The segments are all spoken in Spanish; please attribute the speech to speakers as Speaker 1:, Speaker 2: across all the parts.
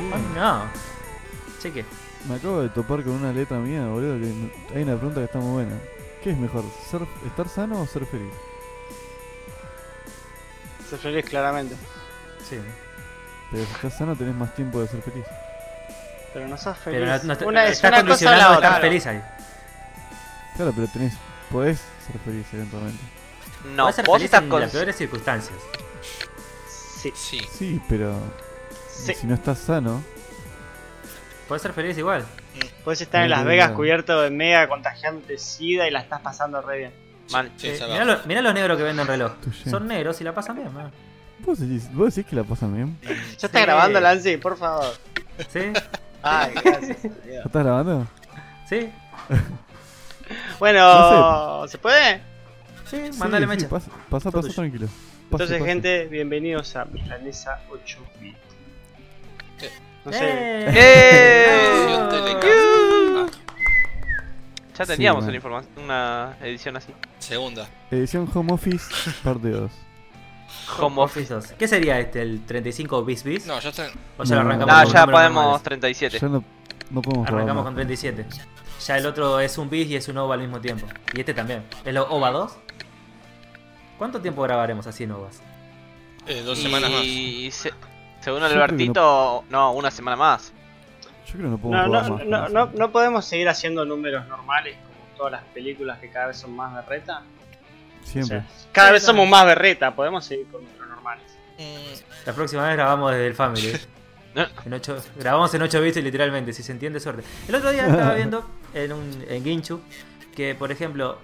Speaker 1: Oh, no. Cheque.
Speaker 2: Me acabo de topar con una letra mía, boludo, que no- hay una pregunta que está muy buena. ¿Qué es mejor, ser, estar sano o ser feliz?
Speaker 3: Ser feliz, claramente.
Speaker 1: Sí.
Speaker 2: Pero si estás sano tenés más tiempo de ser feliz.
Speaker 3: Pero no sos feliz.
Speaker 1: Pero no, no está-
Speaker 4: Una es
Speaker 1: está
Speaker 4: una cosa o la
Speaker 1: condicionado a estar
Speaker 4: otra.
Speaker 1: feliz ahí.
Speaker 2: Claro, pero tenés, podés ser feliz eventualmente.
Speaker 4: No,
Speaker 1: Podés ser
Speaker 4: vos
Speaker 1: feliz
Speaker 4: estás
Speaker 1: en
Speaker 4: con...
Speaker 1: las peores circunstancias.
Speaker 3: Sí.
Speaker 5: Sí.
Speaker 2: Sí, pero
Speaker 3: sí.
Speaker 2: si no estás sano,
Speaker 1: Podés ser feliz igual.
Speaker 3: Puedes estar en Las Vegas cubierto de mega contagiante sida y la estás pasando re bien.
Speaker 4: Mal.
Speaker 5: Sí,
Speaker 1: Eh,
Speaker 5: está
Speaker 1: mirá,
Speaker 5: bajo.
Speaker 1: los, mirá los negros que venden reloj.
Speaker 2: Tu gente.
Speaker 1: Son negros y la pasan bien, man.
Speaker 2: vos decís, vos decís que la pasan bien.
Speaker 3: Ya está grabando, Lancy, por favor.
Speaker 1: ¿Sí?
Speaker 3: Ay, gracias.
Speaker 2: ¿Ya ¿Estás grabando?
Speaker 1: ¿Sí?
Speaker 3: Bueno,
Speaker 2: No
Speaker 3: ¿se puede?
Speaker 1: Sí, mandale
Speaker 2: sí,
Speaker 1: mecha.
Speaker 2: sí, pasa, pasa,
Speaker 1: Todo
Speaker 2: pasa
Speaker 1: tuyo.
Speaker 2: tranquilo. Pase,
Speaker 3: Entonces,
Speaker 2: pase.
Speaker 3: gente, bienvenidos a Milanesa 8 bit.
Speaker 5: Sí.
Speaker 3: No
Speaker 1: Eh.
Speaker 3: sé.
Speaker 4: ¡Eh!
Speaker 5: Edición Telecast.
Speaker 4: Ya teníamos
Speaker 2: Sí,
Speaker 4: una, informa- una edición así.
Speaker 5: Ah, segunda.
Speaker 2: Edición Home Office, parte 2.
Speaker 4: Home office.
Speaker 1: Office 2. ¿Qué sería este? ¿El 35 bis bis?
Speaker 5: No, ya está.
Speaker 1: O ya lo arrancamos
Speaker 2: No.
Speaker 4: No,
Speaker 1: con
Speaker 4: ya
Speaker 1: números
Speaker 4: podemos
Speaker 1: normales?
Speaker 4: 37.
Speaker 2: Ya no, no
Speaker 1: Arrancamos
Speaker 2: podemos grabar
Speaker 1: con
Speaker 2: más.
Speaker 1: 37. Ya el otro es un bis y es un OVA al mismo tiempo. Y este también. ¿Es lo OVA 2? ¿Cuánto tiempo grabaremos así en OVAs?
Speaker 5: Eh, dos semanas más.
Speaker 4: Y se- según
Speaker 2: Yo creo que
Speaker 4: Albertito, no, una semana más.
Speaker 2: Yo creo que no podemos
Speaker 3: No,
Speaker 2: grabar
Speaker 3: no,
Speaker 2: más.
Speaker 3: no, no, no podemos seguir haciendo números normales como todas las películas que cada vez son más berreta. O
Speaker 2: Siempre.
Speaker 3: sea, cada vez somos más berreta, podemos seguir con números normales.
Speaker 5: Mm,
Speaker 1: La próxima vez grabamos desde el Family. En ocho- grabamos en 8 bits y literalmente, si se entiende, suerte. El otro día estaba viendo en, un, en Ginchu que, por ejemplo,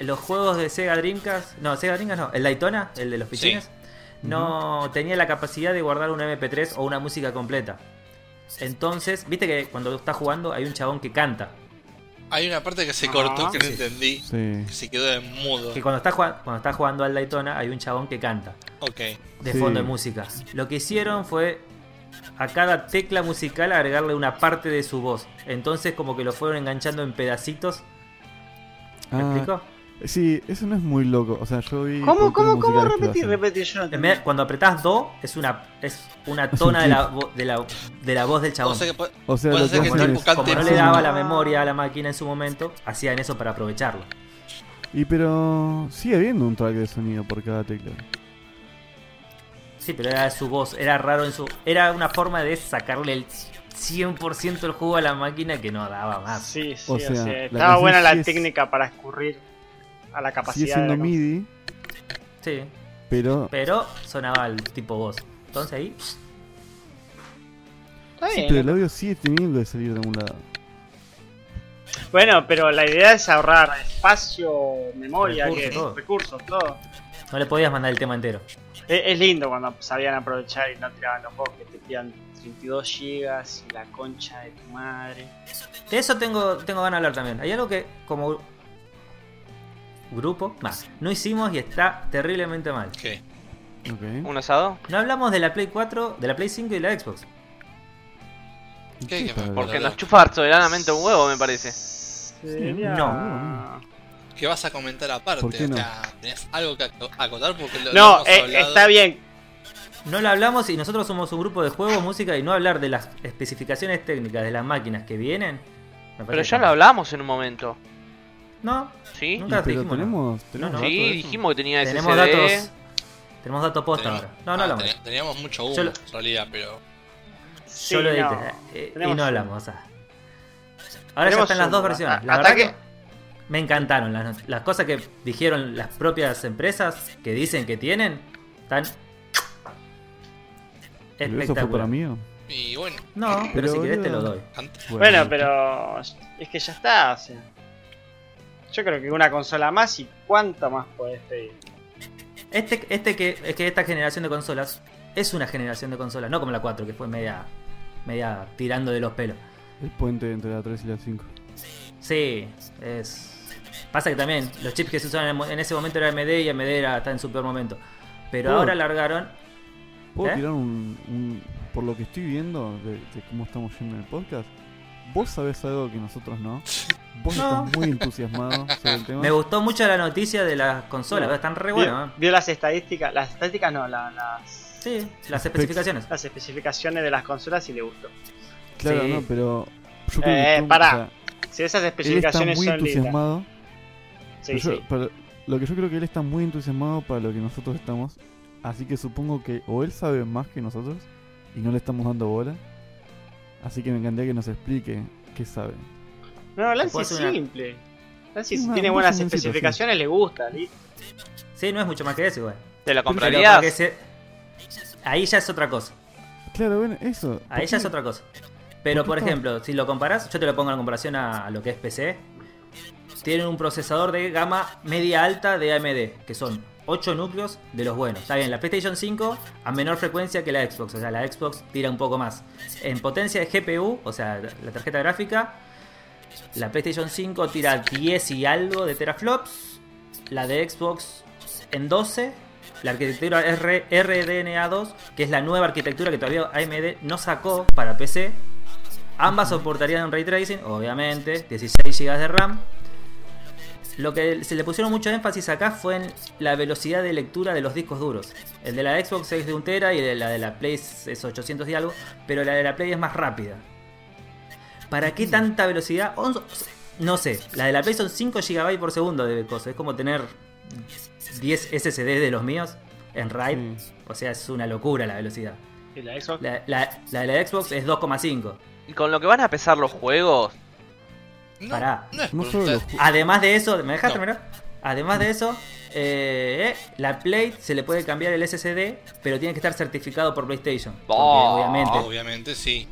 Speaker 1: los juegos de Sega Dreamcast, no, Sega Dreamcast no, el Daytona, el de los pichones, no tenía la capacidad de guardar un MP3 o una música completa. Entonces, viste que cuando estás jugando hay un chabón que canta.
Speaker 5: Hay una parte que se
Speaker 3: Ah.
Speaker 5: cortó que no
Speaker 1: Sí.
Speaker 5: entendí.
Speaker 2: Sí.
Speaker 5: Que se quedó en mudo.
Speaker 1: Que cuando estás, jugando, cuando estás jugando al Daytona hay un chabón que canta.
Speaker 5: Ok.
Speaker 1: de
Speaker 2: Sí.
Speaker 1: fondo de música. Lo que hicieron fue a cada tecla musical agregarle una parte de su voz. Entonces como que lo fueron enganchando en pedacitos. ¿Me
Speaker 2: Ah,
Speaker 1: explico?
Speaker 2: sí, eso no es muy loco. O sea, yo vi.
Speaker 3: ¿Cómo,
Speaker 2: películas
Speaker 3: cómo, cómo
Speaker 2: musicales que lo
Speaker 3: repetir?
Speaker 2: hacen.
Speaker 3: Repetir, yo no
Speaker 1: En vez-
Speaker 3: te-
Speaker 1: cuando apretás do es una es una
Speaker 2: un
Speaker 1: tona de la,
Speaker 2: clip.
Speaker 1: vo- de, la, de la voz del
Speaker 5: O
Speaker 1: chabón.
Speaker 5: sea que po-
Speaker 2: O sea,
Speaker 5: Puede
Speaker 2: lo
Speaker 5: ser
Speaker 2: que
Speaker 5: que
Speaker 2: hacen
Speaker 5: tipo
Speaker 2: es-
Speaker 5: cante-
Speaker 1: Como no le daba la memoria a la máquina en su momento, hacían eso para aprovecharlo.
Speaker 2: Y pero. Sigue habiendo un track de sonido por cada tecla.
Speaker 1: Sí, pero era su voz, era raro en su era una forma de sacarle el 100% el jugo a la máquina que no daba más.
Speaker 3: Sí, sí,
Speaker 2: O
Speaker 3: o
Speaker 2: sea,
Speaker 3: sea,
Speaker 2: la
Speaker 3: estaba
Speaker 2: canción
Speaker 3: buena
Speaker 2: sí
Speaker 3: la
Speaker 2: es-
Speaker 3: técnica para escurrir a la
Speaker 2: Sigue
Speaker 3: capacidad. de la
Speaker 2: siendo
Speaker 3: canción.
Speaker 2: MIDI,
Speaker 1: Sí,
Speaker 2: pero.
Speaker 1: pero sonaba el tipo voz. Entonces ahí
Speaker 3: Está
Speaker 2: Sí,
Speaker 3: bien.
Speaker 2: pero el audio sigue teniendo que salir de algún lado.
Speaker 3: Bueno, pero la idea es ahorrar espacio, memoria,
Speaker 1: Recursos,
Speaker 3: que-
Speaker 1: todo.
Speaker 3: recursos, todo.
Speaker 1: No le podías mandar el tema entero.
Speaker 3: Es, es lindo cuando sabían aprovechar y no tiraban los juegos que te pidan 32 gigas y la concha de tu madre.
Speaker 1: De eso tengo, tengo ganas de hablar también. Hay algo que como gru- grupo más no hicimos y está terriblemente mal.
Speaker 5: ¿Qué?
Speaker 2: Ok.
Speaker 4: ¿Un asado?
Speaker 1: No hablamos de la Play 4, de la Play 5 y de la Xbox.
Speaker 2: ¿Y
Speaker 5: ¿Qué?
Speaker 2: qué
Speaker 5: ¿Qué?
Speaker 2: tal?
Speaker 5: ¿Por
Speaker 4: Porque
Speaker 5: Hola.
Speaker 4: nos chupa soberanamente un huevo, me parece.
Speaker 3: Sería-
Speaker 1: no.
Speaker 5: ¿Qué vas a comentar aparte?
Speaker 2: ¿Por qué no?
Speaker 5: O sea, ¿Tenés algo que ac- acotar? Porque lo, lo
Speaker 3: No,
Speaker 5: hemos
Speaker 3: eh,
Speaker 5: hablado.
Speaker 3: está bien.
Speaker 1: No lo hablamos y nosotros somos un grupo de juegos, música y no hablar de las especificaciones técnicas de las máquinas que vienen. me parece
Speaker 4: Pero
Speaker 1: que
Speaker 4: ya lo
Speaker 1: está mal.
Speaker 4: hablamos en un momento.
Speaker 1: No,
Speaker 4: ¿Sí?
Speaker 1: Nunca
Speaker 2: pero
Speaker 1: dijimos,
Speaker 2: tenemos, tenemos
Speaker 1: no,
Speaker 2: datos
Speaker 4: Sí,
Speaker 2: de eso.
Speaker 4: dijimos que tenía SSD.
Speaker 1: tenemos datos. Tenemos datos posta
Speaker 5: Teníamos-
Speaker 1: ahora. No, no
Speaker 5: ah,
Speaker 1: hablamos.
Speaker 5: teni- Teníamos mucho
Speaker 1: Yo
Speaker 5: humo,
Speaker 1: lo-
Speaker 5: en realidad, pero.
Speaker 3: Sí,
Speaker 1: Yo lo edité.
Speaker 3: no.
Speaker 1: eh, y
Speaker 3: Tenemos-
Speaker 1: no hablamos. o sea. Ahora ya
Speaker 3: Tenemos
Speaker 1: están las
Speaker 3: un-
Speaker 1: dos versiones. La
Speaker 4: a-
Speaker 1: verdad
Speaker 4: ataque.
Speaker 1: que me encantaron las, not- las cosas que dijeron las propias empresas que dicen que tienen. Están
Speaker 2: Pero eso fue para
Speaker 1: espectacular.
Speaker 2: mí.
Speaker 5: Y bueno,
Speaker 1: No, pero,
Speaker 2: Pero,
Speaker 1: si querés te lo
Speaker 2: boludo.
Speaker 1: doy.
Speaker 5: antes.
Speaker 3: Bueno, pero es que ya está. O sea. Yo creo que una consola más y cuánto más podés pedir.
Speaker 1: Este, este que es que esta generación de consolas es una generación de consolas, no como la 4 que fue media media tirando de los pelos.
Speaker 2: El puente entre la 3 y la 5.
Speaker 1: Sí, es. Pasa que también los chips que se usaban en mo- en ese momento era AMD y AMD era, está en su peor momento. Pero
Speaker 2: Oh.
Speaker 1: ahora largaron.
Speaker 2: ¿Puedo
Speaker 1: ¿Eh?
Speaker 2: tirar un, un- Por lo que estoy viendo de, de cómo estamos yendo en el podcast, vos sabés algo que nosotros no. Vos
Speaker 1: No.
Speaker 2: estás muy entusiasmado sobre el tema.
Speaker 1: Me gustó mucho la noticia de las consolas, están re
Speaker 3: Vio-
Speaker 1: buenas. ¿eh?
Speaker 3: Vio las estadísticas. Las estadísticas no, la- las.
Speaker 1: Sí, las especificaciones.
Speaker 3: las especificaciones de las consolas y le gustó.
Speaker 2: Claro,
Speaker 1: Sí.
Speaker 2: no, pero. Yo
Speaker 3: Eh,
Speaker 2: creo que Trump,
Speaker 3: pará.
Speaker 2: o sea,
Speaker 3: Si esas
Speaker 2: él está
Speaker 3: especificaciones
Speaker 2: muy
Speaker 3: son lindas.
Speaker 2: entusiasmado.
Speaker 3: Sí,
Speaker 2: Pero yo-
Speaker 3: sí.
Speaker 2: pero lo que yo creo que él está muy entusiasmado para lo que nosotros estamos. Así que supongo que o él sabe más que nosotros y no le estamos dando bola. Así que me encantaría que nos explique qué sabe.
Speaker 3: No, Lancy
Speaker 1: Después
Speaker 3: es
Speaker 1: una-
Speaker 3: simple. Lancy, si
Speaker 2: Una-
Speaker 3: tiene
Speaker 2: un
Speaker 3: buenas
Speaker 2: resumencito, sí.
Speaker 3: especificaciones, le gusta. ¿sí?
Speaker 1: Sí, no es mucho más que eso igual.
Speaker 4: ¿Te la
Speaker 1: Pero para
Speaker 4: comprarías?
Speaker 1: que se- Ahí ya es otra cosa.
Speaker 2: Claro, bueno, eso. ¿por
Speaker 1: Ahí ya
Speaker 2: qué?
Speaker 1: es otra cosa. Pero
Speaker 2: ¿Por
Speaker 1: por
Speaker 2: qué
Speaker 1: ejemplo, si lo comparás, yo te lo pongo en comparación a lo que es PC. Tienen un procesador de gama media alta de AMD, que son 8 núcleos de los buenos. Está bien, la PlayStation 5 a menor frecuencia que la Xbox, o sea, la Xbox tira un poco más. En potencia de GPU, o sea, la tarjeta gráfica, la PlayStation 5 tira 10 y algo de teraflops, la de Xbox en 12, la arquitectura R- RDNA2, que es la nueva arquitectura que todavía AMD no sacó para PC. Ambas soportarían ray tracing, obviamente, 16 GB de RAM. Lo que se le pusieron mucho énfasis acá fue en la velocidad de lectura de los discos duros. El de la Xbox es de 1 tera y el de la de la Play es 800 y algo, pero la de la Play es más rápida. ¿Para qué tanta velocidad? Onzo- No sé, la de la Play son 5 GB por segundo de cosas. Es como tener 10 SSD de los míos en RAID.
Speaker 2: Sí.
Speaker 1: O sea, es una locura la velocidad.
Speaker 3: Y la Xbox-
Speaker 1: La, la- la de la Xbox es 2,5.
Speaker 4: Y con lo que van a pesar los juegos,
Speaker 5: No,
Speaker 1: Pará.
Speaker 5: no es
Speaker 2: No
Speaker 5: por
Speaker 2: solo los
Speaker 5: usted.
Speaker 2: ju-
Speaker 1: Además de eso, ¿me dejaste
Speaker 5: No.
Speaker 1: mirar? Además de eso, eh, la Play se le puede cambiar el SSD, pero tiene que estar certificado por PlayStation. Porque
Speaker 4: Oh.
Speaker 1: obviamente,
Speaker 5: Obviamente sí.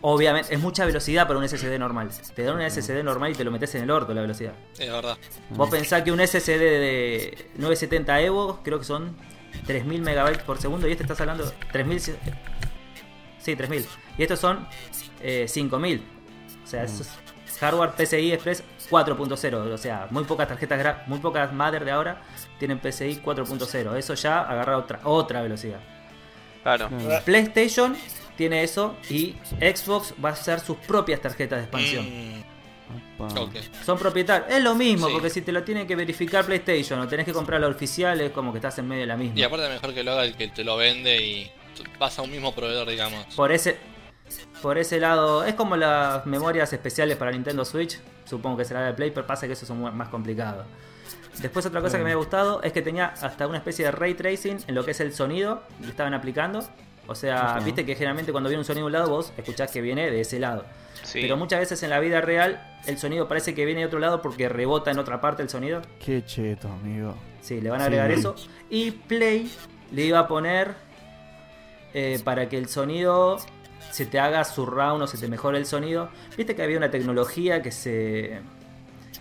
Speaker 1: obviamente, es mucha velocidad para un SSD normal. Te dan un SSD normal y te lo metes en el orto la velocidad.
Speaker 5: Es verdad.
Speaker 1: Vos pensás que un SSD de 970 Evo, creo que son 3000 megabytes por segundo, y este estás hablando 3000. si- Sí, 3000. Y estos son eh, 5000. O sea, eso es hardware PCI Express 4.0. O sea, muy pocas tarjetas, gra- muy pocas madres de ahora tienen PCI 4.0. Eso ya agarra otra, otra velocidad.
Speaker 4: claro.
Speaker 3: Ah.
Speaker 2: Claro.
Speaker 1: PlayStation tiene eso y Xbox va a hacer sus propias tarjetas de expansión.
Speaker 5: Mm,
Speaker 2: Apa.
Speaker 5: ok.
Speaker 1: Son propietarios. Es lo mismo,
Speaker 5: Sí.
Speaker 1: porque si te lo tienen que verificar PlayStation o tenés que comprar la oficial, es como que estás en medio de la misma.
Speaker 5: Y aparte mejor que lo haga el que te lo vende y t- pasa a un mismo proveedor, digamos.
Speaker 1: Por ese. Por ese lado, es como las memorias especiales para Nintendo Switch. Supongo que será de Play, pero pasa que eso es un- más complicado. Después, otra cosa que me ha gustado es que tenía hasta una especie de ray tracing en lo que es el sonido que estaban aplicando. O sea,
Speaker 2: Ajá.
Speaker 1: viste que generalmente cuando viene un sonido de un lado, vos escuchás que viene de ese lado.
Speaker 4: Sí.
Speaker 1: Pero muchas veces en la vida real, el sonido parece que viene de otro lado porque rebota en otra parte el sonido.
Speaker 2: Qué cheto, amigo.
Speaker 1: Sí, le van a agregar
Speaker 2: Sí.
Speaker 1: eso. Y Play le iba a poner eh, para que el sonido se te haga surround o se te mejore el sonido. Viste que había una tecnología que se.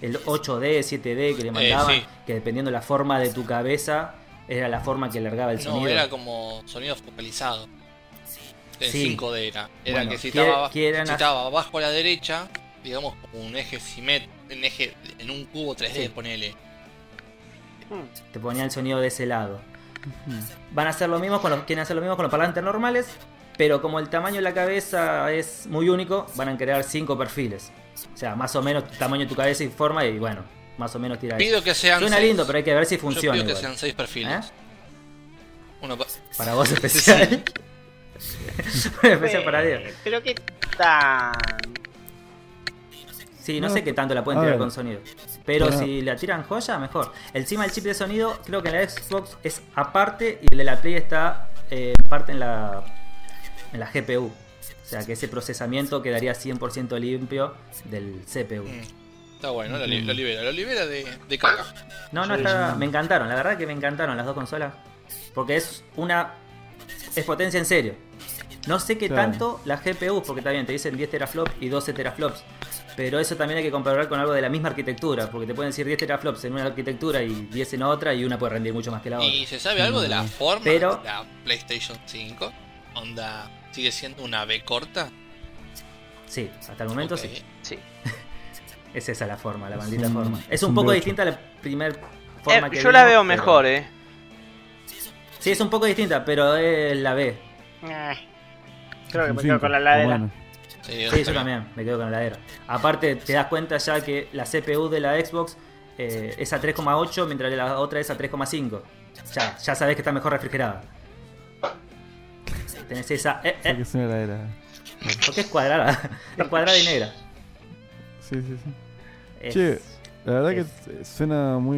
Speaker 1: El 8D, 7D que le mandaban,
Speaker 5: Eh, sí.
Speaker 1: que dependiendo la forma de tu cabeza, era la forma que alargaba el
Speaker 5: No,
Speaker 1: sonido.
Speaker 5: era como sonido focalizado. En
Speaker 1: Sí.
Speaker 5: 5D era. Era
Speaker 1: Bueno,
Speaker 5: que si
Speaker 1: quiere-
Speaker 5: estaba,
Speaker 1: quieren
Speaker 5: si
Speaker 1: ha-
Speaker 5: estaba abajo a la derecha, digamos como un eje simétrico, en eje en un cubo 3D,
Speaker 1: Sí.
Speaker 5: ponele.
Speaker 1: Te ponía el sonido de ese lado.
Speaker 2: Ujú.
Speaker 1: Van a hacer lo mismo con los, quieren hacer lo mismo con los parlantes normales, pero como el tamaño de la cabeza es muy único, van a crear cinco perfiles. O sea, más o menos tamaño de tu cabeza y forma, y bueno, más o menos tira eso.
Speaker 5: Pido que sean
Speaker 1: Suena
Speaker 5: seis.
Speaker 1: lindo, pero hay que ver si
Speaker 5: Yo
Speaker 1: funciona.
Speaker 5: pido que
Speaker 1: igual. ¿Eh?
Speaker 5: sean seis perfiles. Uno pa-
Speaker 1: Para vos especial. Un especial para Dios.
Speaker 3: Eh, Pero qué tan.
Speaker 1: Sí, no,
Speaker 2: No,
Speaker 1: sé qué tanto la pueden
Speaker 2: a
Speaker 1: tirar
Speaker 2: ver.
Speaker 1: con sonido. Pero
Speaker 2: Pará.
Speaker 1: si la tiran joya, mejor. Encima el chip de sonido, creo que en la Xbox es aparte y el de la Play está eh, aparte en la, en la GPU. O sea que ese procesamiento quedaría 100% limpio del CPU.
Speaker 5: Mm, Está bueno, lo, li- lo libera, lo libera de, de caca.
Speaker 1: No, no,
Speaker 2: Sí,
Speaker 1: está,
Speaker 2: sí.
Speaker 1: me encantaron, la verdad que me encantaron las dos consolas. Porque es una. Es potencia en serio. No sé qué
Speaker 2: Claro.
Speaker 1: tanto la GPU, porque también te dicen 10 teraflops y 12 teraflops. Pero eso también hay que comparar con algo de la misma arquitectura, porque te pueden decir 10 teraflops en una arquitectura y 10 en otra, y una puede rendir mucho más que la otra.
Speaker 5: ¿Y se sabe algo de la forma
Speaker 1: Mm, Pero-
Speaker 5: de la PlayStation 5? Onda, ¿sigue siendo una B corta?
Speaker 1: Sí, hasta el momento
Speaker 5: Ok.
Speaker 1: sí.
Speaker 4: Sí.
Speaker 1: Es esa la forma, la
Speaker 2: Es
Speaker 1: maldita
Speaker 2: un-
Speaker 1: forma. Es
Speaker 2: es
Speaker 1: un,
Speaker 2: un
Speaker 1: poco
Speaker 2: B8.
Speaker 1: distinta a la primer
Speaker 4: Eh,
Speaker 1: forma que
Speaker 4: yo la
Speaker 1: vimos,
Speaker 4: veo
Speaker 1: pero-
Speaker 4: mejor, eh.
Speaker 1: Sí, es un poco distinta, pero es la B.
Speaker 3: eh, Creo que
Speaker 2: Un
Speaker 3: me
Speaker 2: cinco,
Speaker 3: quedo con la
Speaker 2: o
Speaker 3: ladera.
Speaker 2: Ah, bueno.
Speaker 5: Sí,
Speaker 1: Sí, yo también, me quedo con la heladera. Aparte, te das cuenta ya que la CPU de la Xbox eh, es a 3,8 mientras que la otra es a 3,5. Ya, ya sabes que está mejor refrigerada. tenés esa. eh,
Speaker 2: Sé
Speaker 1: eh,
Speaker 2: que es una heladera.
Speaker 1: porque es cuadrada. es cuadrada y negra.
Speaker 2: Sí, sí, sí.
Speaker 1: Es-
Speaker 2: Che, La verdad
Speaker 1: Es-
Speaker 2: que eh, suena muy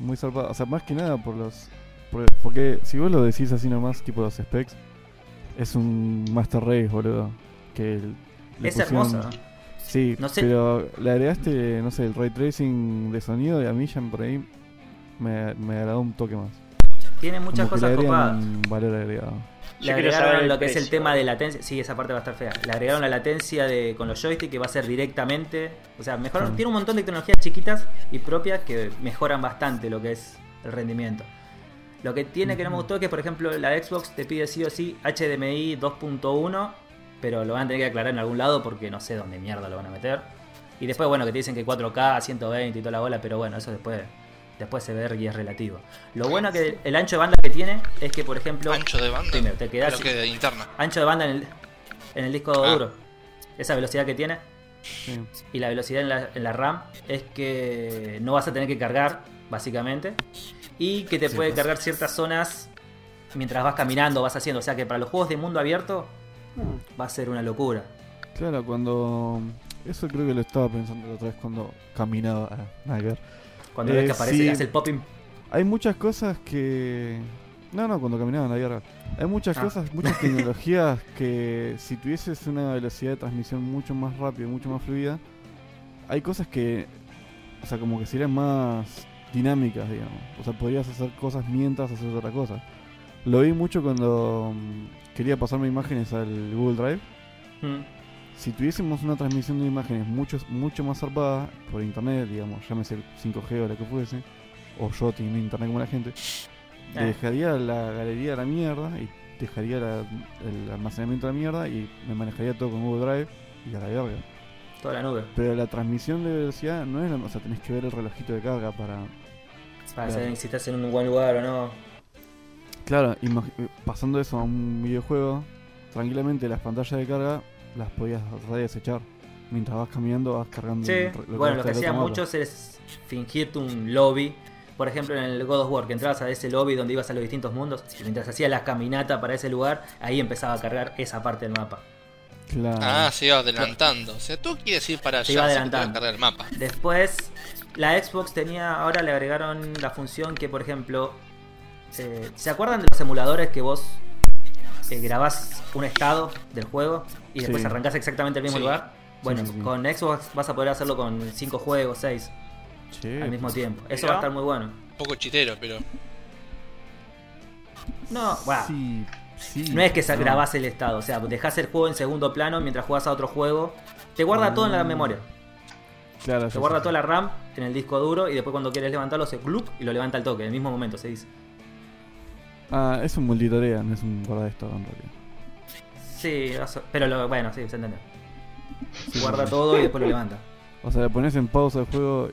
Speaker 2: muy zarpado. O sea, más que nada por los. por- porque si vos lo decís así nomás, tipo los specs, es un Master Race, boludo. Que el- le
Speaker 1: es
Speaker 2: pusieron-
Speaker 1: hermoso. ¿no?
Speaker 2: Sí,
Speaker 1: No sé-
Speaker 2: pero le agregaste, no sé, el ray tracing de sonido y a mí ya por ahí me, me agradó un toque más.
Speaker 1: Tiene muchas
Speaker 2: Como que le
Speaker 1: cosas
Speaker 2: agregan
Speaker 1: copadas.
Speaker 2: un valor agregado.
Speaker 1: Le
Speaker 3: quiero saber
Speaker 1: agregaron
Speaker 3: el
Speaker 1: lo que es el
Speaker 3: precio.
Speaker 1: tema de latencia. Sí, esa parte va a estar fea. Le agregaron la latencia de, con los joysticks que va a ser directamente. O sea, mejoraron.
Speaker 2: Mm.
Speaker 1: Tiene un montón de tecnologías chiquitas y propias que mejoran bastante lo que es el rendimiento. Lo que tiene que no me
Speaker 2: Ujú.
Speaker 1: gustó es que, por ejemplo, la de Xbox te pide sí o sí HDMI 2.1, pero lo van a tener que aclarar en algún lado porque no sé dónde mierda lo van a meter. Y después, bueno, que te dicen que 4K, 120 y toda la bola, pero bueno, eso después, después se ve y es relativo. Lo bueno que el ancho de banda que tiene es que, por ejemplo,
Speaker 5: Ancho de banda.
Speaker 1: Primero, te quedás
Speaker 5: Creo que de interna.
Speaker 1: ancho de banda en el, en el disco
Speaker 5: Ah.
Speaker 1: duro. Esa velocidad que tiene
Speaker 2: Sí.
Speaker 1: y la velocidad en la, en la RAM es que no vas a tener que cargar, básicamente. Y que te
Speaker 2: Sí,
Speaker 1: puede
Speaker 2: pues.
Speaker 1: cargar ciertas zonas mientras vas caminando, vas haciendo. O sea que para los juegos de mundo abierto
Speaker 2: Mm.
Speaker 1: va a ser una locura.
Speaker 2: Claro, cuando. Eso creo que lo estaba pensando la otra vez cuando caminaba. Ah, nada que ver.
Speaker 1: Cuando
Speaker 2: Eh,
Speaker 1: ves que aparece,
Speaker 2: sí.
Speaker 1: hace el popping.
Speaker 2: Hay muchas cosas que. No, no, cuando caminaba en la vida real. Hay muchas
Speaker 1: Ah.
Speaker 2: cosas, muchas tecnologías que si tuvieses una velocidad de transmisión mucho más rápida, mucho más fluida, hay cosas que. O sea, como que serían más dinámicas, digamos. O sea, podrías hacer cosas mientras haces otra cosa. Lo vi mucho cuando mm, quería pasarme imágenes al Google Drive.
Speaker 1: Mm.
Speaker 2: Si tuviésemos una transmisión de imágenes mucho, mucho más zarpada por internet, digamos, llámese 5G o la que fuese, o yo teniendo internet como la gente,
Speaker 1: Ah.
Speaker 2: dejaría la galería a la mierda y dejaría la- el almacenamiento a la mierda y me manejaría todo con Google Drive y a la verga.
Speaker 1: Toda la nube.
Speaker 2: Pero la transmisión de velocidad no es la. O sea, tenés que ver el relojito de carga para.
Speaker 1: Para
Speaker 2: Claro.
Speaker 1: saber si estás en un buen lugar o no.
Speaker 2: Claro, imag- eh, pasando eso a un videojuego, tranquilamente las pantallas de carga las podías redesechar. Mientras vas caminando, vas cargando.
Speaker 1: Sí,
Speaker 2: el Mm, re- que
Speaker 1: bueno, lo
Speaker 2: resta
Speaker 1: que
Speaker 2: del otro
Speaker 1: hacían
Speaker 2: mapa.
Speaker 1: muchos es fingirte un lobby. Por ejemplo, en el God of War, que entrabas a ese lobby donde ibas a los distintos mundos, y mientras hacías la caminata para ese lugar, ahí empezaba a cargar esa parte del mapa.
Speaker 2: Claro.
Speaker 5: Ah, se iba adelantando. O sea, tú quieres ir para allá,
Speaker 1: Se iba
Speaker 5: así que
Speaker 1: adelantando.
Speaker 5: te va a cargar el mapa.
Speaker 1: Después, la Xbox tenía, ahora le agregaron la función que, por ejemplo, eh, ¿se acuerdan de los emuladores que vos eh, grabás un estado del juego y después
Speaker 2: Sí.
Speaker 1: arrancás exactamente el mismo
Speaker 5: Sí.
Speaker 1: lugar? Bueno,
Speaker 2: sí, sí.
Speaker 1: con Xbox vas a poder hacerlo con 5 juegos, 6
Speaker 2: Che,
Speaker 1: al mismo tiempo. Eso
Speaker 3: Mirá.
Speaker 1: va a estar muy bueno.
Speaker 5: Un poco chitero, pero.
Speaker 1: No, bueno,
Speaker 2: Sí, sí.
Speaker 1: No es que sa-
Speaker 2: no.
Speaker 1: grabás el estado, o sea, dejás el juego en segundo plano mientras jugás a otro juego. Te guarda todo en la
Speaker 2: Ah,
Speaker 1: memoria.
Speaker 2: Claro, sí,
Speaker 1: Te guarda
Speaker 2: sí,
Speaker 1: toda la RAM en el disco duro y después cuando quieres levantarlo se glup y lo levanta al toque, en el mismo momento se dice.
Speaker 2: sí. Ah, es un multitarea, no es un guarda esto en realidad.
Speaker 1: Sí, eso- pero lo- bueno, sí, se entiende. Guarda todo y después lo levanta.
Speaker 2: O sea, le pones en pausa el juego,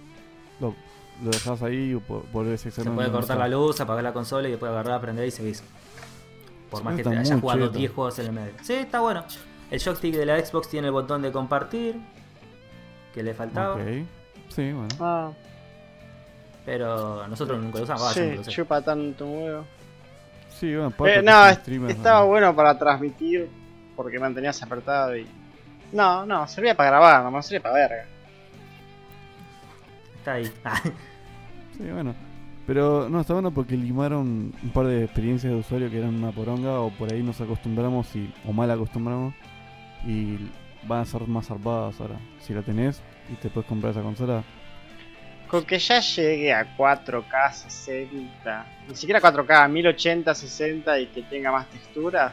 Speaker 2: lo, lo dejas ahí y po- volvés a
Speaker 1: Se puede cortar la luz, apagar la consola y después agarrar, prender y seguís. Por más que
Speaker 2: Está
Speaker 1: te hayas
Speaker 2: muy
Speaker 1: jugado
Speaker 2: cheto.
Speaker 1: 10 juegos en el medio. Sí, está bueno. El joystick de la Xbox tiene el botón de compartir, que le faltaba,
Speaker 2: Ok. Sí, bueno.
Speaker 3: Ah,
Speaker 1: pero nosotros nunca lo usamos. Ah, yo
Speaker 3: sí,
Speaker 1: nunca lo usé.
Speaker 3: chupa tanto un huevo.
Speaker 2: Sí, bueno,
Speaker 3: Eh,
Speaker 2: aparte
Speaker 3: no,
Speaker 2: son
Speaker 3: es-
Speaker 2: streamers,
Speaker 3: estaba
Speaker 2: ¿no?
Speaker 3: bueno para transmitir porque mantenías apretado y. No, no, servía para grabar, nomás servía para verga.
Speaker 1: Está ahí.
Speaker 2: Sí, bueno. Pero no, está bueno porque limaron un par de experiencias de usuario que eran una poronga o por ahí nos acostumbramos y, o mal acostumbramos y van a ser más zarpadas ahora. Si la tenés y te puedes comprar esa consola,
Speaker 3: Con que ya llegue a 4K 60, ni siquiera 4K, 1080 60 y que tenga más texturas.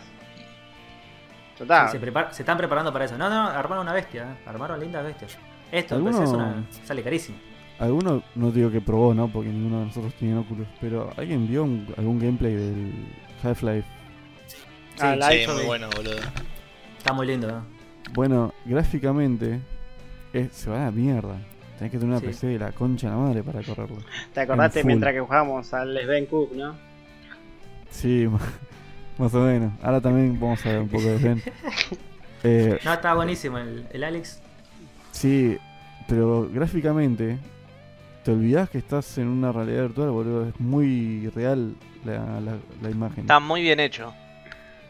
Speaker 3: Total.
Speaker 1: se, prepara- se están preparando para eso. No, no, armaron una bestia. eh. Armaron lindas bestias. Esto, en PC es
Speaker 2: ¿Alguno?
Speaker 1: una- sale carísimo.
Speaker 2: Alguno, no digo que probó, ¿no? Porque ninguno de nosotros tiene óculos. Pero ¿alguien vio un- algún gameplay del Half-Life?
Speaker 3: Ah, la
Speaker 5: Sí,
Speaker 3: hizo
Speaker 5: muy
Speaker 3: de-
Speaker 5: bueno, boludo.
Speaker 1: Está muy lindo. ¿no?
Speaker 2: Bueno, gráficamente es- se va a la mierda. Tenés que tener una
Speaker 1: Sí.
Speaker 2: PC de la concha de la madre para correrlo.
Speaker 3: ¿Te acordaste
Speaker 2: en full.
Speaker 3: mientras que jugábamos al Sven Cook, no?
Speaker 2: Sí, ma- más o menos. Ahora también vamos a ver un poco de Zen. Eh,
Speaker 1: No, está buenísimo el, el Alex.
Speaker 2: sí, pero gráficamente te olvidás que estás en una realidad virtual, boludo. Es muy real la, la- la imagen.
Speaker 4: Está muy bien hecho.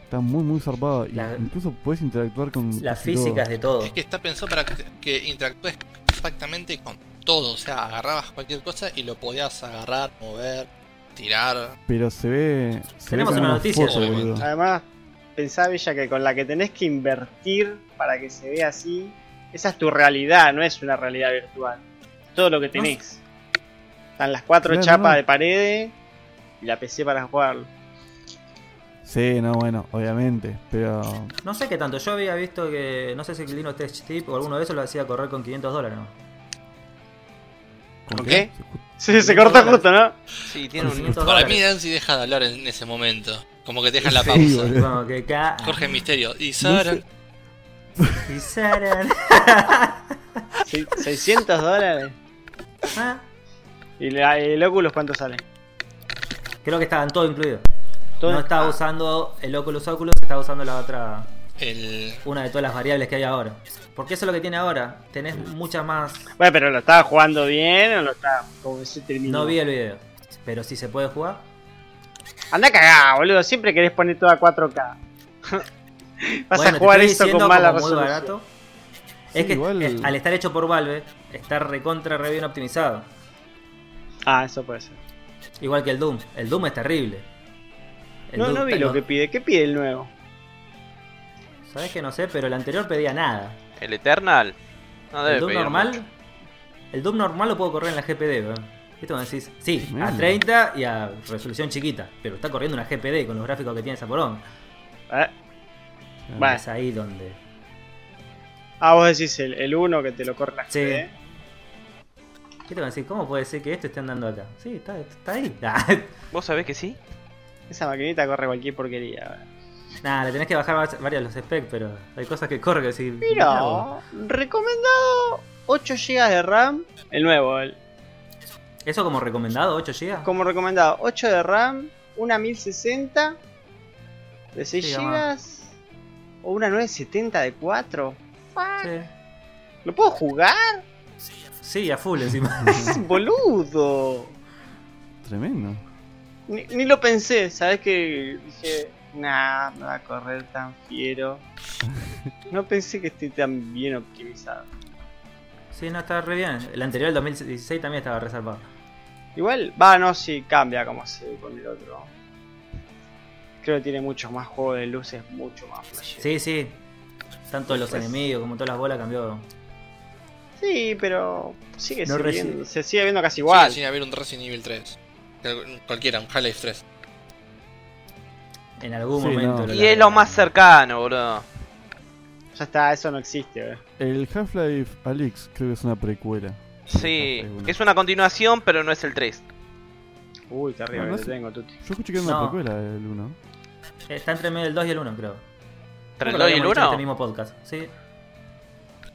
Speaker 2: Está muy, muy zarpada. y
Speaker 1: La-
Speaker 2: incluso puedes interactuar con.
Speaker 1: Las
Speaker 2: casi todo.
Speaker 1: físicas de todo.
Speaker 5: Es que está pensado para que, que interactúes exactamente con todo. O sea, agarrabas cualquier cosa y lo podías agarrar, mover, tirar.
Speaker 2: Pero se ve. se ve
Speaker 1: Tenemos
Speaker 2: como
Speaker 1: una noticia
Speaker 2: foto,
Speaker 5: sobre-
Speaker 2: boludo.
Speaker 3: Además, pensá, Villa, que con la que tenés que invertir para que se vea así, esa es tu realidad, no es una realidad virtual. Todo lo que tenés. Están las cuatro
Speaker 2: Claro,
Speaker 3: chapas
Speaker 2: no.
Speaker 3: de paredes y la PC para jugarlo.
Speaker 2: Sí, no, bueno, obviamente. Pero.
Speaker 1: No sé qué tanto. Yo había visto que. No sé si el Linux Test Tip o alguno de esos lo hacía correr con 500 dólares. ¿no?
Speaker 5: ¿Con qué?
Speaker 3: Sí, se cortó justo, ¿no?
Speaker 4: Sí, tiene
Speaker 1: Con
Speaker 4: un.
Speaker 1: 500
Speaker 5: Para mí,
Speaker 1: dólares.
Speaker 5: Dancy deja de hablar en ese momento. Como que te deja la
Speaker 2: Sí,
Speaker 5: pausa.
Speaker 2: boludo.
Speaker 1: Como que ca-
Speaker 5: Jorge Misterio. Y
Speaker 2: No
Speaker 5: Sara.
Speaker 2: sé,
Speaker 1: y Saran.
Speaker 3: Sí, 600 dólares.
Speaker 1: Ah,
Speaker 3: ¿Y la- el Oculus cuánto sale?
Speaker 1: Creo que estaban todo incluido.
Speaker 3: Todo-
Speaker 1: No estaba
Speaker 3: Ah,
Speaker 1: usando el Oculus Oculus, estaba usando la otra.
Speaker 5: El.
Speaker 1: Una de todas las variables que hay ahora. Porque eso es lo que tiene ahora. Tenés muchas más.
Speaker 3: Bueno, pero lo estaba jugando bien o lo estaba como decir terminó.
Speaker 1: No vi el video. Pero si se puede jugar.
Speaker 3: Anda cagá, boludo. Siempre querés poner todo a 4K. Vas
Speaker 1: Bueno,
Speaker 3: a
Speaker 1: te
Speaker 3: jugar
Speaker 1: estoy
Speaker 3: esto
Speaker 1: diciendo
Speaker 3: con mala
Speaker 1: como muy
Speaker 3: resolución.
Speaker 1: barato.
Speaker 2: Sí,
Speaker 1: es que
Speaker 2: igual-
Speaker 1: eh, al estar hecho por Valve, está recontra re bien optimizado.
Speaker 3: Ah, eso puede ser.
Speaker 1: Igual que el Doom. El Doom es terrible. El
Speaker 3: No,
Speaker 1: Doom
Speaker 3: no vi
Speaker 1: tengo-
Speaker 3: lo que pide. ¿Qué pide el nuevo?
Speaker 1: Sabes que no sé, pero el anterior pedía nada.
Speaker 4: El Eternal. No debe
Speaker 1: el Doom
Speaker 4: pedir
Speaker 1: normal.
Speaker 4: mucho.
Speaker 1: El Doom normal lo puedo correr en la GPD, weón. ¿Viste cuando decís? Sí, a
Speaker 2: Tremendo.
Speaker 1: 30 y a resolución chiquita. Pero está corriendo una GPD con los gráficos que tiene esa porón.
Speaker 3: Eh, Bueno.
Speaker 1: Es ahí donde.
Speaker 3: Ah, vos decís el, el uno que te lo corre la ¿eh?
Speaker 1: Sí.
Speaker 4: ¿Eh?
Speaker 3: GD.
Speaker 1: ¿Viste cuando decís? ¿Cómo puede ser que esto esté andando acá? Sí, está, está ahí.
Speaker 4: ¿Vos sabés que sí?
Speaker 3: Esa maquinita corre cualquier porquería. boludo.
Speaker 1: Nada, le tenés que bajar vas- varias los specs, pero hay cosas que corre que decís. mirá, weón.
Speaker 3: Mira, recomendado 8 GB de RAM. El nuevo, el-
Speaker 1: ¿Eso como recomendado? ¿8 GB?
Speaker 3: como recomendado, 8 de RAM, una 1060 de 6
Speaker 1: Sí,
Speaker 3: GB
Speaker 1: mamá.
Speaker 3: o una 970 de 4.
Speaker 1: Sí.
Speaker 3: ¿Lo puedo jugar,
Speaker 1: sí, a full encima.
Speaker 3: boludo?
Speaker 2: Tremendo.
Speaker 3: Ni, ni lo pensé, ¿sabes que Dije, nah, no va a correr tan fiero. No pensé que esté tan bien optimizado.
Speaker 1: sí, no, está re bien. El anterior, el 2016, también estaba reservado.
Speaker 3: Igual, va, no, sí, cambia como se ve con el otro. Creo que tiene mucho más juego de luces, mucho más flash.
Speaker 1: Sí, sí. Tanto los
Speaker 3: Pues-
Speaker 1: enemigos como todas las bolas cambió.
Speaker 3: Sí, pero sigue
Speaker 1: No
Speaker 3: sirviendo-
Speaker 1: recibe.
Speaker 3: se sigue viendo casi igual.
Speaker 5: Sigue sin haber un Resident Evil 3. Cual- Cualquiera, un Half-Life 3.
Speaker 1: En algún
Speaker 2: Sí,
Speaker 1: momento.
Speaker 2: no.
Speaker 1: lo
Speaker 4: Y es lo
Speaker 1: largaron.
Speaker 4: más cercano, boludo.
Speaker 3: Ya está, eso no existe. eh.
Speaker 2: El Half-Life Alyx creo que es una precuela.
Speaker 4: Sí,
Speaker 2: Half-Life uno.
Speaker 4: es una continuación, pero no es el 3.
Speaker 3: Uy, terrible,
Speaker 2: No, no
Speaker 3: lo
Speaker 2: sé.
Speaker 3: tengo, Tuti.
Speaker 2: Yo escuché que era una
Speaker 1: No.
Speaker 2: precuela del 1.
Speaker 1: Está entre medio del 2 y el 1, creo.
Speaker 4: ¿Entre el
Speaker 1: Creo que lo
Speaker 4: 2 y el
Speaker 1: habíamos dicho en Este
Speaker 4: 1?
Speaker 1: mismo podcast. Sí,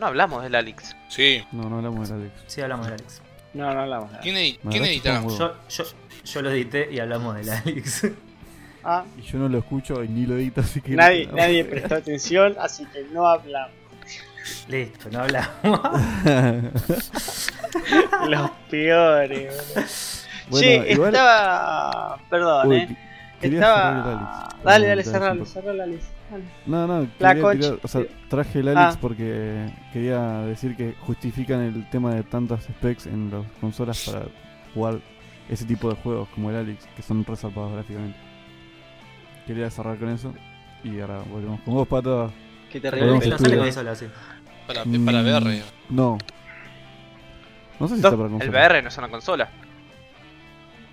Speaker 4: No hablamos del Alix.
Speaker 5: Sí.
Speaker 2: No, no hablamos del Alyx.
Speaker 1: sí hablamos del Alex.
Speaker 3: No, no hablamos de nada.
Speaker 5: ¿Quién, edi-
Speaker 2: Me
Speaker 5: quién
Speaker 2: habrá
Speaker 5: edita?
Speaker 2: chupado un huevo.
Speaker 1: Yo, yo, yo lo edité y hablamos del Alex.
Speaker 3: Ah,
Speaker 2: Y yo no lo escucho y ni lo edito, así que.
Speaker 3: nadie,
Speaker 2: no.
Speaker 3: nadie prestó atención, así que no hablamos.
Speaker 1: Listo, no hablamos.
Speaker 3: Los peores, boludo.
Speaker 2: Bueno,
Speaker 3: che,
Speaker 2: igual-
Speaker 3: estaba. Perdón,
Speaker 2: Uy,
Speaker 3: eh.
Speaker 2: que- quería cerrar el
Speaker 3: Estaba.
Speaker 2: Alyx.
Speaker 3: Dale, dale,
Speaker 2: Perdón,
Speaker 3: cerralo,
Speaker 2: sí,
Speaker 3: cerralo, Alex. dale.
Speaker 2: por- No, no,
Speaker 3: La
Speaker 2: quería
Speaker 3: concha.
Speaker 2: tirar- o sea, traje el Alyx
Speaker 3: Ah.
Speaker 2: porque quería decir que justifican el tema de tantas specs en las consolas para jugar ese tipo de juegos como el Alyx, que son resalpados gráficamente. Quería cerrar con eso y ahora volvemos con vos, pato.
Speaker 3: Qué
Speaker 2: Perdón,
Speaker 1: no
Speaker 3: terrible.
Speaker 1: sale
Speaker 2: estudio.
Speaker 1: con eso, lo así.
Speaker 5: Para, para
Speaker 2: Mm.
Speaker 5: VR.
Speaker 2: No. No sé si está para
Speaker 4: El
Speaker 2: consola.
Speaker 4: VR no es una consola.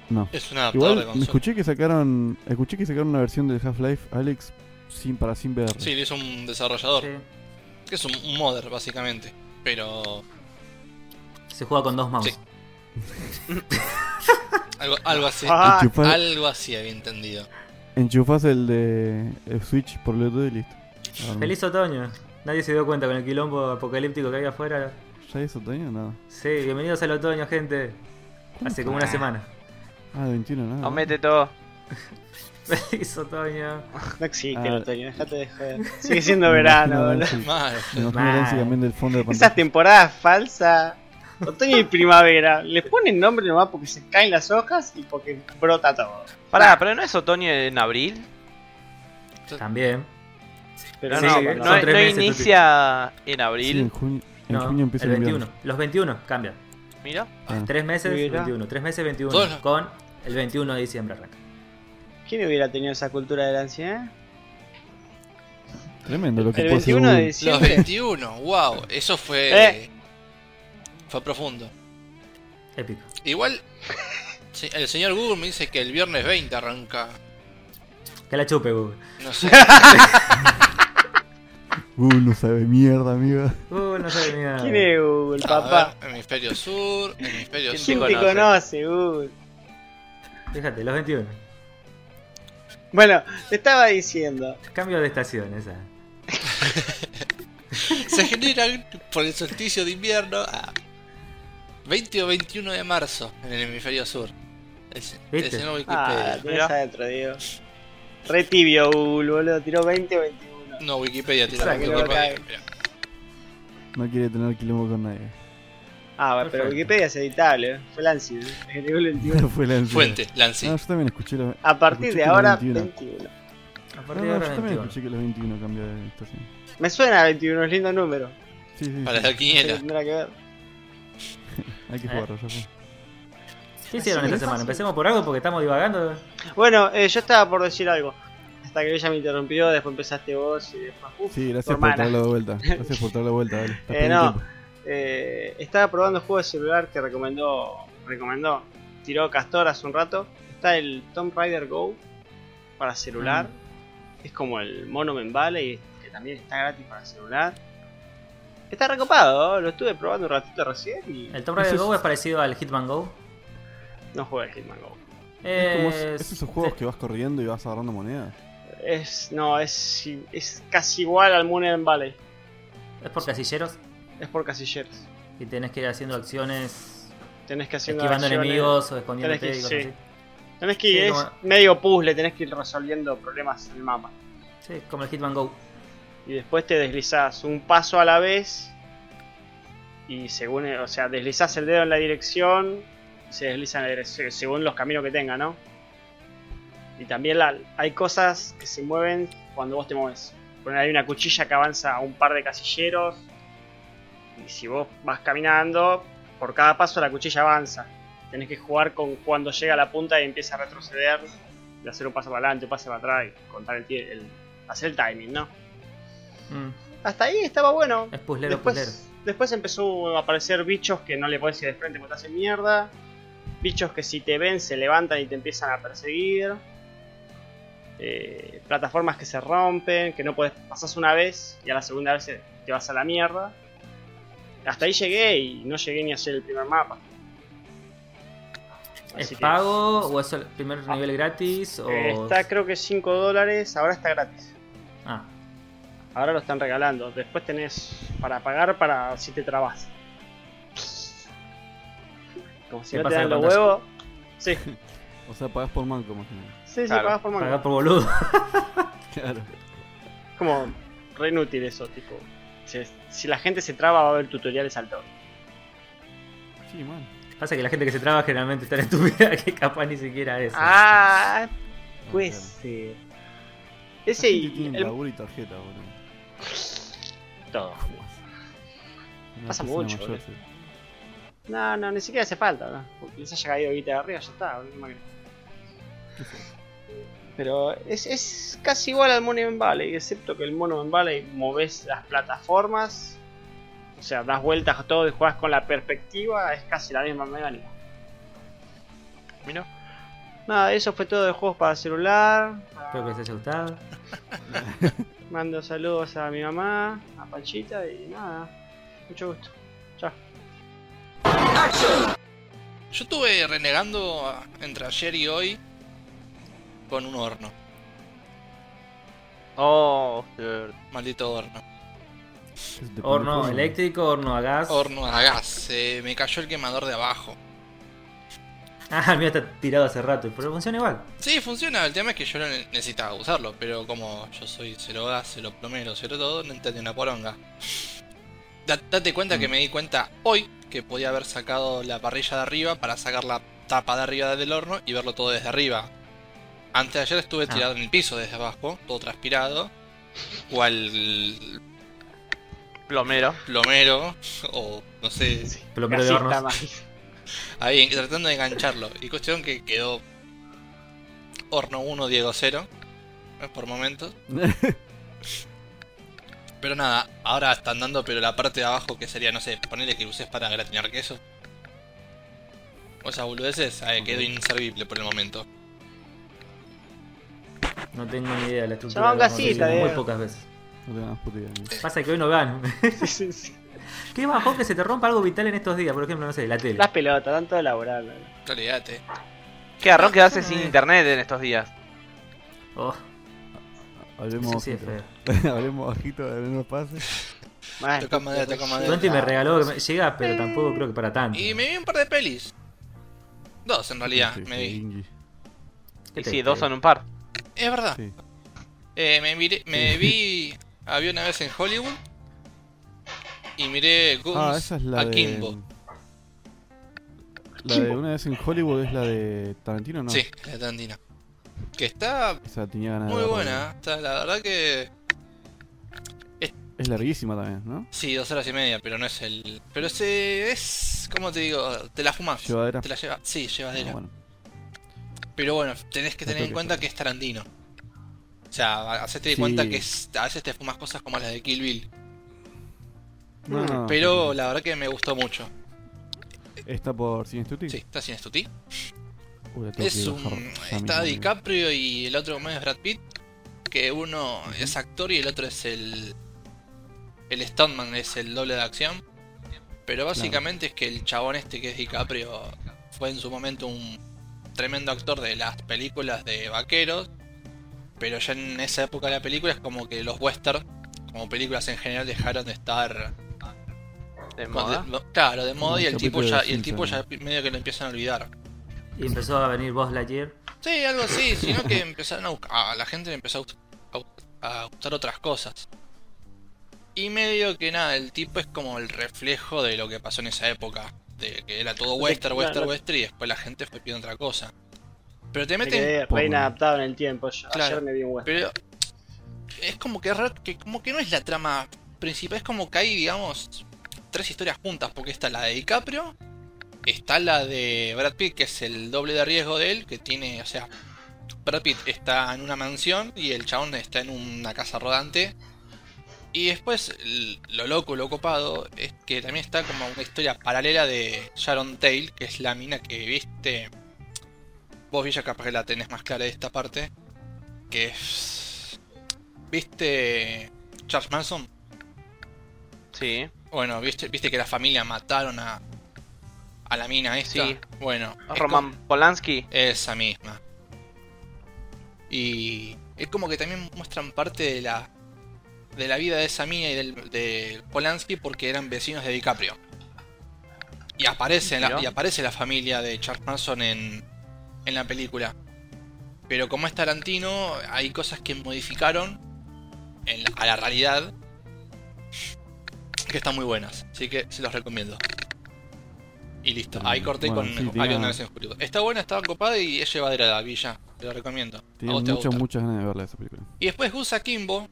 Speaker 2: No.
Speaker 5: Es un adaptador de
Speaker 2: Igual me
Speaker 5: consola.
Speaker 2: escuché que sacaron, escuché que sacaron una versión del Half-Life Alyx sin para sin VR.
Speaker 3: Pues.
Speaker 5: Sí, lo hizo un desarrollador.
Speaker 1: Sí.
Speaker 5: Que es un, un modder, básicamente. Pero.
Speaker 1: Se juega con dos mouse.
Speaker 5: Sí. Algo, algo así.
Speaker 3: Ah,
Speaker 2: Enchufás-
Speaker 5: Algo así había entendido.
Speaker 2: Enchufás el de el Switch por Bluetooth y listo. Arma.
Speaker 1: Feliz otoño. Nadie se dio cuenta con el quilombo apocalíptico que hay afuera.
Speaker 2: ¿Ya es otoño? No.
Speaker 1: Sí, bienvenidos al otoño, gente. Hace como una semana.
Speaker 2: Ah, el 21, nada.
Speaker 4: No mete todo.
Speaker 1: Feliz otoño.
Speaker 3: no existe
Speaker 2: Ah.
Speaker 3: el otoño, dejate de joder. Sigue siendo verano, boludo.
Speaker 5: Mal.
Speaker 2: Me imagino a Nancy
Speaker 1: Mal.
Speaker 2: cambiando el fondo de
Speaker 3: Esas
Speaker 2: pantalla.
Speaker 3: temporadas falsas. Otoño y primavera. Les ponen nombre nomás porque se caen
Speaker 1: Ah.
Speaker 3: las hojas y porque brota todo.
Speaker 4: Pará, pero no es otoño en abril.
Speaker 5: Esto-
Speaker 1: También.
Speaker 3: Pero ¿eh?
Speaker 1: Sí,
Speaker 4: no,
Speaker 1: sí,
Speaker 4: no,
Speaker 1: son
Speaker 4: no
Speaker 1: tres meses, Tuti.
Speaker 4: inicia en
Speaker 2: Sí, en
Speaker 4: abril.
Speaker 2: junio, en
Speaker 1: No,
Speaker 2: junio empieza
Speaker 1: el
Speaker 2: el invierno.
Speaker 1: 21. Los 21 cambian.
Speaker 4: Mira,
Speaker 2: Ah.
Speaker 1: Tres meses,
Speaker 3: Mira.
Speaker 1: 21. Tres meses, 21.
Speaker 5: Todos-
Speaker 1: Con el 21 de diciembre arranca.
Speaker 3: ¿Quién hubiera tenido esa cultura de la ancianidad?
Speaker 2: Tremendo lo que
Speaker 3: El
Speaker 2: puede hacer
Speaker 3: 21 de
Speaker 2: Google.
Speaker 5: Los
Speaker 3: diciembre.
Speaker 5: 21, wow, eso fue.
Speaker 3: Eh.
Speaker 5: Fue profundo.
Speaker 1: Épico.
Speaker 5: Igual, se- el señor Google me dice que el viernes 20 arranca.
Speaker 1: Que la chupe, Google.
Speaker 5: No sé.
Speaker 2: Google no sabe mierda, amiga.
Speaker 1: Google no sabe ni nada.
Speaker 3: ¿Quién es Google,
Speaker 5: a
Speaker 3: papá?
Speaker 5: ver, hemisferio sur, hemisferio
Speaker 4: ¿Quién
Speaker 3: ¿Quién
Speaker 5: sur.
Speaker 3: te
Speaker 4: conoce?
Speaker 3: conoce, Google?
Speaker 1: Fíjate, los 21.
Speaker 3: Bueno, te estaba diciendo.
Speaker 1: Cambio de estación, esa.
Speaker 5: Se generan por el solsticio de invierno a 20 o 21 de marzo en el hemisferio sur. Es,
Speaker 1: ¿Viste?
Speaker 5: es en Wikipedia.
Speaker 3: Ah, tenés
Speaker 4: Mirá.
Speaker 3: adentro, Diego. Re tibio, Google, boludo. Tiró 20 o 21.
Speaker 5: No, Wikipedia tira
Speaker 1: Exacto.
Speaker 5: la Wikipedia. Mirá.
Speaker 2: No quiere tener quilombo con nadie.
Speaker 3: Ah,
Speaker 1: Perfecto.
Speaker 3: pero Wikipedia es editable. Fue Lancy. ¿eh? El que tiró el 21.
Speaker 2: Fue la ansiedad.
Speaker 5: Fuente, Lancy.
Speaker 2: No, yo también escuché los.
Speaker 3: A partir
Speaker 2: escuché
Speaker 3: de
Speaker 2: que los
Speaker 3: ahora,
Speaker 2: 21.
Speaker 3: 21.
Speaker 1: A
Speaker 2: No,
Speaker 1: partir
Speaker 2: no,
Speaker 1: de
Speaker 2: yo
Speaker 1: ahora,
Speaker 2: también
Speaker 1: 21.
Speaker 2: escuché que los 21 cambia de estación.
Speaker 3: Me suena a 21, es lindo número.
Speaker 2: Sí, sí,
Speaker 5: Para
Speaker 2: sí.
Speaker 5: la
Speaker 3: Pero
Speaker 5: quiniela.
Speaker 3: tendrá que ver.
Speaker 2: Hay que
Speaker 1: Eh.
Speaker 2: jugarlo, ya fue.
Speaker 1: ¿Qué hicieron esta semana? Empecemos por algo porque estamos divagando.
Speaker 3: Bueno, eh, yo estaba por decir algo. Hasta que ella me interrumpió, después empezaste vos y después. Uf,
Speaker 2: Sí,
Speaker 3: tu
Speaker 2: gracias por
Speaker 3: hermana.
Speaker 2: traerlo de vuelta. Gracias por traerlo de vuelta, dale. Estás
Speaker 3: Eh,
Speaker 2: perdiendo
Speaker 3: no.
Speaker 2: tiempo.
Speaker 3: Eh, estaba probando el juego de celular que recomendó. Recomendó. Tiró Castor hace un rato. Está el Tomb Raider Go para celular.
Speaker 1: Mm.
Speaker 3: Es como el Monument Valley, que también está gratis para celular. Está recopado, ¿no? lo estuve probando un ratito recién y
Speaker 1: El Tomb Raider
Speaker 2: Eso es-
Speaker 1: Go es parecido al Hitman Go.
Speaker 3: no jugué al Hitman Go.
Speaker 2: Es como
Speaker 1: Eh,
Speaker 2: es- es esos juegos que vas corriendo y vas agarrando monedas.
Speaker 3: Es, no, es, es casi igual al Monument Valley.
Speaker 1: Es por casilleros
Speaker 3: Es por casilleros.
Speaker 1: y tenés que ir haciendo acciones,
Speaker 3: Tenés que hacer
Speaker 1: esquivando enemigos o escondiéndote
Speaker 3: Tenés
Speaker 1: y
Speaker 3: que-
Speaker 1: cosas
Speaker 3: sí. Tenés que
Speaker 1: Sí,
Speaker 3: ir,
Speaker 1: como-
Speaker 3: es medio puzzle, tenés que ir resolviendo problemas en el mapa.
Speaker 1: así. Sí, como el Hitman Go.
Speaker 3: Y después te deslizás un paso a la vez. Y según, o sea, deslizás el dedo en la dirección. Y se desliza en la dirección, según los caminos que tenga, ¿no? Y también la- hay cosas que se mueven cuando vos te mueves. Por ejemplo, hay una cuchilla que avanza a un par de casilleros. Y si vos vas caminando, por cada paso la cuchilla avanza. Tenés que jugar con cuando llega a la punta y empieza a retroceder. De hacer un paso para adelante, un paso para atrás y contar el, tie- el- hacer el timing, ¿no?
Speaker 1: Mm,
Speaker 3: Hasta ahí estaba bueno.
Speaker 1: es puzzlero, puzzlero.
Speaker 3: Después, después empezó a aparecer bichos que no le podés ir de frente porque te hacen mierda. Bichos que si te ven se levantan y te empiezan a perseguir. Eh, plataformas que se rompen, que no podés pasas una vez y a la segunda vez te vas a la mierda. Hasta ahí llegué y no llegué ni a hacer el primer mapa.
Speaker 1: ¿Es
Speaker 3: Así que-
Speaker 1: pago o es el primer nivel gratis? O...
Speaker 3: Eh, Está creo que 5 dólares, ahora está gratis.
Speaker 1: Ah,
Speaker 3: Ahora lo están regalando. Después tenés para pagar para si te trabas. Como si
Speaker 1: ¿Qué
Speaker 3: no te
Speaker 1: pasa
Speaker 3: dan
Speaker 1: con
Speaker 3: los
Speaker 1: eso?
Speaker 3: huevos. Sí,
Speaker 2: O sea, pagás por manco, más que nada.
Speaker 3: sí, sí,
Speaker 4: Claro,
Speaker 3: pagás por manga.
Speaker 1: pagar por boludo.
Speaker 2: Claro.
Speaker 3: Como re inútil eso, tipo. Si, si la gente se traba va a haber tutoriales al toque.
Speaker 2: Sí, man.
Speaker 1: Pasa que la gente que se traba generalmente es tan estúpida que capaz ni siquiera eso.
Speaker 3: Ah,
Speaker 2: Claro.
Speaker 3: pues. eh, Ese
Speaker 2: La gente
Speaker 3: y
Speaker 2: tiene
Speaker 3: el-
Speaker 2: laburo y tarjeta, boludo.
Speaker 3: todo.
Speaker 2: Una
Speaker 3: Pasa
Speaker 2: persona
Speaker 3: mucho,
Speaker 2: mayor,
Speaker 3: boludo.
Speaker 2: sí.
Speaker 3: No, no, ni siquiera hace falta, ¿no? Porque les haya caído guita de arriba, ya está, boludo, qué más querés. Pero es, es casi igual al Monument Valley, excepto que el Monument Valley moves las plataformas, o sea, das vueltas a todo y juegas con la perspectiva, es casi la misma mecánica.
Speaker 4: mira.
Speaker 3: Nada, eso fue todo de juegos para celular.
Speaker 1: Espero que les haya gustado.
Speaker 3: Mando saludos a mi mamá, a Panchita y nada. Mucho gusto. Chao.
Speaker 5: Yo estuve renegando a- entre ayer y hoy con un horno.
Speaker 4: Oh, cierto.
Speaker 5: Maldito horno.
Speaker 2: ¿Qué se te pone
Speaker 1: Horno
Speaker 2: fuego?
Speaker 1: Oh, eléctrico, horno a gas.
Speaker 5: Horno a gas. se me cayó el quemador de abajo.
Speaker 1: Ah, el mío está tirado hace rato, pero funciona igual.
Speaker 5: Sí, funciona. El tema es que yo no ne- necesitaba usarlo, pero como yo soy cero gas, cero plomero, cero todo, no entendí una poronga. Da- date cuenta que me di cuenta hoy que podía haber sacado la parrilla de arriba para sacar la tapa de arriba del horno y verlo todo desde arriba. Antes de ayer estuve
Speaker 1: Ah.
Speaker 5: tirado en el piso desde abajo, todo transpirado. Cual
Speaker 4: Plomero.
Speaker 5: plomero, o no sé,
Speaker 1: Plomero de
Speaker 3: Gasista
Speaker 1: hornos.
Speaker 3: más.
Speaker 5: ahí tratando de engancharlo. Y cuestión que quedó horno 1, Diego 0, por momentos. Pero nada, ahora está andando, pero la parte de abajo que sería, no sé, ponerle que uses para gratinar queso. O sea, boludeces, ahí quedó inservible por el momento.
Speaker 1: No tengo ni idea de la estructura.
Speaker 3: Llamá a
Speaker 1: de
Speaker 3: un
Speaker 1: la
Speaker 3: gasista,
Speaker 1: hornacina, Muy
Speaker 3: Diego.
Speaker 1: pocas veces.
Speaker 2: No te das puta idea. ¿no?
Speaker 1: Pasa que hoy no van.
Speaker 3: Sí, sí, sí.
Speaker 1: Qué bajón que se te rompa algo vital en estos días. Por ejemplo, no sé, la tele.
Speaker 3: Las pelotas, tanto laboral.
Speaker 5: Olvídate.
Speaker 4: Qué garrón quedarse sin
Speaker 1: Eh.
Speaker 4: internet en estos días.
Speaker 1: Oh,
Speaker 2: Hablemos
Speaker 1: eso sí es
Speaker 2: bajito.
Speaker 1: feo.
Speaker 2: Hablemos bajito, hablemos pases.
Speaker 3: Mal.
Speaker 5: Toca madera, toca madera.
Speaker 1: Conti me regaló que me- llega, pero tampoco creo que para tanto.
Speaker 5: Y me vi un par de pelis. Dos en realidad, me vi.
Speaker 1: ¿Qué
Speaker 4: Y
Speaker 1: te
Speaker 4: sí,
Speaker 1: digo?
Speaker 4: dos son un par.
Speaker 5: Es verdad.
Speaker 2: Sí.
Speaker 5: Eh, me, miré- me vi. Había una vez en Hollywood. Y miré Goons
Speaker 2: Ah, esa es la
Speaker 5: a
Speaker 2: de.
Speaker 5: Kimbo.
Speaker 2: La de una vez en Hollywood es la de Tarantino, ¿no?
Speaker 5: Sí, la de Tarantino. Que está
Speaker 2: Esa tenía ganas de
Speaker 5: muy
Speaker 2: verla.
Speaker 5: buena. Está, la verdad que.
Speaker 2: Es larguísima también, ¿no?
Speaker 5: Sí, dos horas y media, pero no es el. Pero se. es. ¿Cómo te digo? Te la fumas.
Speaker 2: Llevadera.
Speaker 5: Te la lleva. Sí, llevadera.
Speaker 2: Ah, bueno.
Speaker 5: Pero bueno, tenés que
Speaker 2: No
Speaker 5: tener en
Speaker 2: toques
Speaker 5: cuenta
Speaker 2: eso.
Speaker 5: que es Tarantino. O sea, hacete de
Speaker 2: Sí.
Speaker 5: cuenta que es- a veces te fumas cosas como las de Kill Bill.
Speaker 2: No, no, no,
Speaker 5: pero la verdad que me gustó mucho.
Speaker 2: Está por Cine Studio.
Speaker 5: Sí, está sin estuti.
Speaker 2: Uy, la tengo
Speaker 5: Es
Speaker 2: que
Speaker 5: un.
Speaker 2: bajar ya mismo,
Speaker 5: Está
Speaker 2: boludo.
Speaker 5: DiCaprio y el otro como es Brad Pitt. Que uno es actor y el otro es el. El Stuntman es el doble de acción. Pero básicamente es que el chabón este que es DiCaprio fue en su momento un tremendo actor de las películas de vaqueros. Pero ya en esa época de la película es como que los western, como películas en general, dejaron de estar.
Speaker 4: De
Speaker 5: con-
Speaker 4: moda.
Speaker 5: lo- claro, de moda y el, tipo
Speaker 2: capítulo de
Speaker 5: ya,
Speaker 2: los
Speaker 5: y el tipo ya
Speaker 2: Simpsons.
Speaker 5: medio que lo empiezan a olvidar.
Speaker 1: Y empezó a venir Buzz Lightyear.
Speaker 5: Sí, algo así, sino que empezaron a buscar, a la gente le empezó a gust- a gust- a gustar otras cosas. Y medio que nada, el tipo es como el reflejo de lo que pasó en esa época, de que era todo western,
Speaker 3: claro,
Speaker 5: western,
Speaker 3: lo-
Speaker 5: western y después la gente fue pidiendo otra cosa. Pero te
Speaker 3: Me
Speaker 5: meten,
Speaker 3: quedé re inadaptado en el tiempo. Yo,
Speaker 5: Claro.
Speaker 3: Ayer me vi un western.
Speaker 5: pero es como que es raro, que como que no es la trama principal, es como que hay, digamos, tres historias juntas, porque está la de DiCaprio, está la de Brad Pitt, que es el doble de riesgo de él, que tiene, o sea, Brad Pitt está en una mansión y el chabón está en una casa rodante. Y después, l- lo loco, lo copado, es que también está como una historia paralela de Sharon Tail, que es la mina que viste. Vos, Villa, capaz que la tenés más clara de esta parte. Que es. ¿Viste. Charles Manson?
Speaker 4: Sí.
Speaker 5: Bueno, viste, viste que la familia mataron a. A la mina esta.
Speaker 4: Sí.
Speaker 5: Bueno. es
Speaker 4: Roman Polanski.
Speaker 5: esa misma. Y es como que también muestran parte de la de la vida de esa mina y del, de Polanski porque eran vecinos de DiCaprio. Y aparece, la,
Speaker 4: Mirá.
Speaker 5: y aparece la familia de Charles Manson en, en la película. Pero como es Tarantino, hay cosas que modificaron en la- a la realidad que están muy buenas. Así que se los recomiendo. Y listo. Ahí corté
Speaker 2: Bueno,
Speaker 5: con
Speaker 2: sí, tenía-
Speaker 5: Había una vez en Hollywood. Está buena, está copada y es llevadera la villa. Te lo recomiendo. A
Speaker 2: Tenía
Speaker 5: vos te va a
Speaker 2: muchas,
Speaker 5: gustar.
Speaker 2: muchas ganas de verla esa película.
Speaker 5: Y después Gusa Kimbo.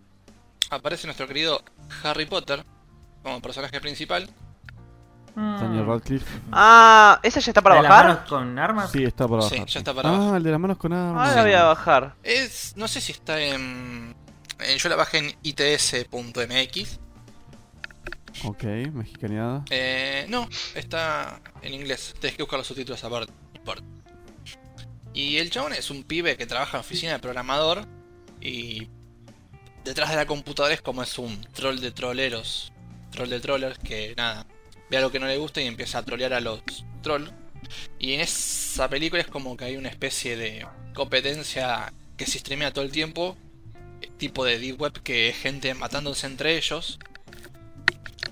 Speaker 5: Aparece nuestro querido Harry Potter como personaje principal.
Speaker 2: Mm. Daniel Radcliffe.
Speaker 4: Ah, ¿esa ya está para
Speaker 1: ¿La de las
Speaker 4: bajar?
Speaker 1: manos con armas?
Speaker 2: Sí, está para
Speaker 5: Sí,
Speaker 2: bajar.
Speaker 5: ya está para bajar.
Speaker 2: Ah, el de las manos con armas.
Speaker 4: Ahora la voy a bajar.
Speaker 5: Es. No sé si está en. en- yo la bajé en its.mx.
Speaker 2: Ok, mexicaneada.
Speaker 5: Eh, no, está en inglés. Tenés que buscar los subtítulos aparte. no importa. Y el chabón es un pibe que trabaja en oficina de programador. Y detrás de la computadora es como es un troll de troleros. Troll de trollers que nada. Ve algo que no le gusta y empieza a trolear a los trolls. Y en esa película es como que hay una especie de competencia que se streamea todo el tiempo. eh, Tipo de deep web que es gente matándose entre ellos.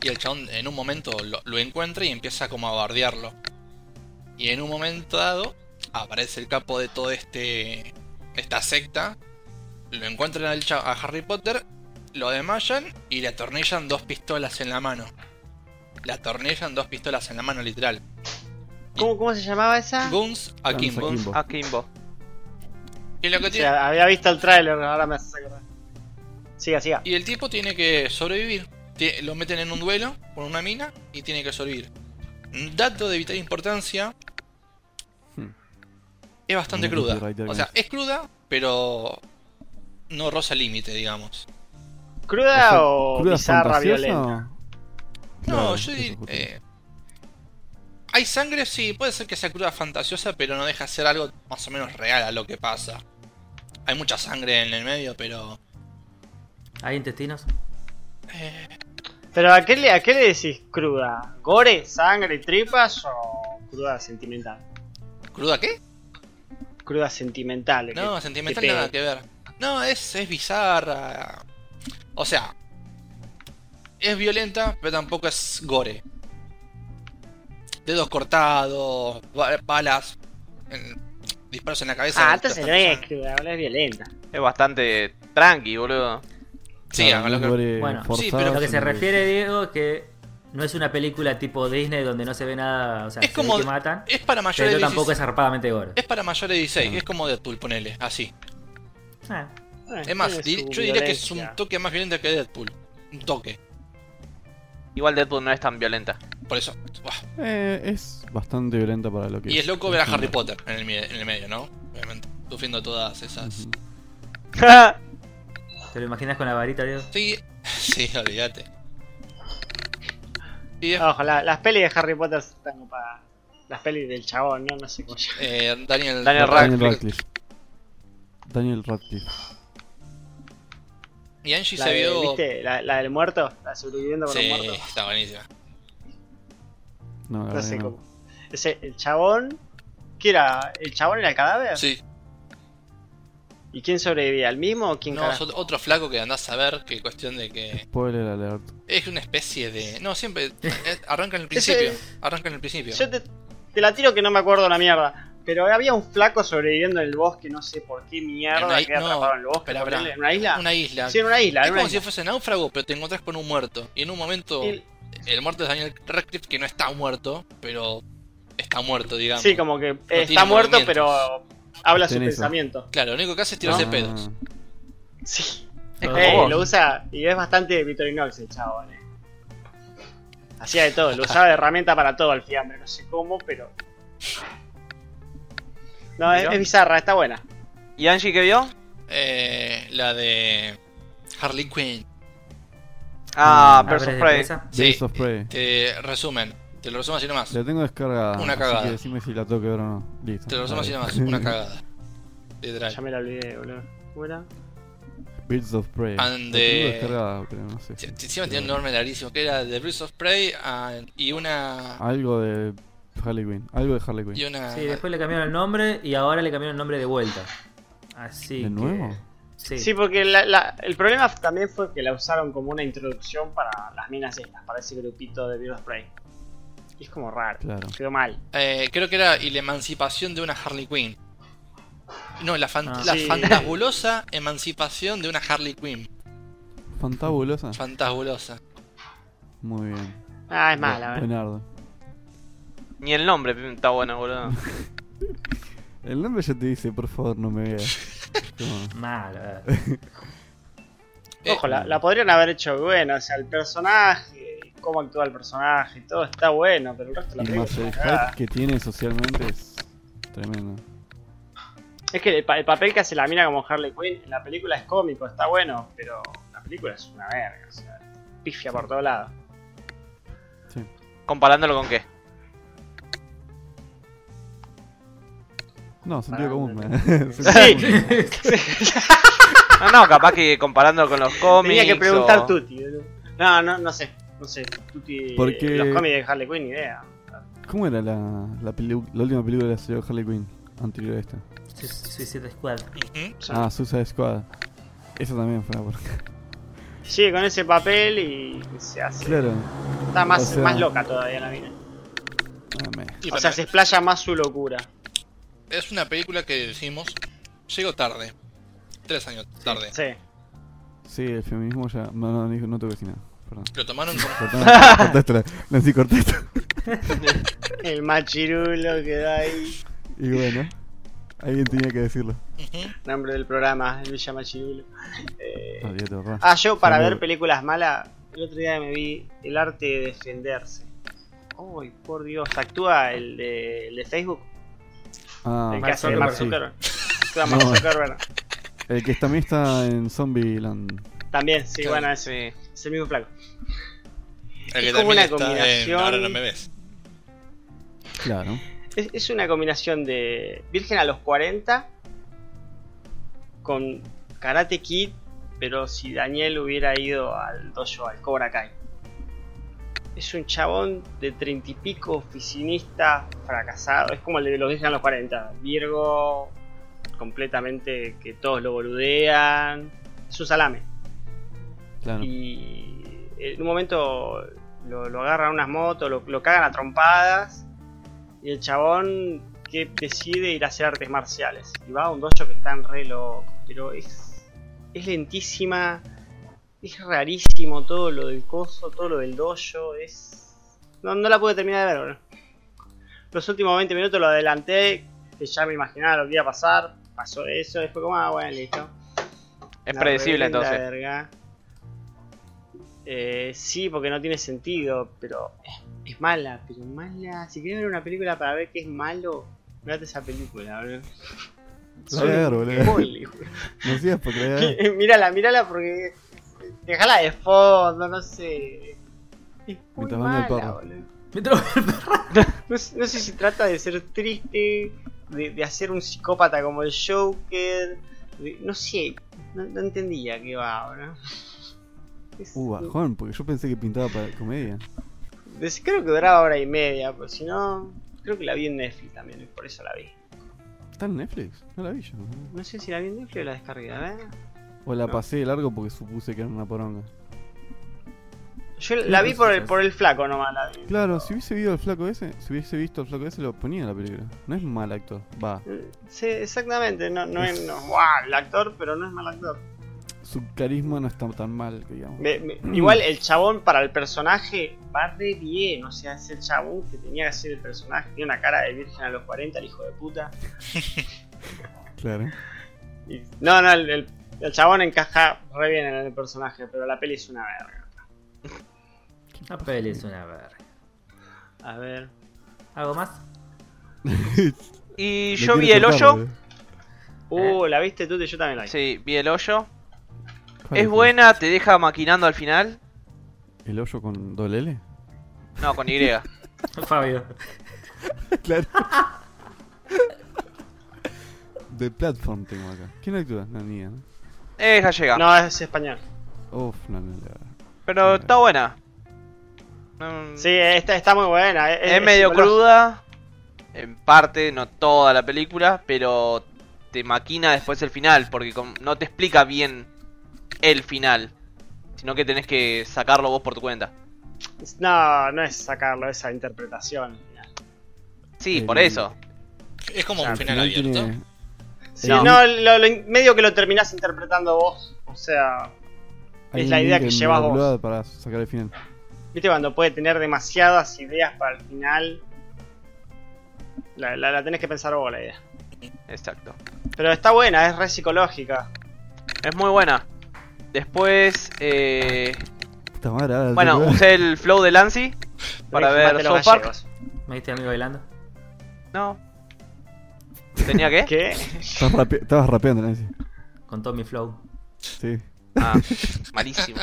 Speaker 5: Y el chabón en un momento lo, lo encuentra y empieza como a bardearlo. Y en un momento dado aparece el capo de todo este esta secta. Lo encuentran al cha- a Harry Potter, lo desmayan y le atornillan dos pistolas en la mano. Le atornillan dos pistolas en la mano, literal.
Speaker 3: ¿Cómo, ¿Cómo se llamaba esa?
Speaker 5: Guns
Speaker 2: Guns a
Speaker 5: a
Speaker 4: Ah,
Speaker 5: Kimbo.
Speaker 2: Kimbo.
Speaker 4: A Kimbo.
Speaker 5: Y lo que
Speaker 3: O
Speaker 5: tiene-
Speaker 3: sea, había visto el tráiler, ahora me hace acordar. Siga, siga.
Speaker 5: Y el tipo tiene que sobrevivir. Tie- Lo meten en un duelo con una mina y tiene que sobrevivir. Un Dato de vital importancia.
Speaker 2: Hmm.
Speaker 5: Es bastante
Speaker 2: Un
Speaker 5: cruda.
Speaker 2: copywriter
Speaker 5: O
Speaker 2: que
Speaker 5: sea,
Speaker 2: es.
Speaker 5: es cruda, pero no roza el límite, digamos.
Speaker 3: ¿Cruda o
Speaker 2: ¿Cruda
Speaker 3: bizarra,
Speaker 2: fantasiosa?
Speaker 3: violenta?
Speaker 2: Claro,
Speaker 5: no, yo eh,
Speaker 2: eso
Speaker 5: diría...
Speaker 2: justo.
Speaker 5: hay sangre, sí, puede ser que sea cruda fantasiosa, pero no deja de ser algo más o menos real a lo que pasa. Hay mucha sangre en el medio, pero...
Speaker 1: ¿Hay intestinos?
Speaker 3: Pero ¿a qué, le, ¿a qué le decís cruda? ¿Gore, sangre, y tripas o cruda sentimental?
Speaker 5: ¿Cruda qué?
Speaker 3: Cruda sentimental.
Speaker 5: No,
Speaker 3: que-
Speaker 5: sentimental
Speaker 3: que pega.
Speaker 5: nada que ver. No, es, es bizarra. O sea, es violenta, pero tampoco es gore. Dedos cortados, ba- balas, en- disparos en la cabeza.
Speaker 3: Ah, entonces no es cruda, boludo, es violenta.
Speaker 4: Es bastante tranqui, boludo.
Speaker 5: Sí,
Speaker 2: Claro,
Speaker 5: a lo que-
Speaker 2: gore
Speaker 1: Bueno, sí,
Speaker 2: forzado,
Speaker 5: pero-
Speaker 1: Lo que se
Speaker 2: sino
Speaker 1: refiere, Diego, es que no es una película tipo Disney donde no se ve nada, o sea,
Speaker 5: Es
Speaker 1: se
Speaker 5: como-
Speaker 1: ve que matan,
Speaker 5: es para mayores
Speaker 1: pero
Speaker 5: de 16.
Speaker 1: tampoco es zarpadamente gore.
Speaker 5: Es para mayores de 16,
Speaker 2: Ah.
Speaker 5: es como Deadpool, ponele, así.
Speaker 1: Ah,
Speaker 3: Ah,
Speaker 5: Es más,
Speaker 3: tiene
Speaker 5: di-
Speaker 3: su
Speaker 5: yo diría que es un
Speaker 3: violencia.
Speaker 5: toque más violento que Deadpool. Un toque,
Speaker 4: Igual Deadpool no es tan violenta.
Speaker 5: por eso. buah.
Speaker 2: Eh, es bastante violenta para lo que
Speaker 5: Y es loco ver a Harry Potter en el, mi- en el medio, ¿no? Obviamente, sufriendo todas esas...
Speaker 2: Ujú.
Speaker 1: ¿Te lo imaginas con la varita, Diego?
Speaker 5: Sí, sí, olvídate. Y es-
Speaker 3: Ojo, la- las pelis de Harry Potter están copadas. Las pelis del chabón, no, no sé cómo llama.
Speaker 5: eh, Daniel,
Speaker 4: Daniel
Speaker 2: Daniel
Speaker 4: Radcliffe.
Speaker 2: Radcliffe. Daniel Radcliffe.
Speaker 5: Y Angie
Speaker 3: La,
Speaker 5: se
Speaker 3: de-
Speaker 5: vio.
Speaker 3: ¿Viste? La, la del muerto, la sobreviviendo con
Speaker 5: Sí,
Speaker 3: un muerto.
Speaker 5: está buenísima.
Speaker 2: No, la
Speaker 3: No
Speaker 2: verdad
Speaker 3: sé
Speaker 2: que Ah, no.
Speaker 3: cómo. Ese, el chabón. ¿Qué era? ¿El chabón era el cadáver?
Speaker 5: Sí,
Speaker 3: ¿Y quién sobrevivía? ¿El mismo o quién
Speaker 5: no, es
Speaker 3: carajo?
Speaker 5: ot- otro flaco que andás a ver. Que cuestión de que.
Speaker 2: Eh. Spoiler alert.
Speaker 5: Es una especie de. No, siempre. eh, Arranca en el principio. Arranca en el principio.
Speaker 3: Yo te, te la tiro que no me acuerdo la mierda. Pero había un flaco sobreviviendo en el bosque, no sé por qué
Speaker 5: En
Speaker 3: mierda,
Speaker 5: una i-
Speaker 3: que era
Speaker 5: no,
Speaker 3: atrapado en el bosque.
Speaker 5: espera,
Speaker 3: ponele,
Speaker 5: espera.
Speaker 3: ¿En una isla?
Speaker 5: Una isla.
Speaker 3: Sí, en una isla.
Speaker 5: es
Speaker 3: en una
Speaker 5: como si
Speaker 3: isla.
Speaker 5: fuese náufrago, pero te encontrás con un muerto. Y en un momento.
Speaker 3: Y-
Speaker 5: El muerto es Daniel Radcliffe, que no está muerto, pero. Está muerto, digamos.
Speaker 3: sí, como que está
Speaker 5: tiene
Speaker 3: muerto,
Speaker 5: movimientos.
Speaker 3: pero habla su
Speaker 2: Tenés eso.
Speaker 3: pensamiento.
Speaker 5: Claro, lo único que hace es tirarse
Speaker 2: Ah,
Speaker 5: pedos.
Speaker 3: Sí.
Speaker 1: Es
Speaker 3: Eh,
Speaker 1: como vos.
Speaker 3: lo usa y es bastante Victorinox el chabón. eh. Hacía de todo, lo usaba de herramienta para todo al fiambre, no sé cómo, pero. No, es,
Speaker 4: Mirá.
Speaker 3: es bizarra, está buena.
Speaker 4: ¿Y Angie qué vio?
Speaker 5: Eh, la de. Harley Quinn.
Speaker 4: Ah,
Speaker 2: Mm.
Speaker 1: ¿Abres
Speaker 4: Versus
Speaker 1: de
Speaker 4: Prey.
Speaker 1: cabeza?
Speaker 5: Sí,
Speaker 2: Birds of Prey.
Speaker 5: Te resumen, te lo resumo así nomás.
Speaker 2: La tengo descargada.
Speaker 5: Una
Speaker 2: así
Speaker 5: cagada.
Speaker 2: que decime si la tengo que ver o no. Listo.
Speaker 5: Te lo resumo así
Speaker 2: Dale.
Speaker 5: nomás, una cagada. Literal.
Speaker 3: Ya me la olvidé, boludo. ¿Cómo era?
Speaker 2: Birds of Prey.
Speaker 5: And
Speaker 2: La
Speaker 5: the-
Speaker 2: tengo descargada, pero no sé.
Speaker 5: Sí,
Speaker 2: si-
Speaker 5: Encima tiene un nombre larguísimo, que era The Bruce of Prey ah, y una.
Speaker 2: Algo de Harley Quinn. Algo de Harley Quinn.
Speaker 5: Y una.
Speaker 1: Sí, después le cambiaron el nombre y ahora le cambiaron el nombre de vuelta. Así
Speaker 2: ¿De
Speaker 1: que-
Speaker 2: nuevo?
Speaker 1: Sí.
Speaker 3: Sí, porque la- la- el problema también fue que la usaron como una introducción para las minas estas, para ese grupito de Virus Spray. Y es como raro,
Speaker 2: Claro.
Speaker 3: quedó mal.
Speaker 5: eh, creo que era y la emancipación de una Harley Quinn. No, la, fan-
Speaker 1: Ah.
Speaker 5: la
Speaker 3: Sí.
Speaker 5: fantabulosa emancipación de una Harley Quinn.
Speaker 2: Fantabulosa.
Speaker 5: Fantabulosa.
Speaker 2: Muy bien.
Speaker 3: Ah, es mala, ¿verdad?
Speaker 2: Leonardo.
Speaker 4: Ni el nombre pim, está bueno, boludo.
Speaker 2: El nombre ya te dice, por favor, no me veas. Como-
Speaker 1: Mal, la verdad.
Speaker 5: Eh,
Speaker 3: Ojo, la, la podrían haber hecho buena, o sea, el personaje, cómo actúa el personaje, todo está bueno, pero el resto de la
Speaker 2: Y
Speaker 3: película
Speaker 2: más eh,
Speaker 3: es
Speaker 2: el
Speaker 3: una
Speaker 2: hype
Speaker 3: cagada.
Speaker 2: que tiene socialmente es tremendo.
Speaker 3: Es que el, pa- el papel que hace la mina como Harley Quinn en la película es cómico, está bueno, pero la película es una verga, o sea, pifia por todos lados.
Speaker 2: Sí.
Speaker 4: ¿Comparándolo con qué?
Speaker 2: No, sentido
Speaker 3: Ah,
Speaker 2: común. ¿eh? man.
Speaker 3: no, no.
Speaker 2: Sentido
Speaker 3: Sí.
Speaker 2: común.
Speaker 4: No, no, capaz que comparándolo con los cómics.
Speaker 3: Tenía que preguntar
Speaker 4: o-
Speaker 3: Tuti. boludo. No, no, no sé, no sé, Tuti,
Speaker 2: Porque-
Speaker 3: los cómics de Harley Quinn, ni idea.
Speaker 2: ¿Cómo era la, la, peli- la última película que salió de Harley Quinn? Anterior a esta.
Speaker 1: Su- Suicide Squad.
Speaker 5: ujú.
Speaker 3: O sea,
Speaker 2: Ah, Suicide Squad. Eso también fue una por...
Speaker 3: Sigue con ese papel y se hace.
Speaker 2: Claro.
Speaker 3: Está más,
Speaker 2: o sea-
Speaker 3: más loca todavía la mina.
Speaker 2: Ah, me-
Speaker 5: Y
Speaker 3: O
Speaker 5: para-
Speaker 3: sea, se explaya más su locura.
Speaker 5: Es una película que decimos. Llegó tarde. Tres años tarde.
Speaker 3: Sí.
Speaker 2: Sí, el feminismo ya. No, no, no, no tengo que decir nada. Perdón.
Speaker 5: Lo tomaron como.
Speaker 2: Cortá- Cortástela. Nancy, cortástela.
Speaker 3: El machirulo que da ahí.
Speaker 2: Y bueno. Alguien tenía que decirlo.
Speaker 3: Nombre del programa, el Villa Machirulo. Eh,
Speaker 2: Ah, olvídate, papá.
Speaker 3: Ah, yo para
Speaker 2: Saludo.
Speaker 3: ver películas malas, el otro día me vi El arte de defenderse. Uy, por Dios, actúa el de, el de Facebook,
Speaker 2: Ah,
Speaker 3: el que
Speaker 1: Mark
Speaker 3: hace de
Speaker 1: Zuckerberg.
Speaker 3: Mark Zuckerberg. Actúa Mark
Speaker 2: No.
Speaker 3: Zuckerberg.
Speaker 2: El que también está en Zombieland.
Speaker 3: También, sí,
Speaker 5: Claro.
Speaker 3: bueno, ese, ese mismo flaco.
Speaker 5: El que
Speaker 3: Es como
Speaker 5: también
Speaker 3: una
Speaker 5: está en
Speaker 3: combinación.
Speaker 5: Ahora no me ves.
Speaker 2: Claro.
Speaker 3: Es, es una combinación de Virgen a los 40 con Karate Kid, pero si Daniel hubiera ido al dojo, al Cobra Kai. Es un chabón de treinta y pico, oficinista, fracasado. Es como el de los Virgen a los 40. Virgo, completamente que todos lo boludean. Es un salame.
Speaker 2: Claro.
Speaker 3: Y eh, en un momento lo, lo agarran unas motos, lo, lo cagan a trompadas. Y el chabón que decide ir a hacer artes marciales. Y va a un dojo que está en re loco. Pero es, es lentísima. Es rarísimo todo lo del coso, todo lo del dojo. Es. No, no la pude terminar de ver. boludo. Los últimos 20 minutos lo adelanté. Que ya me imaginaba lo que iba a pasar. Pasó eso. Después, como, ah, bueno, listo.
Speaker 4: Es
Speaker 3: Una
Speaker 4: predecible
Speaker 3: reverenda
Speaker 4: entonces.
Speaker 3: verga. Eh, sí, porque no tiene sentido, pero es, es mala, pero mala. Si querés ver una película para ver qué es malo, mirate esa película, boludo.
Speaker 2: La voy a ver, boludo. Eh.
Speaker 3: Embole,
Speaker 2: No sigas porque la verdad-
Speaker 3: boludo. mírala, mírala porque dejala de fondo, no sé. Es muy
Speaker 2: Mientras baño
Speaker 3: mala,
Speaker 2: al perro.
Speaker 3: boludo.
Speaker 1: Mientras-
Speaker 3: No, sé- no sé si trata de ser triste, de, de hacer un psicópata como el Joker. de- no sé, no, no entendía qué va ahora. Es-
Speaker 2: Uh, bajón, porque yo pensé que pintaba para comedia.
Speaker 3: des- creo que duraba hora y media, pues si no, creo que la vi en Netflix también, y por eso la vi.
Speaker 2: ¿Está en Netflix? No la vi yo.
Speaker 3: No sé si la vi en Netflix o la descargué, a ver.
Speaker 2: O la
Speaker 3: No.
Speaker 2: pasé de largo porque supuse que era una poronga.
Speaker 3: Yo la vi por el,
Speaker 1: cosas.
Speaker 3: por el flaco nomás, la vi.
Speaker 2: Claro, si hubiese visto al flaco ese, si hubiese visto al flaco ese, lo ponía en la película. No es mal actor. Va.
Speaker 3: Eh, Sí, exactamente, no, no es. No, ¡Guau! El actor, pero no es mal actor.
Speaker 2: Su carisma no está tan mal, que digamos.
Speaker 3: Me- me- igual el chabón para el personaje va re bien, o sea, es el chabón que tenía que ser el personaje, tiene una cara de virgen a los 40, el hijo de puta.
Speaker 2: Claro.
Speaker 3: Y- no, no, el, el- el chabón encaja re bien en el personaje, pero la peli es una verga.
Speaker 1: La peli es una verga.
Speaker 3: A ver.
Speaker 1: ¿Algo más?
Speaker 4: Y
Speaker 2: Lo
Speaker 4: yo vi
Speaker 2: quiero
Speaker 4: el
Speaker 2: cortar,
Speaker 4: hoyo.
Speaker 2: boludo.
Speaker 3: Uh, la viste tú, yo también la vi.
Speaker 4: Sí, vi el hoyo.
Speaker 2: ¿Cuál
Speaker 4: Es buena, te deja maquinando al final.
Speaker 2: ¿El hoyo con doble L?
Speaker 4: No, con Y.
Speaker 1: Fabio.
Speaker 2: claro. The Platform tengo acá. ¿Quién actúa? No, ni idea, ¿no?
Speaker 4: Es gallega.
Speaker 3: No, es español.
Speaker 2: Uf, no, no, la-
Speaker 4: Pero está buena. Mm,
Speaker 3: Sí, esta está muy buena. eh, Es,
Speaker 4: es,
Speaker 3: es
Speaker 4: medio
Speaker 3: psicológica.
Speaker 4: cruda. En parte, no toda la película. Pero te maquina después el final. Porque com- no te explica bien el final. Sino que tenés que sacarlo vos por tu cuenta.
Speaker 3: No, no es sacarlo, esa interpretación.
Speaker 4: Sí,
Speaker 2: El-
Speaker 4: por eso.
Speaker 5: Es como
Speaker 2: Al
Speaker 5: un final
Speaker 2: final
Speaker 5: abierto.
Speaker 2: tiene-
Speaker 3: Sí,
Speaker 2: No.
Speaker 3: no, lo- lo- medio que lo terminás interpretando vos. O sea,
Speaker 2: hay
Speaker 3: Es
Speaker 2: un
Speaker 3: la idea
Speaker 2: link
Speaker 3: que
Speaker 2: en
Speaker 3: llevas
Speaker 2: la
Speaker 3: vos.
Speaker 2: blog Para sacar el final.
Speaker 3: ¿Viste cuando puede tener demasiadas ideas para el final? La, la- la tenés que pensar vos la idea.
Speaker 4: Exacto.
Speaker 3: Pero está buena, es re psicológica.
Speaker 4: Es muy buena. Después, eh,
Speaker 2: Puta madre, ah, ahora
Speaker 4: bueno,
Speaker 2: tengo-
Speaker 4: usé el flow de Lancy para
Speaker 3: Tenés que fumarte
Speaker 4: ver
Speaker 3: los
Speaker 4: South Park.
Speaker 3: gallegos.
Speaker 1: ¿Me viste a mí bailando?
Speaker 4: No. ¿Tenía que?
Speaker 3: ¿Qué?
Speaker 2: Estabas, rape- estabas rapeando, Nancy.
Speaker 1: Con todo mi flow.
Speaker 2: Sí.
Speaker 4: Ah, malísimo.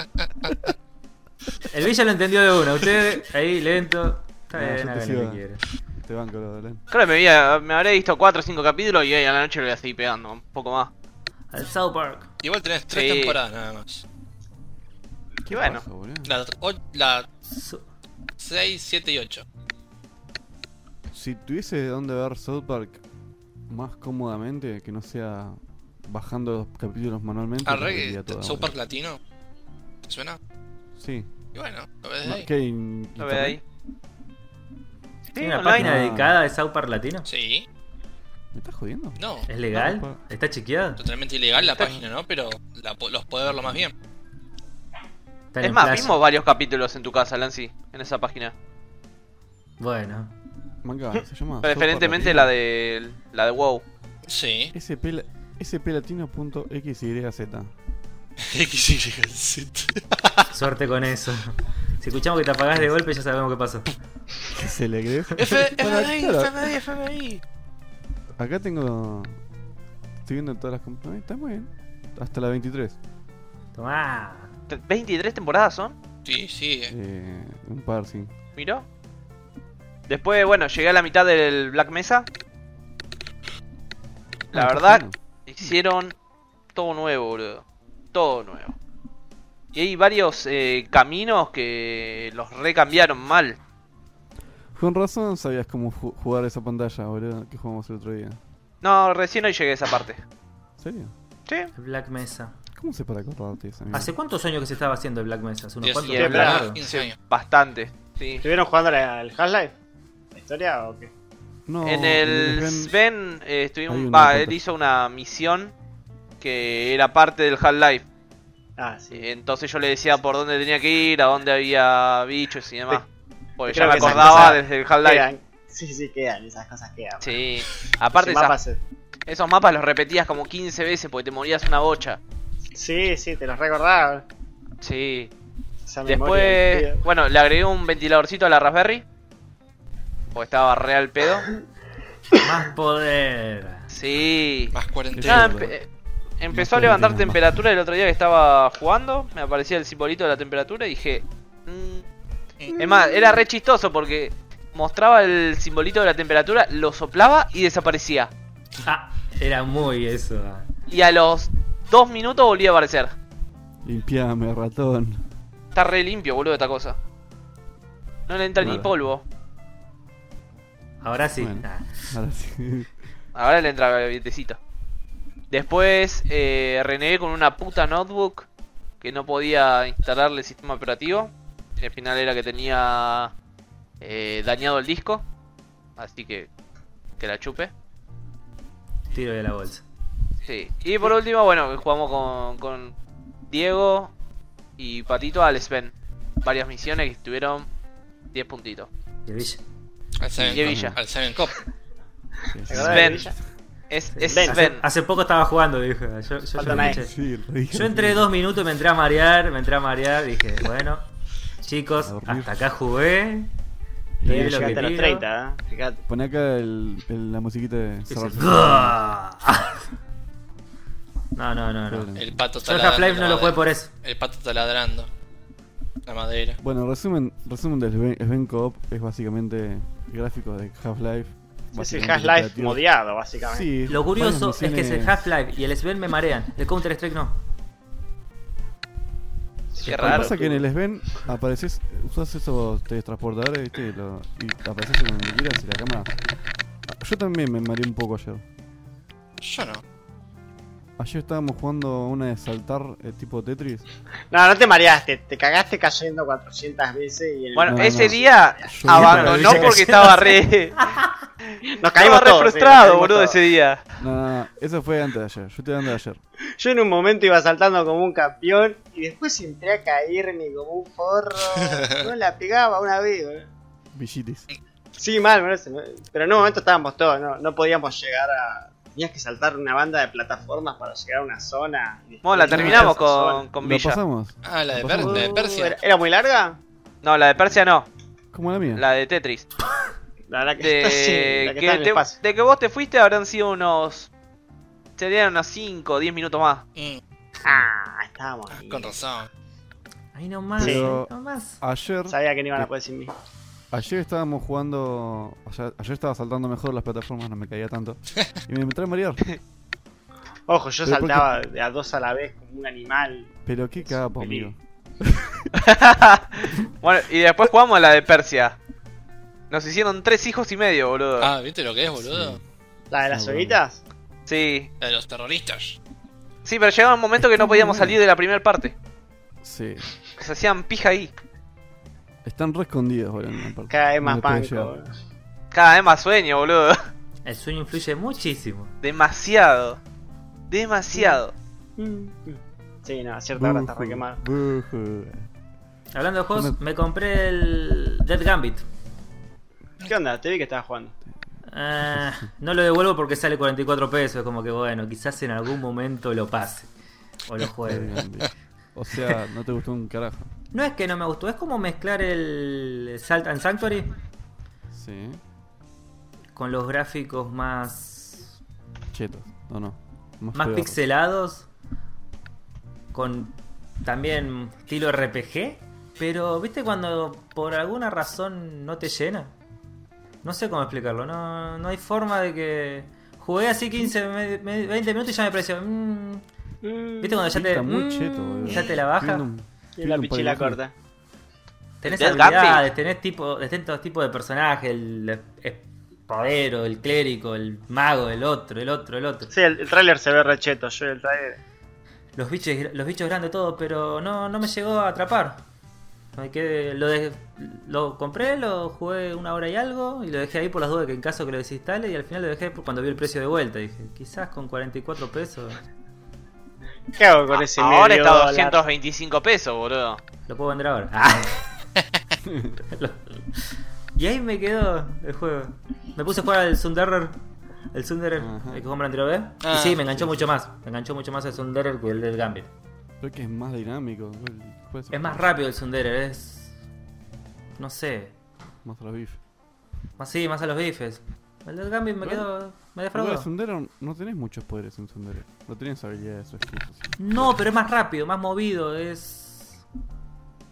Speaker 1: El Villa lo entendió de una. Usted ahí lento. Está
Speaker 2: No, yo
Speaker 1: bien,
Speaker 2: te
Speaker 1: haga lo
Speaker 2: sigo.
Speaker 1: que quiera.
Speaker 2: Te banco, lo de
Speaker 4: Creo que me, había- me habré visto 4 o 5 capítulos y hoy a la noche lo voy a seguir pegando, un poco más.
Speaker 1: Al South Park.
Speaker 5: Igual tenés tres
Speaker 4: Sí.
Speaker 5: temporadas nada más.
Speaker 4: Y bueno,
Speaker 5: La, o- la
Speaker 1: Su-
Speaker 5: 6, 7 y 8.
Speaker 2: Si tuviese donde ver South Park más cómodamente, que no sea bajando los capítulos manualmente. lo vería
Speaker 5: Arregue,
Speaker 2: todo,
Speaker 5: South Park Latino. ¿Te suena?
Speaker 2: boludo. Sí.
Speaker 5: Y bueno, lo ves
Speaker 2: No,
Speaker 5: ahí.
Speaker 2: ¿qué hay en
Speaker 4: lo veo ahí.
Speaker 2: internet?
Speaker 4: Sí,
Speaker 1: ¿Tiene una
Speaker 4: online.
Speaker 1: página
Speaker 2: Ah.
Speaker 1: dedicada de South Park latino?
Speaker 5: Sí,
Speaker 2: ¿Me estás jodiendo?
Speaker 5: no.
Speaker 1: ¿Es legal?
Speaker 2: No, pa-
Speaker 1: ¿Está chequeado?
Speaker 5: Totalmente ilegal la página, ¿no? Pero la po- los puede verlo más bien.
Speaker 1: ¿Está
Speaker 4: Es
Speaker 1: en
Speaker 4: más,
Speaker 1: Flash?
Speaker 4: vimos varios capítulos en tu casa, Lancy, en esa página.
Speaker 1: Bueno.
Speaker 2: Manga, se llama. South Park
Speaker 4: Preferentemente
Speaker 2: Latino.
Speaker 4: la de la de WoW.
Speaker 5: Sí.
Speaker 2: SP, la- splatino.xyz.
Speaker 5: XYZ.
Speaker 1: Suerte con eso. Si escuchamos que te apagás de golpe, ya sabemos qué pasó.
Speaker 2: ¿Qué se le cree?
Speaker 5: F-
Speaker 2: Bueno,
Speaker 5: FBI,
Speaker 2: claro,
Speaker 5: FBI, FBI.
Speaker 2: Acá tengo. Estoy viendo todas las computadoras. Está muy bien. Hasta la 23.
Speaker 1: Tomá.
Speaker 4: Te- 23 temporadas son,
Speaker 5: Sí, sí. eh.
Speaker 2: Eh, un par, sí.
Speaker 4: miró. Después, bueno, llegué a la mitad del Black Mesa. La
Speaker 2: Ah, está
Speaker 4: verdad,
Speaker 2: bueno.
Speaker 4: hicieron todo nuevo, boludo. Todo nuevo. Y hay varios eh, caminos que los recambiaron mal.
Speaker 2: Con razón sabías cómo ju- jugar esa pantalla, boludo, que jugamos el otro día.
Speaker 4: No, recién hoy llegué a esa parte.
Speaker 2: ¿En serio?
Speaker 4: Sí.
Speaker 1: Black Mesa.
Speaker 2: ¿Cómo se para acordarte de esa mierda?
Speaker 1: ¿Hace cuántos años que se estaba haciendo el Black Mesa? ¿Hace unos
Speaker 5: Diez-
Speaker 1: cuantos
Speaker 4: diez,
Speaker 1: años? Claro.
Speaker 5: 15 años.
Speaker 4: Bastante. Sí.
Speaker 3: ¿Estuvieron jugando la- al Half-Life? ¿La historia o qué?
Speaker 2: No,
Speaker 4: en el
Speaker 2: Sven-
Speaker 4: Sven, eh, estuvimos-
Speaker 2: Hay una
Speaker 4: va,
Speaker 2: cuenta.
Speaker 4: él hizo una misión que era parte del Half-Life.
Speaker 3: Ah, sí.
Speaker 4: Eh, Entonces yo le decía por dónde tenía que ir, a dónde había bichos y demás. Porque
Speaker 3: Creo
Speaker 4: ya me
Speaker 3: que esas
Speaker 4: acordaba
Speaker 3: cosas
Speaker 4: desde el Half-Life.
Speaker 3: Quedan. Sí, sí, quedan. Esas cosas quedan.
Speaker 4: Sí. Aparte,
Speaker 3: Sin
Speaker 4: esas-
Speaker 3: mapas, eh.
Speaker 4: esos mapas los repetías como 15 veces porque te morías una bocha.
Speaker 3: Sí, sí, te los recordaba.
Speaker 4: Sí.
Speaker 3: Esa memoria del
Speaker 4: Después,
Speaker 3: pibe.
Speaker 4: bueno, le agregué un ventiladorcito a la Raspberry. Porque estaba real pedo.
Speaker 1: Más poder.
Speaker 4: Sí.
Speaker 5: Más
Speaker 4: Nada,
Speaker 5: 40.
Speaker 2: Sí.
Speaker 4: empe- eh, empezó
Speaker 2: No
Speaker 4: a levantar
Speaker 2: tiene más.
Speaker 4: temperatura el otro día que estaba jugando. Me aparecía el simbolito de la temperatura y dije. mm. Es más, era re chistoso porque mostraba el simbolito de la temperatura, lo soplaba y desaparecía.
Speaker 1: Ah, era muy eso.
Speaker 4: Y a los dos minutos volvía a aparecer.
Speaker 2: Limpiame, ratón.
Speaker 4: Está re limpio, boludo, esta cosa. No le entra ni
Speaker 2: Nada.
Speaker 4: polvo.
Speaker 1: Ahora sí.
Speaker 2: Bueno.
Speaker 1: Ah,
Speaker 2: Ahora sí.
Speaker 4: Ahora le entra billetecito. Después eh, renegué con una puta notebook que no podía instalarle el sistema operativo. Al final era que tenía eh, dañado el disco. Así que que la chupe.
Speaker 1: tiro de la bolsa.
Speaker 4: Sí. Y por último, bueno, jugamos con, con Diego y Patito al Sven. Varias misiones que estuvieron 10 puntitos.
Speaker 1: Y el Villa.
Speaker 5: Al
Speaker 4: Y
Speaker 5: Seven
Speaker 4: Villa.
Speaker 5: Cop. Al Seven Cop.
Speaker 2: Sí,
Speaker 3: ¿Te
Speaker 2: sí.
Speaker 3: acordás de
Speaker 4: Sven.
Speaker 3: Villa?
Speaker 4: Es, es
Speaker 3: Ven.
Speaker 1: Hace,
Speaker 4: Sven.
Speaker 1: hace poco estaba jugando, dijo. Yo, yo- yo
Speaker 3: Falta
Speaker 1: escuché.
Speaker 3: nadie.
Speaker 2: Sí, el rey.
Speaker 1: Yo entré dos minutos, me entré a marear, me entré a marear, dije, bueno, chicos,
Speaker 2: A dormir.
Speaker 1: hasta acá jugué.
Speaker 2: Y
Speaker 1: leí lo que
Speaker 3: Llegaste a los
Speaker 1: pido.
Speaker 3: 30, ¿eh? Fíjate.
Speaker 2: Poné acá el, el- la musiquita de
Speaker 1: Y
Speaker 2: Cerrar
Speaker 1: se-
Speaker 2: Cerrar.
Speaker 1: No, no, no, no.
Speaker 5: El pato está
Speaker 1: Yo el Half-Life
Speaker 5: ladrando.
Speaker 1: no lo jugué por eso.
Speaker 5: El pato está ladrando. La madera.
Speaker 2: Bueno, resumen, resumen del Sven- Sven Coop es básicamente gráficos de Half-Life.
Speaker 3: Es el
Speaker 2: básicamente
Speaker 3: Half-Life
Speaker 2: operativos.
Speaker 3: modiado, básicamente.
Speaker 2: Sí,
Speaker 1: Lo curioso
Speaker 2: varias
Speaker 1: es que es el
Speaker 2: misiones-
Speaker 1: Half-Life y el Sven me marean, el Counter-Strike no.
Speaker 4: Qué
Speaker 2: Lo que
Speaker 4: raro.
Speaker 2: pasa es que en el Sven apareces, usas esos teletransportadores ¿viste? Y, lo- y apareces en donde quieras y la cámara. Yo también me mareé un poco ayer.
Speaker 5: Yo no.
Speaker 2: Ayer estábamos jugando una de saltar eh, tipo Tetris.
Speaker 3: No, no te mareaste, te cagaste cayendo 400 veces y en el-
Speaker 4: Bueno,
Speaker 2: No,
Speaker 4: ese
Speaker 2: no.
Speaker 4: día
Speaker 2: Yo-
Speaker 4: abandonó
Speaker 1: Pero
Speaker 4: porque
Speaker 1: dice que-
Speaker 4: estaba re.
Speaker 3: nos
Speaker 4: Estaba
Speaker 3: caímos
Speaker 4: re
Speaker 3: todos. sí, nos
Speaker 4: frustrado,
Speaker 3: caímos
Speaker 4: boludo,
Speaker 3: todos.
Speaker 4: ese día.
Speaker 2: No, no, no, eso fue antes de ayer. Yo estoy hablando de ayer.
Speaker 3: Yo en un momento iba saltando como un campeón y después entré a caerme como un forro. No la pegaba una vez, boludo.
Speaker 2: Villitis.
Speaker 3: Sí, mal, boludo, se me- pero en un momento estábamos todos, no, no podíamos llegar a... Tenías que saltar una banda de plataformas para llegar a una zona. y después
Speaker 4: Bueno, la
Speaker 3: llegar a
Speaker 4: terminamos
Speaker 3: esa
Speaker 4: con,
Speaker 3: zona.
Speaker 4: con
Speaker 2: ¿Lo
Speaker 4: Villa.
Speaker 2: pasamos?
Speaker 5: Ah, la de,
Speaker 2: Lo
Speaker 5: Per-
Speaker 2: pasamos.
Speaker 5: la de
Speaker 3: Uh,
Speaker 5: Persia.
Speaker 3: ¿era, era muy larga?
Speaker 4: No, la de Persia no,
Speaker 2: Como la mía.
Speaker 4: la de Tetris.
Speaker 3: La, la que,
Speaker 4: De,
Speaker 3: sí, la que
Speaker 4: que
Speaker 3: está en el
Speaker 4: te-
Speaker 3: espacio.
Speaker 4: de que vos te fuiste habrán sido unos. Serían unos 5 o 10 minutos más.
Speaker 5: Mm,
Speaker 3: Ah, estábamos ahí.
Speaker 5: con razón.
Speaker 1: Ahí nomás,
Speaker 3: Sí.
Speaker 1: ahí nomás.
Speaker 2: Ayer,
Speaker 3: Sabía que no iban a poder sin mí.
Speaker 2: ayer estábamos jugando. Ayer, ayer estaba saltando mejor las plataformas, no me caía tanto. Y me entré a marear.
Speaker 3: Ojo, yo
Speaker 2: Pero ¿por qué?
Speaker 3: saltaba de a dos a la vez como un animal.
Speaker 2: Pero qué capo,
Speaker 3: peligro.
Speaker 2: amigo.
Speaker 4: Bueno, y después jugamos a la de Persia. Nos hicieron tres hijos y medio, boludo.
Speaker 5: Ah, ¿viste lo que es, boludo?
Speaker 3: ¿La de las
Speaker 2: Sí,
Speaker 3: zonitas?
Speaker 4: Sí.
Speaker 5: La de los terroristas.
Speaker 4: Sí, pero llegaba un momento que
Speaker 2: Está
Speaker 4: no
Speaker 2: muy
Speaker 4: podíamos
Speaker 2: bueno.
Speaker 4: salir de la primera parte.
Speaker 2: Sí.
Speaker 4: Se hacían pija ahí.
Speaker 2: Están re escondidos, boludo. en la parte.
Speaker 3: Cada vez más
Speaker 2: No puede
Speaker 3: panco.
Speaker 2: llegar.
Speaker 3: boludo.
Speaker 4: Cada vez más sueño, boludo.
Speaker 1: El sueño influye muchísimo.
Speaker 4: Demasiado. Demasiado.
Speaker 3: Sí, no, a cierta hora está re quemado.
Speaker 2: Bujú.
Speaker 1: Hablando de
Speaker 2: Yo
Speaker 1: juegos,
Speaker 2: me-
Speaker 1: me compré el Dead Gambit.
Speaker 3: ¿Qué onda? Te vi que estabas jugando.
Speaker 1: "Ah, no lo devuelvo porque sale 44 pesos. Es como que, bueno, quizás en algún momento lo pase. O lo juegue.
Speaker 2: O sea, no te gustó un carajo.
Speaker 1: No es que no me gustó, es como mezclar el Salt and Sanctuary
Speaker 2: Sí.
Speaker 1: con los gráficos más,
Speaker 2: Chetos. No, no.
Speaker 1: más
Speaker 2: pedorros.
Speaker 1: pixelados, con también estilo RPG, pero viste cuando por alguna razón no te llena. No sé cómo explicarlo, no, no hay forma de que... Jugué así 15, me- me- 20 minutos y ya me pareció... mm. ¿Viste cuando ya te...
Speaker 2: Pinta muy
Speaker 1: mm,
Speaker 2: cheto, boludo.
Speaker 1: ya te la baja?
Speaker 2: Feeling-
Speaker 3: Y la
Speaker 2: feeling
Speaker 3: pichila
Speaker 2: parecido.
Speaker 3: corta.
Speaker 1: Tenés
Speaker 4: Death
Speaker 1: habilidades,
Speaker 4: Gambit.
Speaker 1: tenés tipo, distintos tipos de personajes, el espadero, el clérigo, el mago, el otro, el otro, el otro.
Speaker 3: Sí, el, el tráiler se ve recheto. Yo el tráiler.
Speaker 1: Los bichos, los bichos grandes todo, pero no, no me llegó a atrapar. Me quedé- lo, de- lo compré, lo jugué una hora y algo y lo dejé ahí por las dudas que en caso que lo desinstale y al final lo dejé por cuando vi el precio de vuelta. Dije, quizás con 44 pesos
Speaker 3: ¿Qué hago con ese
Speaker 4: Ah, Ahora
Speaker 3: medio
Speaker 4: está a
Speaker 3: dólar?
Speaker 4: 225 pesos, boludo.
Speaker 1: lo puedo vender ahora. Ah. Lo- y ahí me quedó el juego. Me puse a jugar al Sunderer. El Sunderer,
Speaker 2: Ajá.
Speaker 1: el que jugamos la anterior vez.
Speaker 5: Ah,
Speaker 1: y sí, me enganchó mucho más. Me enganchó mucho más el Sunderer que el del Gambit.
Speaker 2: Creo que es más dinámico. puede ser
Speaker 1: Es más rápido el Sunderer, es. No sé.
Speaker 2: Más a la beef.
Speaker 1: Más sí, más a los bifes. El del Gambit me
Speaker 2: Bueno.
Speaker 1: quedó. Me
Speaker 2: Igual
Speaker 1: defraudó.
Speaker 2: el Sundero no tenés muchos poderes en Sundero. No tenés habilidades o skills.
Speaker 1: No, pero es más rápido, más movido, es.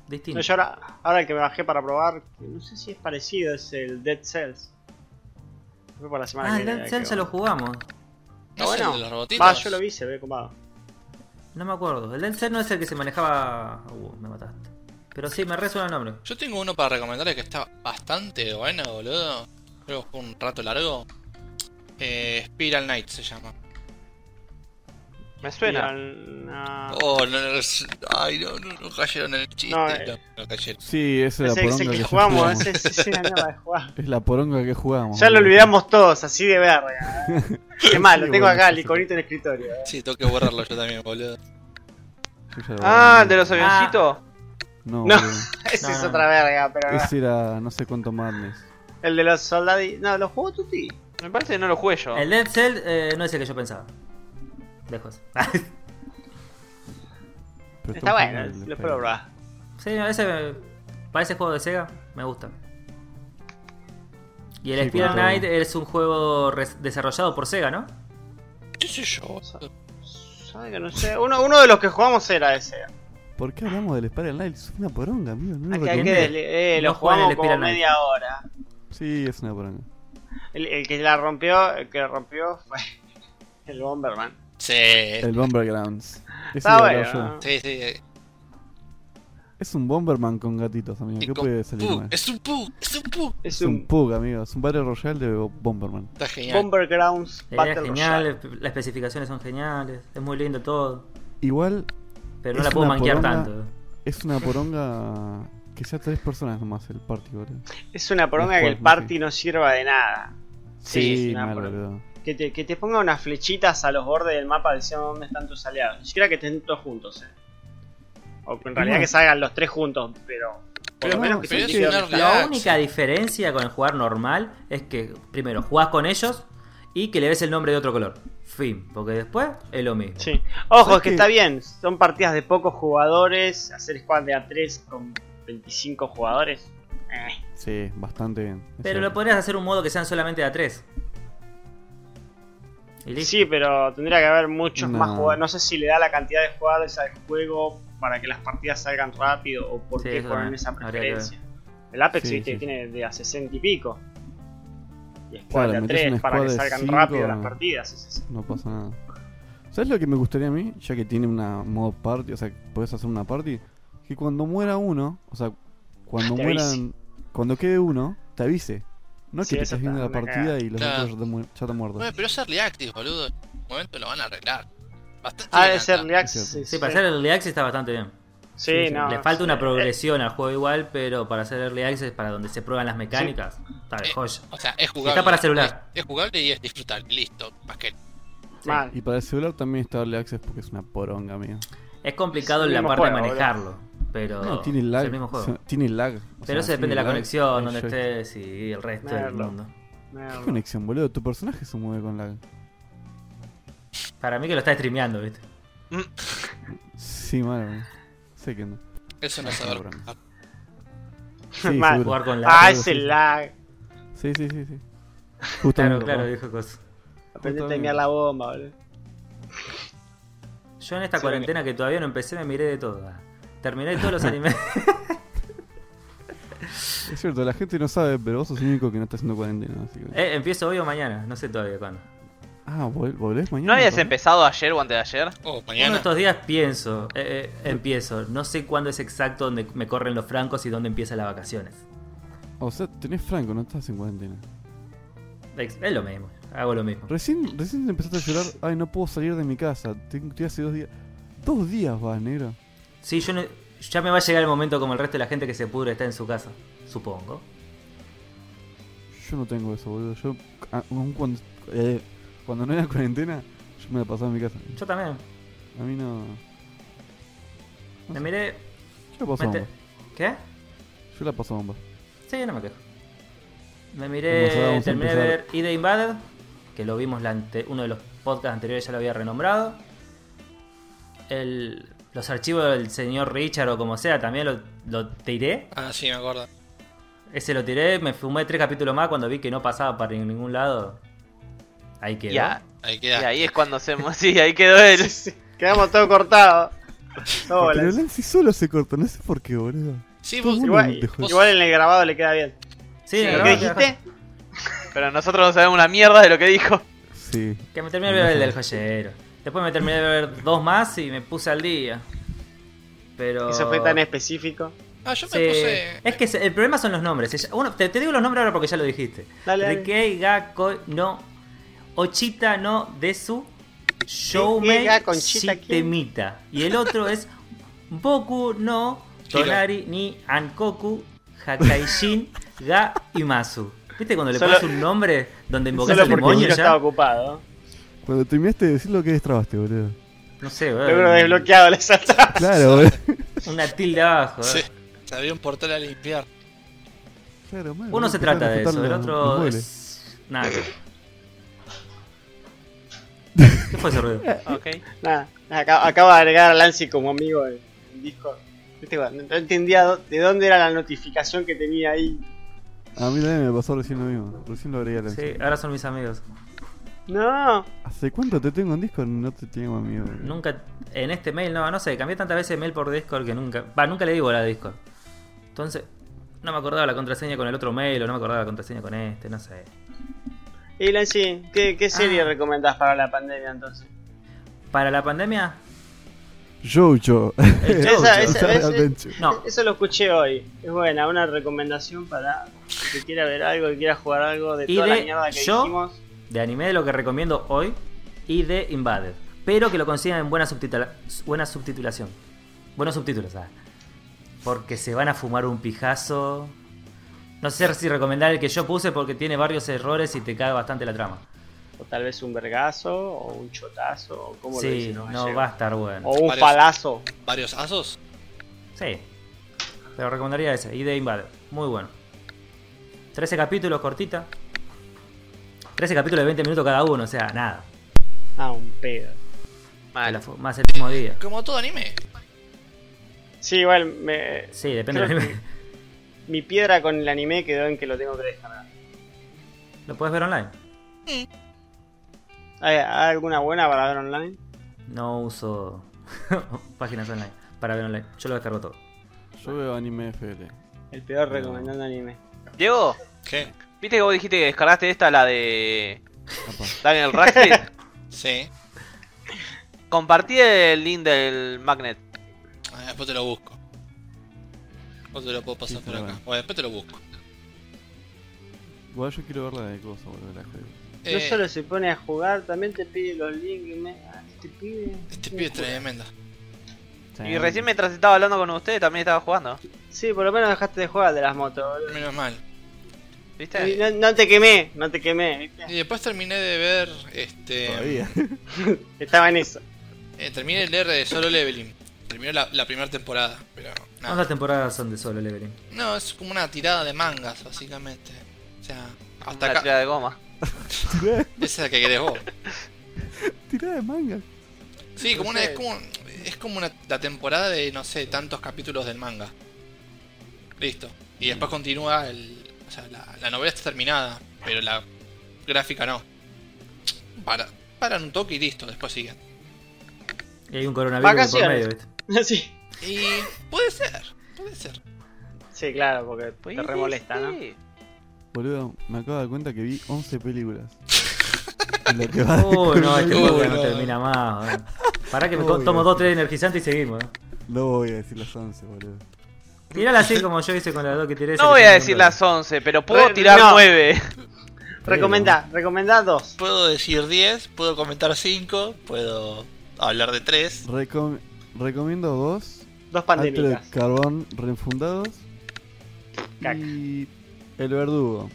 Speaker 1: Distinto.
Speaker 3: No, yo ahora, ahora el que me bajé para probar, que no sé si es parecido, es el Dead Cells. Fue por la semana
Speaker 1: Ah,
Speaker 3: que
Speaker 1: el Dead
Speaker 3: que
Speaker 1: Cells se
Speaker 3: va.
Speaker 1: lo jugamos.
Speaker 5: ¿No es el
Speaker 4: bueno.
Speaker 5: de los robotitos?
Speaker 3: Va, yo lo vi, se ve copado.
Speaker 1: No me acuerdo. El Dead Cells no es el que se manejaba. Uh, me mataste. Pero sí, me resuena el nombre.
Speaker 5: Yo tengo uno para recomendarles que está bastante bueno, boludo. Creo que fue un rato largo. Eh, Spiral Knight se llama.
Speaker 4: Me suena.
Speaker 3: Eran, ah,
Speaker 5: Oh, no, no, es- ay, no, no, no cayeron en el chiste.
Speaker 3: No,
Speaker 5: No,
Speaker 3: eh.
Speaker 5: no cayeron.
Speaker 2: Sí, esa es la
Speaker 3: ese es
Speaker 2: poronga
Speaker 3: el
Speaker 2: que,
Speaker 3: que
Speaker 2: ya
Speaker 3: jugamos,
Speaker 2: jugamos.
Speaker 3: ese ese es la nueva de jugar.
Speaker 2: Es la poronga que jugamos.
Speaker 3: Ya lo
Speaker 2: boludo.
Speaker 3: olvidamos todos, así de verga. Qué mal, lo
Speaker 2: Sí,
Speaker 3: tengo
Speaker 2: bueno,
Speaker 3: acá,
Speaker 2: sí,
Speaker 3: el
Speaker 2: sí.
Speaker 3: iconito en el escritorio.
Speaker 5: Sí, tengo que borrarlo yo también, boludo.
Speaker 2: Yo ya lo
Speaker 4: Ah, ¿el
Speaker 2: borré.
Speaker 4: de los avioncitos.
Speaker 2: No,
Speaker 3: No.
Speaker 2: boludo.
Speaker 3: Ese
Speaker 1: No,
Speaker 3: es
Speaker 1: no,
Speaker 3: otra verga, pero
Speaker 2: Ese era no sé cuánto madness.
Speaker 3: el de los soldaditos. No, los jugó Tuti.
Speaker 4: Me parece que no lo jugué yo.
Speaker 1: El Dead Cell eh, no es el que yo pensaba. Lejos.
Speaker 2: Pero
Speaker 3: Está bueno,
Speaker 2: jugando el
Speaker 3: lo
Speaker 2: Spider-Man.
Speaker 3: puedo probar.
Speaker 1: sí, no, ese me- para ese juego de Sega me gusta. Y el
Speaker 2: Sí,
Speaker 1: Spider
Speaker 2: cuando-
Speaker 1: Knight es un juego res- desarrollado por Sega, ¿no?
Speaker 5: ¿Qué sé yo? boludo?
Speaker 3: ¿Sabes que no sé? Uno, uno de los que jugamos era ese.
Speaker 2: ¿Por qué hablamos del Spider Knight? Es una poronga, amigo. No lo
Speaker 3: Hay que- hay que
Speaker 2: recomiendo.
Speaker 3: desli- eh,
Speaker 1: No
Speaker 3: lo
Speaker 1: jueguen el
Speaker 3: jugamos como
Speaker 1: Spiral Knight.
Speaker 3: media hora.
Speaker 2: Sí, es una poronga.
Speaker 3: El, el que la rompió, el que la rompió fue el Bomberman.
Speaker 5: Sí,
Speaker 2: El Bombergrounds. Ese
Speaker 3: Está
Speaker 2: lo
Speaker 3: bueno.
Speaker 2: hablaba yo.
Speaker 3: ¿no?
Speaker 5: sí, sí.
Speaker 2: Es un Bomberman con gatitos, amigo.
Speaker 5: Y
Speaker 2: ¿Qué
Speaker 5: con-
Speaker 2: puede salir
Speaker 5: Pug,
Speaker 2: mal?
Speaker 5: Es un pug, es un pug.
Speaker 3: Es
Speaker 2: Es un
Speaker 3: un
Speaker 2: Pug, amigo. Es un Battle Royale de Bo- Bomberman.
Speaker 5: Está genial.
Speaker 3: Bombergrounds
Speaker 1: La idea
Speaker 3: Battle
Speaker 1: es genial,
Speaker 3: Royale.
Speaker 1: espe- las especificaciones son geniales, es muy lindo todo.
Speaker 2: Igual
Speaker 1: Pero no
Speaker 2: Es
Speaker 1: la puedo
Speaker 2: una
Speaker 1: manquear
Speaker 2: poronga.
Speaker 1: tanto.
Speaker 2: es una poronga que sea tres personas nomás el party, boludo.
Speaker 3: Es una poronga que el
Speaker 2: Después,
Speaker 3: party
Speaker 2: sí.
Speaker 3: no sirva de nada. Sí, es una
Speaker 2: mal,
Speaker 3: poronga.
Speaker 2: boludo.
Speaker 3: Que te, que te ponga unas flechitas a los bordes del mapa diciendo dónde están tus aliados. Ni siquiera que estén todos juntos, eh. O que en realidad
Speaker 2: Bueno.
Speaker 3: que salgan los tres juntos, pero. Por lo
Speaker 5: Pero-
Speaker 3: menos que
Speaker 5: pero
Speaker 3: se
Speaker 5: es
Speaker 3: indique
Speaker 5: una
Speaker 3: dónde están.
Speaker 5: realidad.
Speaker 1: La
Speaker 5: Ah,
Speaker 1: única diferencia con el jugar normal es que, primero, jugás con ellos y que le ves el nombre de otro color. Fin, porque después es lo mismo.
Speaker 3: Sí. Ojo,
Speaker 2: ¿Sabes
Speaker 3: es que
Speaker 2: qué?
Speaker 3: está bien. Son partidas de pocos jugadores. Hacer squad de A3 con 25 jugadores. Eh.
Speaker 2: Sí, bastante bien. es
Speaker 1: Pero lo
Speaker 2: cierto.
Speaker 1: podrías hacer un modo que sean solamente de a 3. Y listo.
Speaker 3: Sí, pero tendría que haber muchos
Speaker 2: No.
Speaker 3: más jugadores. No sé si le da la cantidad de jugadores al juego para que las partidas salgan rápido o por
Speaker 1: Sí,
Speaker 3: qué
Speaker 1: eso
Speaker 3: ponen
Speaker 1: también.
Speaker 3: esa
Speaker 1: Habría que ver.
Speaker 3: preferencia. El Apex
Speaker 2: Sí,
Speaker 3: viste,
Speaker 2: sí, sí.
Speaker 3: tiene de a 60 y pico. Y squad
Speaker 2: Claro,
Speaker 3: de a
Speaker 2: metés
Speaker 3: 3
Speaker 2: una
Speaker 3: para que
Speaker 2: squad de
Speaker 3: salgan
Speaker 2: cinco,
Speaker 3: rápido las
Speaker 2: no.
Speaker 3: partidas. sí, sí, sí.
Speaker 2: No pasa nada. ¿Sabes lo que me gustaría a mí? Ya que tiene una modo party, o sea, que podés hacer una party. Que cuando muera uno, o sea, cuando
Speaker 3: Te
Speaker 2: mueran.
Speaker 3: avise.
Speaker 2: Cuando quede uno, te avise. No es
Speaker 3: Sí,
Speaker 2: que te
Speaker 3: eso
Speaker 2: estás viendo
Speaker 3: está
Speaker 2: la
Speaker 3: una
Speaker 2: partida
Speaker 3: cagada.
Speaker 2: y los
Speaker 5: Claro.
Speaker 2: otros ya te mu- ya están muertos.
Speaker 5: Bueno, pero es Early Active, boludo. En un momento lo van a arreglar. Bastante
Speaker 3: Ah,
Speaker 5: bien
Speaker 3: debe ser
Speaker 5: anda.
Speaker 3: Early Access,
Speaker 2: Es
Speaker 3: Sí,
Speaker 2: cierto.
Speaker 1: Sí, para hacer Early Access está bastante bien.
Speaker 3: Sí,
Speaker 2: sí, sí.
Speaker 3: no,
Speaker 1: Le falta una
Speaker 3: sí.
Speaker 1: progresión al juego igual, pero para hacer Early Access, para donde se prueban las mecánicas, está de
Speaker 5: Eh,
Speaker 1: joya.
Speaker 5: O sea, es jugable.
Speaker 1: Está para celular.
Speaker 5: Es, es jugable y es disfrutable. Listo, más que.
Speaker 3: Eh, mal.
Speaker 2: Y para el celular también está Early Access porque es una poronga, amigo.
Speaker 1: Es complicado
Speaker 3: Es el
Speaker 1: la
Speaker 3: mismo
Speaker 1: parte de
Speaker 3: juego,
Speaker 1: manejarlo, pero
Speaker 2: No, tiene
Speaker 1: es
Speaker 2: lag.
Speaker 1: el mismo
Speaker 2: o
Speaker 1: juego.
Speaker 2: sea, tiene lag. o
Speaker 1: pero
Speaker 2: sea,
Speaker 1: eso depende
Speaker 2: tiene
Speaker 1: de la
Speaker 2: lag,
Speaker 1: conexión,
Speaker 2: el este.
Speaker 1: donde
Speaker 2: joystick.
Speaker 1: estés y el resto del
Speaker 3: Merlo.
Speaker 1: mundo.
Speaker 2: ¿Qué
Speaker 3: Merda.
Speaker 2: conexión, boludo? Tu personaje se mueve con lag.
Speaker 1: Para mí que lo está streameando, ¿viste?
Speaker 2: Sí, malo. boludo. Sé que no.
Speaker 5: Eso no es saber.
Speaker 2: Cabrón.
Speaker 5: jugar.
Speaker 2: Sí,
Speaker 3: Mal.
Speaker 2: seguro.
Speaker 1: Jugar con la.
Speaker 3: Ah,
Speaker 2: sí,
Speaker 3: ese
Speaker 2: sí.
Speaker 3: lag.
Speaker 2: Sí, sí, sí, sí.
Speaker 1: claro,
Speaker 2: Justamente,
Speaker 1: claro,
Speaker 2: ¿no?
Speaker 1: dijo cosas.
Speaker 3: Aprendí a
Speaker 2: Justamente.
Speaker 3: terminar la bomba, boludo.
Speaker 1: Yo en esta
Speaker 5: Sí,
Speaker 1: cuarentena que todavía no empecé me miré de todo. ah. Terminé todos los animes.
Speaker 2: Es cierto, la gente no sabe, pero vos sos el único que no está haciendo cuarentena. Así que...
Speaker 1: Eh, empiezo hoy o mañana, no sé todavía cuándo.
Speaker 2: Ah, vol- volvés mañana.
Speaker 4: ¿No habías
Speaker 2: ¿verdad?
Speaker 4: empezado ayer o antes de ayer?
Speaker 5: Oh,
Speaker 1: Uno de
Speaker 5: mañana.
Speaker 1: estos días pienso, eh, eh, empiezo. No sé cuándo es exacto donde me corren los francos y dónde empiezan las vacaciones.
Speaker 2: O sea, tenés franco, no estás en cuarentena.
Speaker 1: Es es lo mismo, hago lo mismo.
Speaker 2: Recién, recién empezaste a llorar. Ay, no puedo salir de mi casa. te- Estoy hace dos días. Dos días vas, negro.
Speaker 1: Sí, yo no- ya me va a llegar el momento como el resto de la gente que se pudre está en su casa, supongo.
Speaker 2: Yo no tengo eso, boludo. Yo, a- aun cuando, eh, cuando no era cuarentena, yo me la pasaba en mi casa.
Speaker 1: Yo también.
Speaker 2: A mí no.
Speaker 1: Me miré.
Speaker 2: Yo la paso
Speaker 1: me te-
Speaker 2: bomba.
Speaker 1: ¿Qué?
Speaker 2: Yo la paso bomba.
Speaker 1: Sí, no me quejo. Me
Speaker 2: Vamos a-
Speaker 1: miré,
Speaker 2: vamos a
Speaker 1: terminé de ver
Speaker 2: empezar.
Speaker 1: Ida Invaded, que lo vimos la ante- uno de los podcasts anteriores, ya lo había renombrado. El- los archivos del señor Richard o como sea, también lo, lo tiré.
Speaker 5: Ah, sí, me acuerdo.
Speaker 1: Ese lo tiré, me fumé tres capítulos más cuando vi que no pasaba para ningún lado. Ahí quedó.
Speaker 4: Y, a-
Speaker 5: Ahí
Speaker 4: y
Speaker 5: queda.
Speaker 4: ahí es cuando hacemos. Sí, ahí quedó él.
Speaker 3: Quedamos todo cortado. Todo
Speaker 2: Pero
Speaker 3: bolas.
Speaker 2: Lancy solo se corta, no sé por qué, boludo.
Speaker 5: Sí,
Speaker 2: Todo
Speaker 5: vos.
Speaker 2: el mundo
Speaker 3: Igual,
Speaker 2: dejó-
Speaker 5: vos-
Speaker 3: igual en el grabado le queda bien.
Speaker 1: Sí,
Speaker 5: Sí,
Speaker 1: no,
Speaker 3: ¿Lo
Speaker 1: no,
Speaker 3: que
Speaker 1: no,
Speaker 3: dijiste?
Speaker 4: Pero nosotros no sabemos una mierda de lo que dijo.
Speaker 2: Sí.
Speaker 1: Que me terminé de ver el del joyero. Después me terminé de ver dos más y me puse al día. Pero.
Speaker 3: Eso fue tan específico.
Speaker 5: Ah, yo me
Speaker 1: Sí.
Speaker 5: puse.
Speaker 1: Es que se- el problema son los nombres. Ella- uno- te, te digo los nombres ahora porque ya lo dijiste.
Speaker 3: Dale, dale.
Speaker 1: Rikei Gakko no Ochita no Desu Shoumei
Speaker 3: Rikei Gakko, Ochita, ¿quién?
Speaker 1: Shitemita. Y el otro es Boku no Tonari ni Ankoku Hakaishin Ga Imasu. ¿Viste cuando le
Speaker 3: Solo-
Speaker 1: pones un nombre donde invocas
Speaker 3: Solo
Speaker 1: al
Speaker 3: porque
Speaker 1: demonio
Speaker 3: yo
Speaker 1: ya?
Speaker 3: estaba ocupado.
Speaker 2: Cuando terminaste de decirlo, que destrabaste, boludo?
Speaker 1: No sé,
Speaker 3: Yo creo
Speaker 1: boludo.
Speaker 3: desbloqueado la salta.
Speaker 2: Claro, boludo.
Speaker 1: Una tilde abajo.
Speaker 5: Sí.
Speaker 1: eh.
Speaker 5: Se abrió un portal a limpiar.
Speaker 2: Claro, man,
Speaker 1: Uno se
Speaker 2: empezaron
Speaker 1: trata
Speaker 2: a
Speaker 1: de eso,
Speaker 2: juntar
Speaker 1: el
Speaker 2: los- los
Speaker 1: otro
Speaker 2: muebles.
Speaker 1: es... Nada. ¿Qué fue ese ruido?
Speaker 4: Ok.
Speaker 3: Nada, acaba, acaba de agregar a Lancy como amigo en en Discord. Viste, cuando No entendía do- de dónde era la notificación que tenía ahí.
Speaker 2: A mí también me pasó recién lo mismo. Recién lo agregué a la
Speaker 1: Sí, ahora son mis amigos.
Speaker 3: No,
Speaker 2: ¿Hace cuánto te tengo en Discord? No te tengo amigo. boludo.
Speaker 1: Nunca, en este mail, no, no sé, cambié tantas veces mail por Discord que nunca, va, nunca le digo la Discord. Entonces, no me acordaba la contraseña con el otro mail o no me acordaba la contraseña con este, no sé.
Speaker 3: Y Lancy, ¿qué, qué serie
Speaker 1: Ah.
Speaker 3: recomendás para la pandemia entonces?
Speaker 1: Para la pandemia,
Speaker 2: Jojo.
Speaker 1: el
Speaker 3: Esa-
Speaker 1: Jojo.
Speaker 3: esa-
Speaker 2: Bizarre
Speaker 3: esa-
Speaker 2: Adventure.
Speaker 1: No,
Speaker 3: Eso lo escuché hoy. Es buena, una recomendación para el que quiera ver algo, el que quiera jugar algo de
Speaker 1: Y
Speaker 3: toda la
Speaker 1: de
Speaker 3: mierda que
Speaker 1: yo-
Speaker 3: dijimos.
Speaker 1: de anime de lo que recomiendo hoy y de Invaded. Pero que lo consigan en buena, subtitula- buena subtitulación. Buenos subtítulos, ah. Porque se van a fumar un pijazo. No sé si recomendar el que yo puse porque tiene varios errores y te cae bastante la trama.
Speaker 3: O tal vez un vergazo, o un chotazo, o como lo
Speaker 1: Sí,
Speaker 3: dicen los
Speaker 1: no
Speaker 3: gallegos.
Speaker 1: va a estar bueno.
Speaker 3: O un
Speaker 5: Varios.
Speaker 3: palazo.
Speaker 5: Varios asos.
Speaker 1: Sí. Pero recomendaría ese, y de Invader. Muy bueno. 13 capítulos, cortita. 13 capítulos de 20 minutos cada uno, o sea, nada.
Speaker 3: Ah, un pedo.
Speaker 1: Te la
Speaker 4: Mal.
Speaker 1: fu- Más el mismo día.
Speaker 5: Como todo anime.
Speaker 3: Sí, igual, me-
Speaker 1: Sí, depende del
Speaker 3: Creo
Speaker 1: anime.
Speaker 3: mi piedra con el anime quedó en que lo tengo que descargar.
Speaker 1: ¿Lo puedes ver online?
Speaker 3: ¿Hay, hay alguna buena para ver online?
Speaker 1: No uso páginas online para ver online. Yo lo descargo todo.
Speaker 2: Yo veo anime FL.
Speaker 3: El peor recomendando anime.
Speaker 4: Diego,
Speaker 5: ¿Qué?
Speaker 4: ¿viste que vos dijiste que descargaste esta, la de
Speaker 2: Apa.
Speaker 4: Daniel Radcliffe?
Speaker 5: Sí.
Speaker 4: Compartí el link del magnet.
Speaker 5: Ah, después te lo busco. O te lo puedo pasar
Speaker 2: Sí,
Speaker 5: por
Speaker 2: está
Speaker 5: acá.
Speaker 2: bueno.
Speaker 5: Bueno, después te lo busco.
Speaker 2: Igual yo quiero ver la de cosas, boludo. La de...
Speaker 3: No
Speaker 5: Eh,
Speaker 3: solo se pone a jugar, también te pide los links. Me... ah, Este pibe.
Speaker 5: Este pibe es tremendo.
Speaker 4: Y recién mientras estaba hablando con ustedes también estaba jugando.
Speaker 3: Sí, por lo menos dejaste de jugar de las motos, boludo.
Speaker 5: Menos mal.
Speaker 3: Y
Speaker 4: ¿Viste?
Speaker 3: No, no te quemé, no te quemé, ¿viste?
Speaker 5: Y después terminé de ver. Este.
Speaker 2: Todavía.
Speaker 3: Estaba en eso.
Speaker 5: eh, terminé el R de Solo Leveling. Terminó la, la primera temporada. Pero nada.
Speaker 1: ¿Cuántas temporadas son de solo Leveling?
Speaker 5: No, es como una tirada de mangas, básicamente. O sea, Hasta
Speaker 4: Una
Speaker 5: acá.
Speaker 4: tira de goma.
Speaker 2: Tirá,
Speaker 5: Esa es la que querés vos.
Speaker 2: tirá de manga.
Speaker 5: Sí, como
Speaker 3: No
Speaker 5: una,
Speaker 3: sé.
Speaker 5: es como, es como una, la temporada de, no sé, tantos capítulos del manga. Listo. Y después continúa el... O sea, la, la novela está terminada, pero la gráfica no. Para, paran un toque y listo, después siguen.
Speaker 1: Y hay un coronavirus por
Speaker 3: Vacaciones.
Speaker 1: medio, ¿viste?
Speaker 3: sí.
Speaker 5: Y puede ser, puede ser.
Speaker 3: Pues Sí, claro, porque te remolesta, ¿no?
Speaker 4: Pues, Sí.
Speaker 2: Boludo, me acabo de dar cuenta que vi 11 películas. En lo que va de
Speaker 1: Uy, no, este
Speaker 5: Uy,
Speaker 2: coronavirus.
Speaker 1: podcast no
Speaker 5: no.
Speaker 1: termina más. boludo. Pará que me
Speaker 2: Uy,
Speaker 1: co- tomo
Speaker 2: no.
Speaker 1: dos, tres energizantes y seguimos. ¿eh?
Speaker 2: No voy a decir las 11, boludo.
Speaker 1: Tirala así como yo hice con las dos que tiré.
Speaker 4: No voy a decir
Speaker 1: seleccionando.
Speaker 4: las 11, pero puedo
Speaker 3: Re-
Speaker 4: tirar
Speaker 3: no.
Speaker 4: 9.
Speaker 3: Recomendá, recomendá dos.
Speaker 5: Puedo decir 10, puedo comentar 5, puedo hablar de 3.
Speaker 2: Recom- recomiendo dos.
Speaker 3: Dos
Speaker 2: Alto de
Speaker 3: pandémicas.
Speaker 2: carbón refundados.
Speaker 3: Caca.
Speaker 2: Y el verdugo.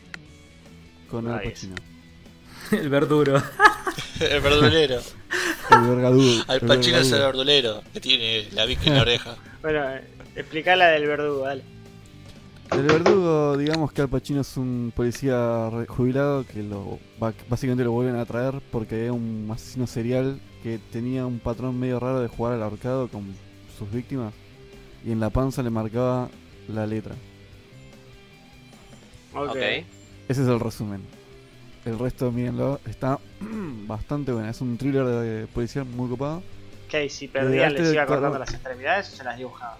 Speaker 2: Con Al
Speaker 3: Ahí
Speaker 2: Pacino.
Speaker 1: El verduro.
Speaker 5: El verdulero.
Speaker 2: El vergadugo.
Speaker 5: Al
Speaker 2: el
Speaker 5: Pacino es el
Speaker 2: vergadugo.
Speaker 5: verdulero, que tiene la bica en la oreja.
Speaker 3: Bueno, eh, explicá la del verdugo, dale.
Speaker 2: El verdugo, digamos que Al Pacino es un policía re- jubilado que lo ba- básicamente lo vuelven a traer porque es un asesino serial que tenía un patrón medio raro de jugar al ahorcado con sus víctimas y en la panza le marcaba la letra.
Speaker 3: Ok.
Speaker 2: Ese es el resumen. El resto, mírenlo, está bastante buena. Es un thriller de policial muy copado.
Speaker 3: ¿Qué? hay? Si perdía,
Speaker 2: Eh,
Speaker 3: le
Speaker 2: antes de
Speaker 3: iba
Speaker 2: cada-
Speaker 3: cortando las extremidades o se las dibujaba.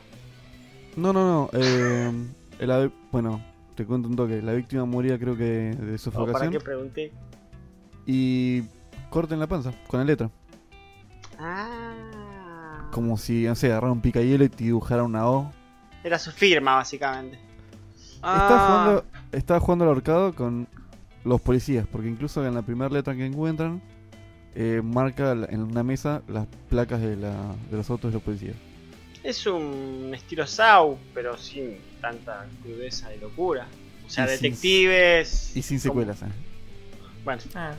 Speaker 2: No, no, no. eh, la vi- bueno, te cuento un toque. La víctima moría, creo que, de
Speaker 3: ¿O Oh, para
Speaker 2: sofocación.
Speaker 3: qué pregunté?
Speaker 2: Y corten la panza con la letra.
Speaker 3: Ah.
Speaker 2: Como si, no sé, agarraran un picayelo y te dibujaran una O.
Speaker 3: Era su firma, básicamente. Ah.
Speaker 2: Estaba
Speaker 4: Ah,
Speaker 2: jugando, estaba jugando al ahorcado con los policías, porque incluso en la primera letra que encuentran, eh, marca la- en una mesa las placas de, la, de los autos de los policías.
Speaker 3: Es un estilo Sau, pero sin tanta crudeza y locura. O sea,
Speaker 2: Y sin-
Speaker 3: detectives.
Speaker 2: Y sin
Speaker 3: como-
Speaker 2: secuelas, eh.
Speaker 3: Bueno,
Speaker 1: Ah,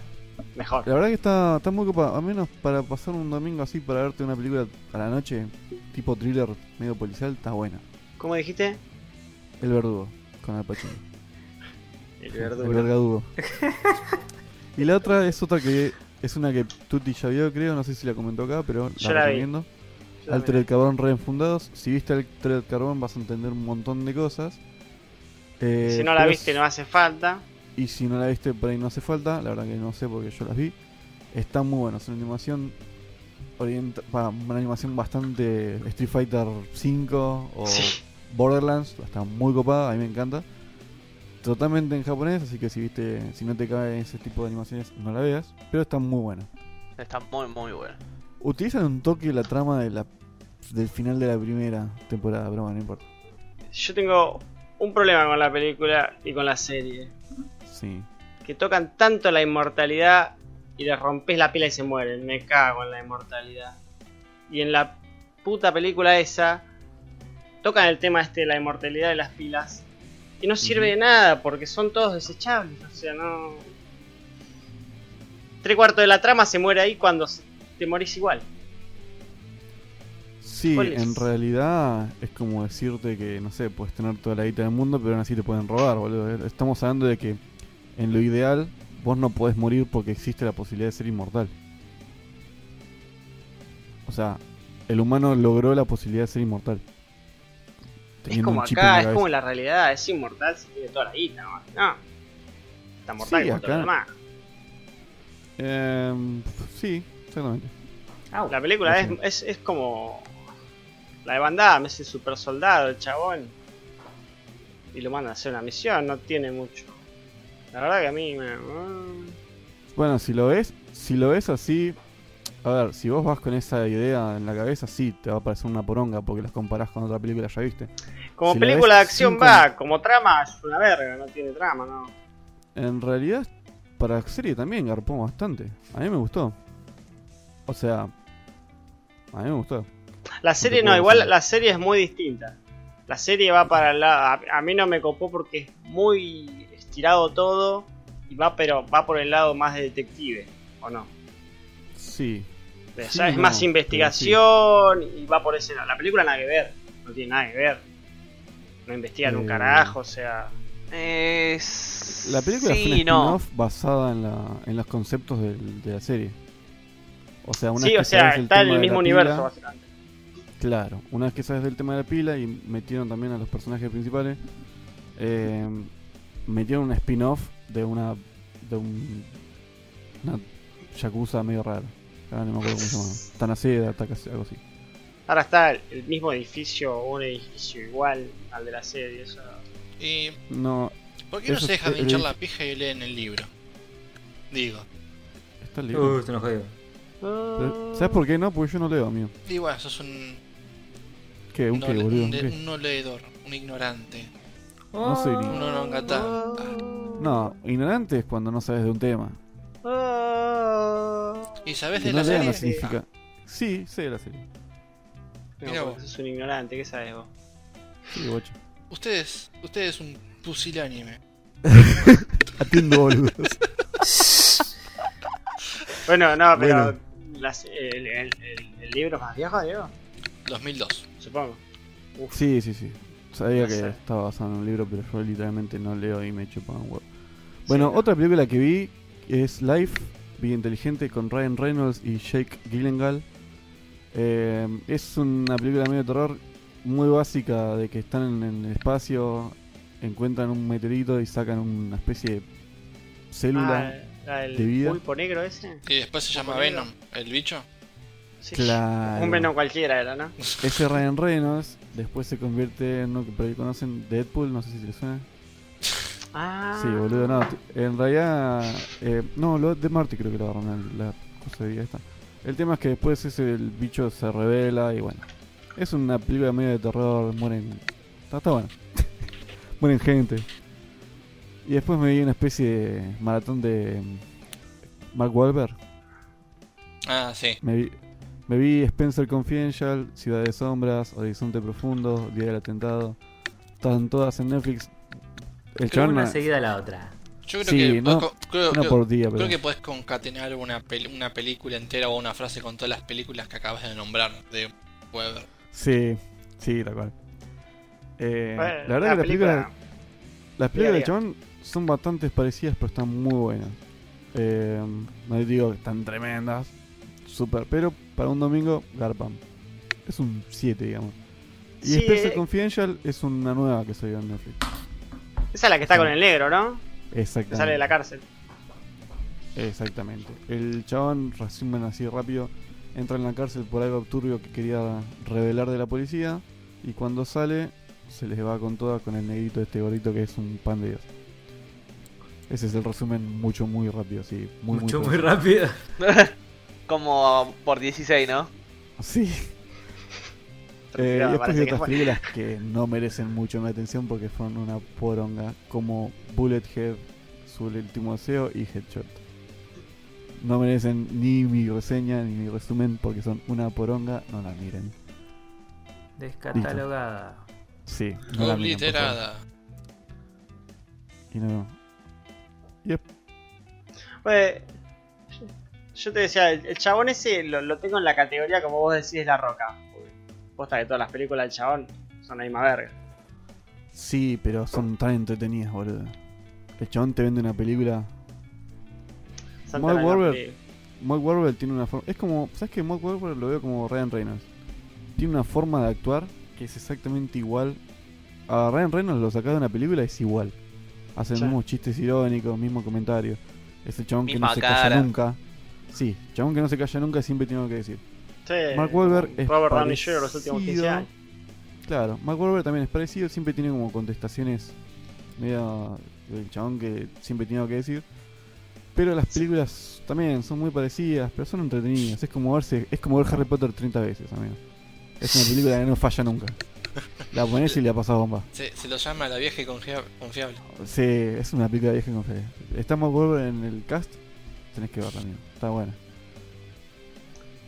Speaker 3: mejor.
Speaker 2: La verdad que está, está muy copa, al menos para pasar un domingo así para verte una película a la noche, tipo thriller medio policial, está buena.
Speaker 3: ¿Cómo dijiste?
Speaker 2: El verdugo, con Al Pacino.
Speaker 3: El
Speaker 2: El
Speaker 3: verdugo.
Speaker 2: vergadugo. y la otra es otra que es una que Tutti ya vio, creo, no sé si la comentó acá, pero
Speaker 3: Yo
Speaker 2: la,
Speaker 3: la vi.
Speaker 2: recomiendo. Altered Carbón Reenfundados. Si viste Altered Carbón vas a entender un montón de cosas. Eh,
Speaker 3: Si no la
Speaker 2: pero
Speaker 3: viste,
Speaker 2: es-
Speaker 3: no hace falta.
Speaker 2: Y si no la viste, por ahí no hace falta. La verdad que no sé porque yo las vi. Están muy buenas. Es una animación. orienta- pa, una animación bastante Street Fighter 5 o
Speaker 3: Sí.
Speaker 2: Borderlands. Está muy copada, a mí me encanta. Totalmente en japonés, así que si viste, si no te cae ese tipo de animaciones, no la veas. Pero está muy buena.
Speaker 4: Está muy, muy bueno.
Speaker 2: Utilizan un toque la trama de la, del final de la primera temporada, pero bueno, no importa.
Speaker 3: Yo tengo un problema con la película y con la serie.
Speaker 2: Sí.
Speaker 3: Que tocan tanto la inmortalidad y les rompes la pila y se mueren. Me cago en la inmortalidad. Y en la puta película esa, tocan el tema este de la inmortalidad de las pilas. Y no sirve de nada porque son todos desechables. O sea, no. Tres cuartos de la trama se muere ahí cuando se- te morís igual.
Speaker 2: Sí,
Speaker 3: ¿Cuál es?
Speaker 2: en realidad es como decirte que, no sé, puedes tener toda la guita del mundo, pero aún así te pueden robar, boludo. Estamos hablando de que en lo ideal vos no podés morir porque existe la posibilidad de ser inmortal. O sea, el humano logró la posibilidad de ser inmortal.
Speaker 3: Es
Speaker 2: Teniendo
Speaker 3: como
Speaker 2: un chip en la
Speaker 3: acá, es
Speaker 2: cabeza.
Speaker 3: como en la realidad. Es inmortal, se tiene toda la guita nomás. No. Está mortal
Speaker 2: Sí,
Speaker 3: como todo lo
Speaker 2: acá.
Speaker 3: demás.
Speaker 2: Em, sí, exactamente.
Speaker 1: au.
Speaker 3: La película es,
Speaker 2: Ujú.
Speaker 3: es, es como la de Van Damme, es el super soldado, el chabón. Y lo mandan a hacer una misión, no tiene mucho. La verdad que a mí me...
Speaker 2: Bueno, si lo ves, si lo ves así, a ver, si vos vas con esa idea en la cabeza, sí, te va a parecer una poronga porque las comparás con otra película ya viste.
Speaker 3: Como
Speaker 2: Si la
Speaker 3: película
Speaker 2: ves
Speaker 3: de acción
Speaker 2: cinco-
Speaker 3: va, como trama es una verga, no tiene trama, ¿no?
Speaker 2: En realidad, para serie también garpó bastante. A mí me gustó. O sea, a mí me gustó.
Speaker 3: La serie
Speaker 2: te
Speaker 3: no,
Speaker 2: puedo
Speaker 3: igual
Speaker 2: decir.
Speaker 3: la serie es muy distinta. La serie va para la... A, a mí no me copó porque es muy estirado todo y va pero va por el lado más de detective, ¿o no?
Speaker 2: Sí.
Speaker 3: O sea,
Speaker 2: Sí,
Speaker 3: es
Speaker 2: no,
Speaker 3: más
Speaker 2: pero
Speaker 3: investigación y va por ese lado. La película nada que ver, no tiene nada que ver. No investigan
Speaker 2: Eh.
Speaker 3: un carajo, o sea,
Speaker 4: Es...
Speaker 2: La película
Speaker 4: sí,
Speaker 2: fue una
Speaker 4: no.
Speaker 2: spin-off basada en, la, en los conceptos del- de la serie. O sea, una
Speaker 3: Sí,
Speaker 2: vez
Speaker 3: o
Speaker 2: que
Speaker 3: sea,
Speaker 2: sabes el
Speaker 3: está
Speaker 2: tema
Speaker 3: en el
Speaker 2: de la
Speaker 3: mismo universo,
Speaker 2: pila-
Speaker 3: básicamente.
Speaker 2: Claro, una vez que sabes del tema de la pila y metieron también a los personajes principales, eh, metieron una spin-off de una. de un. una yakuza medio rara. Ah, no me acuerdo cómo se llama. Tanaceda, Takase- algo así.
Speaker 3: Ahora está el- el mismo edificio, o un edificio igual al de la serie. Eso.
Speaker 5: ¿Y
Speaker 2: No,
Speaker 5: por qué no
Speaker 2: Eso
Speaker 5: se dejan de
Speaker 2: es- eh,
Speaker 5: hinchar la pija y leen el libro? Digo.
Speaker 2: está libre.
Speaker 1: Uh, se nos jodió.
Speaker 2: Pero, ¿Sabes por qué no? Porque yo no leo, amigo.
Speaker 5: Y bueno, sos un,
Speaker 2: ¿Qué? ¿Un
Speaker 5: no,
Speaker 2: qué,
Speaker 5: le-
Speaker 2: boludo? ¿Un
Speaker 5: un de-
Speaker 2: qué?
Speaker 5: un no leedor, un ignorante,
Speaker 2: No soy ni-
Speaker 5: un no Ah, no gata.
Speaker 2: No, ignorante es cuando no sabes de un tema.
Speaker 3: Ah.
Speaker 5: ¿Y sabes
Speaker 2: Que
Speaker 5: de
Speaker 2: no
Speaker 5: la
Speaker 2: lean no
Speaker 5: serie?
Speaker 2: significa. Sí, sé de la serie.
Speaker 5: Mirá
Speaker 3: No, porque
Speaker 5: vos.
Speaker 3: sos un ignorante, ¿qué sabes vos?
Speaker 2: Sí, guacho.
Speaker 5: Ah, Ustedes, ustedes un pusilánime.
Speaker 2: Atiendo boludos.
Speaker 3: Bueno, no, pero
Speaker 2: Bueno.
Speaker 3: las- el, el- el- el libro es más viejo, Diego,
Speaker 5: 2002.
Speaker 3: supongo. Uf,
Speaker 2: Sí, sí, sí. Sabía
Speaker 3: No
Speaker 2: que
Speaker 3: sé.
Speaker 2: estaba basado en un libro, pero yo literalmente no leo y me chupan un huevo.
Speaker 3: sí,
Speaker 2: Bueno,
Speaker 3: no.
Speaker 2: otra película que vi es Life, Vida Inteligente, con Ryan Reynolds y Jake Gyllenhaal. Eh, es una película medio de terror muy básica, de que están en el espacio, encuentran un meteorito y sacan una especie de
Speaker 3: Ah,
Speaker 2: célula.
Speaker 3: la del
Speaker 2: de vida.
Speaker 3: pulpo negro ese.
Speaker 5: Y después se llama
Speaker 3: Boludo.
Speaker 5: Venom, el bicho.
Speaker 3: Sí.
Speaker 2: Claro.
Speaker 3: Un Venom cualquiera era, ¿no?
Speaker 2: Ese Ryan Reynolds después se convierte en uno que por ahí conocen, Deadpool, no sé si les suena.
Speaker 3: Ah.
Speaker 2: Sí, boludo, no. t- En realidad. eh, no, lo de Marty creo que lo agarraron la, la cosa de vida esta. El tema es que después ese el bicho se revela y bueno. Es una película medio de terror, mueren. Está, está bueno. mueren gente. Y después me vi una especie de maratón de. mm, Mark Wahlberg.
Speaker 5: Ah, sí.
Speaker 2: Me vi, me vi Spencer Confidential, Ciudad de Sombras, Horizonte Profundo, Día del Atentado. Están todas en Netflix. El
Speaker 5: Creo
Speaker 2: chabón
Speaker 1: Una
Speaker 2: no-
Speaker 1: seguida a la otra.
Speaker 5: Yo creo
Speaker 2: Sí,
Speaker 5: que
Speaker 2: no-
Speaker 5: podés con- creo,
Speaker 2: no
Speaker 5: creo-
Speaker 2: por día,
Speaker 5: creo
Speaker 2: pero.
Speaker 5: que podés concatenar una, pel- una película entera o una frase con todas las películas que acabas de nombrar de Weber.
Speaker 2: Sí, sí, tal cual. Eh,
Speaker 3: Bueno,
Speaker 2: la verdad que las películas, las películas de
Speaker 3: diga.
Speaker 2: Chabón son bastante parecidas, pero están muy buenas. Eh, no digo que están tremendas, super, pero para un domingo, garpan. Es un 7, digamos. Y
Speaker 3: Sí,
Speaker 2: Spencer
Speaker 3: eh.
Speaker 2: Confidential es una nueva que salió en Netflix.
Speaker 3: Esa es la que está con el negro, ¿no? Que
Speaker 2: Exactamente.
Speaker 3: sale de la cárcel.
Speaker 2: Exactamente. El chabón, resumen así rápido, entra en la cárcel por algo turbio que quería revelar de la policía y cuando sale se les va con toda con el negrito de este gordito que es un pan de Dios. Ese es el resumen mucho, muy rápido, sí. Muy, muy
Speaker 1: Mucho, muy
Speaker 2: corto.
Speaker 1: rápido.
Speaker 4: Como por 16, ¿no?
Speaker 2: Sí. Eh, y
Speaker 3: Claro,
Speaker 2: después
Speaker 3: parece
Speaker 2: hay
Speaker 3: que
Speaker 2: otras
Speaker 3: fue.
Speaker 2: películas que no merecen mucho mi atención porque fueron una poronga, como Bullethead, su último deseo y Headshot. No merecen ni mi reseña ni mi resumen porque son una poronga, no la miren.
Speaker 1: Descatalogada.
Speaker 2: Sí, no la miren. por favor.
Speaker 5: Obliterada.
Speaker 2: Y no.
Speaker 3: Pues, yo te decía, el, el chabón ese lo, lo tengo en la categoría como vos decís la roca. Porque Posta que todas las películas del chabón son la misma verga.
Speaker 2: Sí, pero son tan entretenidas, boludo. El chabón te vende una película.
Speaker 3: Son
Speaker 2: Mark
Speaker 3: tan la misma
Speaker 2: Wahlberg.
Speaker 3: película.
Speaker 2: Mark Wahlberg tiene una forma. Es como. ¿Sabes que Mark Wahlberg lo veo como Ryan Reynolds? Tiene una forma de actuar que es exactamente igual. A Ryan Reynolds lo sacás de una película, es igual. Hace los
Speaker 3: Sí.
Speaker 2: mismos chistes irónicos, mismo comentario. Es el chabón que
Speaker 4: Misma
Speaker 2: no se
Speaker 4: cara.
Speaker 2: calla nunca. Sí, chabón que no se calla nunca, siempre tiene algo que decir.
Speaker 3: Sí,
Speaker 2: Mark Wahlberg es
Speaker 3: Eh, Robert Downey
Speaker 2: parecido-
Speaker 3: Jr. los últimos 15 años.
Speaker 2: Claro, Mark Wahlberg también es parecido, siempre tiene como contestaciones medio del chabón que siempre tiene algo que decir. Pero las películas también son muy parecidas, pero son entretenidas. Es como verse, es como ver Harry Potter 30 veces, amigo. Es una película que no falla nunca. La pones y la pasás bomba.
Speaker 5: Se, se lo llama la vieja y confia- confiable.
Speaker 2: Sí, es una película vieja y con fe. Está Mark Wahlberg en el cast, tenés que verla, amigo. Está buena.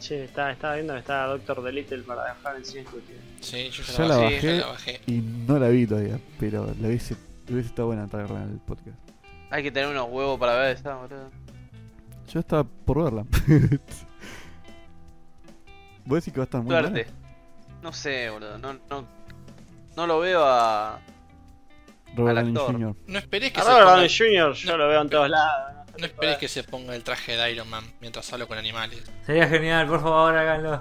Speaker 3: Che, estaba, estaba viendo que estaba Doctor Delittle para dejar en cine exclusivo.
Speaker 5: Sí, yo ya,
Speaker 2: Ya
Speaker 5: la
Speaker 2: la
Speaker 5: bajé.
Speaker 2: bajé.
Speaker 5: ya la bajé.
Speaker 2: Y no la vi todavía, pero la hubiese, hubiese estado buena traerla en el podcast.
Speaker 4: Hay que tener unos huevos para ver esa, boludo.
Speaker 2: Yo estaba por verla. Voy a decir que va a estar muy buena?
Speaker 4: Suerte. No sé, boludo. No, no, no lo veo a.
Speaker 2: Robert
Speaker 4: Al
Speaker 2: Downey
Speaker 4: actor.
Speaker 2: Jr.
Speaker 5: Ah, No esperes que
Speaker 3: A
Speaker 5: se
Speaker 3: Robert
Speaker 5: ponga-
Speaker 3: Downey Jr. yo lo veo en todos lados. ¿no?
Speaker 5: No esperes que se ponga el traje de Iron Man mientras hablo con animales.
Speaker 1: Sería genial, por favor, háganlo.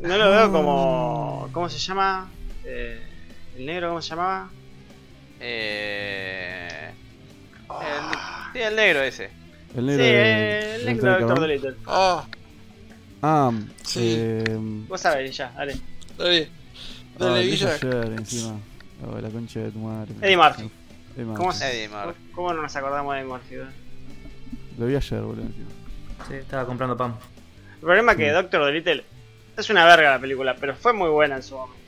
Speaker 3: No lo veo como. ¿Cómo se llama? Eh, ¿El negro cómo se llamaba?
Speaker 4: Eh... El... Sí, el negro ese.
Speaker 2: El
Speaker 3: Sí, eh,
Speaker 2: negro de-
Speaker 3: el
Speaker 2: del
Speaker 3: negro
Speaker 2: Doctor
Speaker 3: actor de
Speaker 2: Cameron.
Speaker 3: Little.
Speaker 5: Ah,
Speaker 2: Ah,
Speaker 5: Sí.
Speaker 2: eh,
Speaker 3: Vos sabés, ya, dale.
Speaker 5: dale.
Speaker 2: ah,
Speaker 5: Dale,
Speaker 2: el
Speaker 5: Villa.
Speaker 2: Ayer, encima. Oh, la concha de tu madre.
Speaker 3: Eddie Murphy.
Speaker 2: Eddie Murphy.
Speaker 3: ¿Cómo se
Speaker 4: Eddie Murphy.
Speaker 3: ¿Cómo no nos acordamos de Murphy? bro?
Speaker 2: Lo vi ayer, boludo. encima.
Speaker 1: Sí, estaba comprando pan.
Speaker 3: El problema es que Doctor Dolittle es una verga la película, pero fue muy buena en su momento.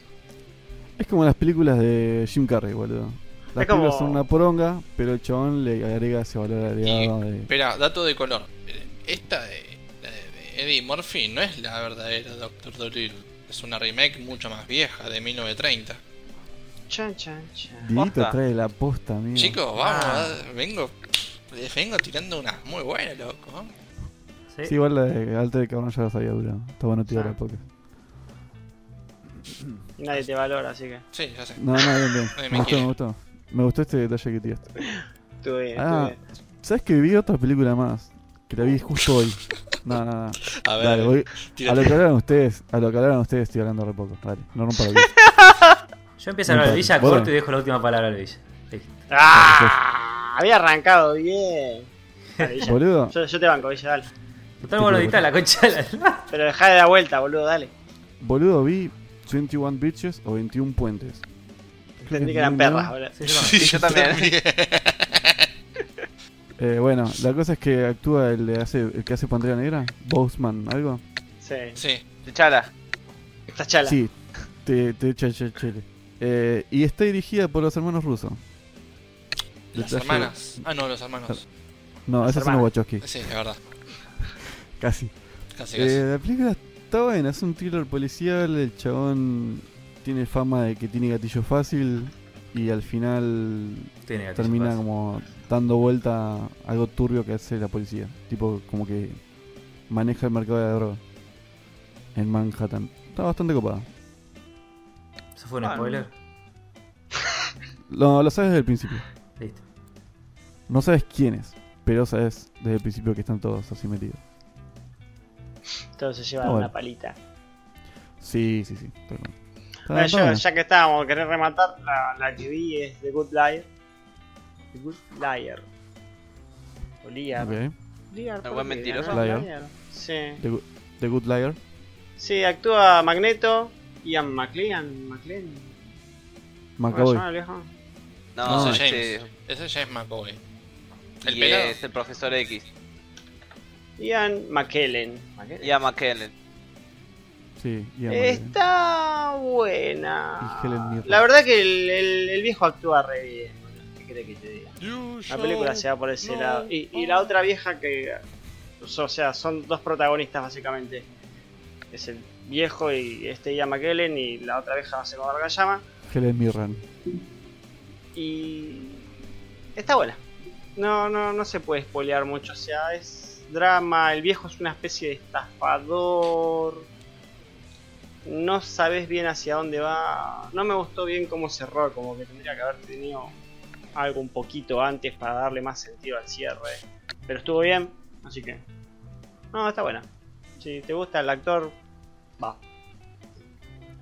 Speaker 2: Es como las películas de Jim Carrey, boludo. Las
Speaker 3: Es como-
Speaker 2: películas son una poronga, pero el chabón le agrega ese valor agregado
Speaker 5: Y-
Speaker 2: de...
Speaker 5: Espera, dato de color. Eh, Esta de, la de Eddie Murphy no es la verdadera Doctor Dolittle. Es una remake mucho más vieja, de 1930.
Speaker 3: Chan, chan, chan.
Speaker 2: Didito
Speaker 4: posta.
Speaker 2: trae la posta, amigo.
Speaker 5: Chicos, vamos,
Speaker 1: Ah.
Speaker 5: a- vengo. Les vengo tirando unas muy buenas, loco.
Speaker 1: Sí.
Speaker 2: Sí, igual la de Alta de Cabrón ya la sabía durado. Está bueno
Speaker 3: Ah.
Speaker 2: tirar la poca.
Speaker 3: Nadie te valora, así que.
Speaker 5: Sí, ya sé.
Speaker 2: No, no, bien, bien.
Speaker 5: Nadie me
Speaker 2: Me gustó,
Speaker 5: quiere.
Speaker 2: me gustó. Me gustó este detalle que tiraste.
Speaker 3: Estuve bien,
Speaker 2: Ah,
Speaker 3: estuve bien.
Speaker 2: ¿sabes que vi otra película más? Que la vi justo hoy. No, no, no.
Speaker 5: Uh. A ver,
Speaker 2: Dale, voy. A
Speaker 5: tírate.
Speaker 2: lo que hablaron ustedes, a lo que hablaron ustedes estoy hablando re poco. Dale, no rompa la vida.
Speaker 1: Yo empiezo a hablar de Villa,
Speaker 2: Bueno.
Speaker 1: corto y dejo la última palabra al Villa. Listo.
Speaker 3: ¡Ah! Había arrancado bien. Dale, Villa.
Speaker 2: Boludo,
Speaker 3: Yo, yo te banco, Villa, dale.
Speaker 1: Total, vos lo editás, la concha de la...
Speaker 3: Pero dejá de dar vuelta, boludo, dale.
Speaker 2: boludo, vi 21 bitches o 21 puentes. Creo
Speaker 3: Entendí
Speaker 2: es
Speaker 3: que eran
Speaker 2: muy nueva.
Speaker 3: perras, boludo.
Speaker 1: Sí, yo
Speaker 4: Sí, yo también.
Speaker 2: Eh, bueno, la cosa es que actúa el, de hace, el que hace Pantera Negra, Boseman, algo.
Speaker 3: Sí.
Speaker 5: Sí,
Speaker 4: Chala.
Speaker 3: Está chala.
Speaker 2: Sí, te, te echa chile. Eh, y está dirigida por los hermanos rusos.
Speaker 5: las
Speaker 2: Detalle-
Speaker 5: hermanas. Ah, no, los hermanos.
Speaker 2: No,
Speaker 3: Las
Speaker 2: esas son los
Speaker 3: hermanas.
Speaker 2: Wachowski,
Speaker 5: Sí, es verdad.
Speaker 2: casi.
Speaker 5: Casi, casi.
Speaker 2: Eh, la película está buena, es un thriller policial, el chabón tiene fama de que tiene gatillo fácil y al final
Speaker 1: Tiene gatillo
Speaker 2: termina
Speaker 1: fácil.
Speaker 2: como dando vuelta a algo turbio que hace la policía. Tipo, como que maneja el mercado de la droga en Manhattan. Está bastante copada.
Speaker 1: ¿Eso fue un
Speaker 4: Ah,
Speaker 1: spoiler?
Speaker 2: Lo, lo sabes desde el principio.
Speaker 1: Listo.
Speaker 2: No sabes quién es, pero sabes desde el principio que están todos así metidos.
Speaker 3: Entonces llevan
Speaker 2: Ah, bueno.
Speaker 3: una palita.
Speaker 2: Sí, sí, sí. tal cual. Está-
Speaker 3: Bueno,
Speaker 2: está
Speaker 3: yo,
Speaker 2: buena.
Speaker 3: ya que estábamos, querés rematar, la, la que vi es The Good Liar. The Good Liar. O Liar.
Speaker 2: Ok.
Speaker 3: Liar, ¿por
Speaker 4: buen
Speaker 3: qué?
Speaker 4: mentiroso.
Speaker 3: ¿No?
Speaker 2: Liar.
Speaker 3: Sí.
Speaker 2: The, Good- The Good Liar.
Speaker 3: sí, actúa Magneto, Ian McLean. McLean. ¿Cómo se
Speaker 2: Macaboy.
Speaker 3: llama el viejo?
Speaker 4: No,
Speaker 5: No,
Speaker 2: Ah,
Speaker 5: ese
Speaker 4: este...
Speaker 5: es James. Ese es James McCoy. El
Speaker 4: y
Speaker 5: pelado.
Speaker 4: es el profesor X.
Speaker 3: Ian McKellen. ¿McKellen?
Speaker 4: Y a McKellen.
Speaker 2: Sí, y Amber.
Speaker 3: Está buena.
Speaker 2: Y Helen Mirren.
Speaker 3: La verdad que el, el- el viejo actúa re bien. boludo. ¿Qué querés que te diga?
Speaker 5: You
Speaker 3: La película se va por ese
Speaker 5: no,
Speaker 3: lado. Y, y
Speaker 5: no.
Speaker 3: la otra vieja que. O sea, son dos protagonistas básicamente. Es el viejo y este Ian McKellen y la otra vieja no sé cómo verga se llama.
Speaker 2: Helen Mirren.
Speaker 3: Y. Está buena. No, no, no se puede spoilear mucho. O sea, es drama. El viejo es una especie de estafador. No sabes bien hacia dónde va. No me gustó bien cómo cerró. Como que tendría que haber tenido algo un poquito antes para darle más sentido al cierre. Pero estuvo bien. Así que. No, está buena. Si te gusta el actor, va.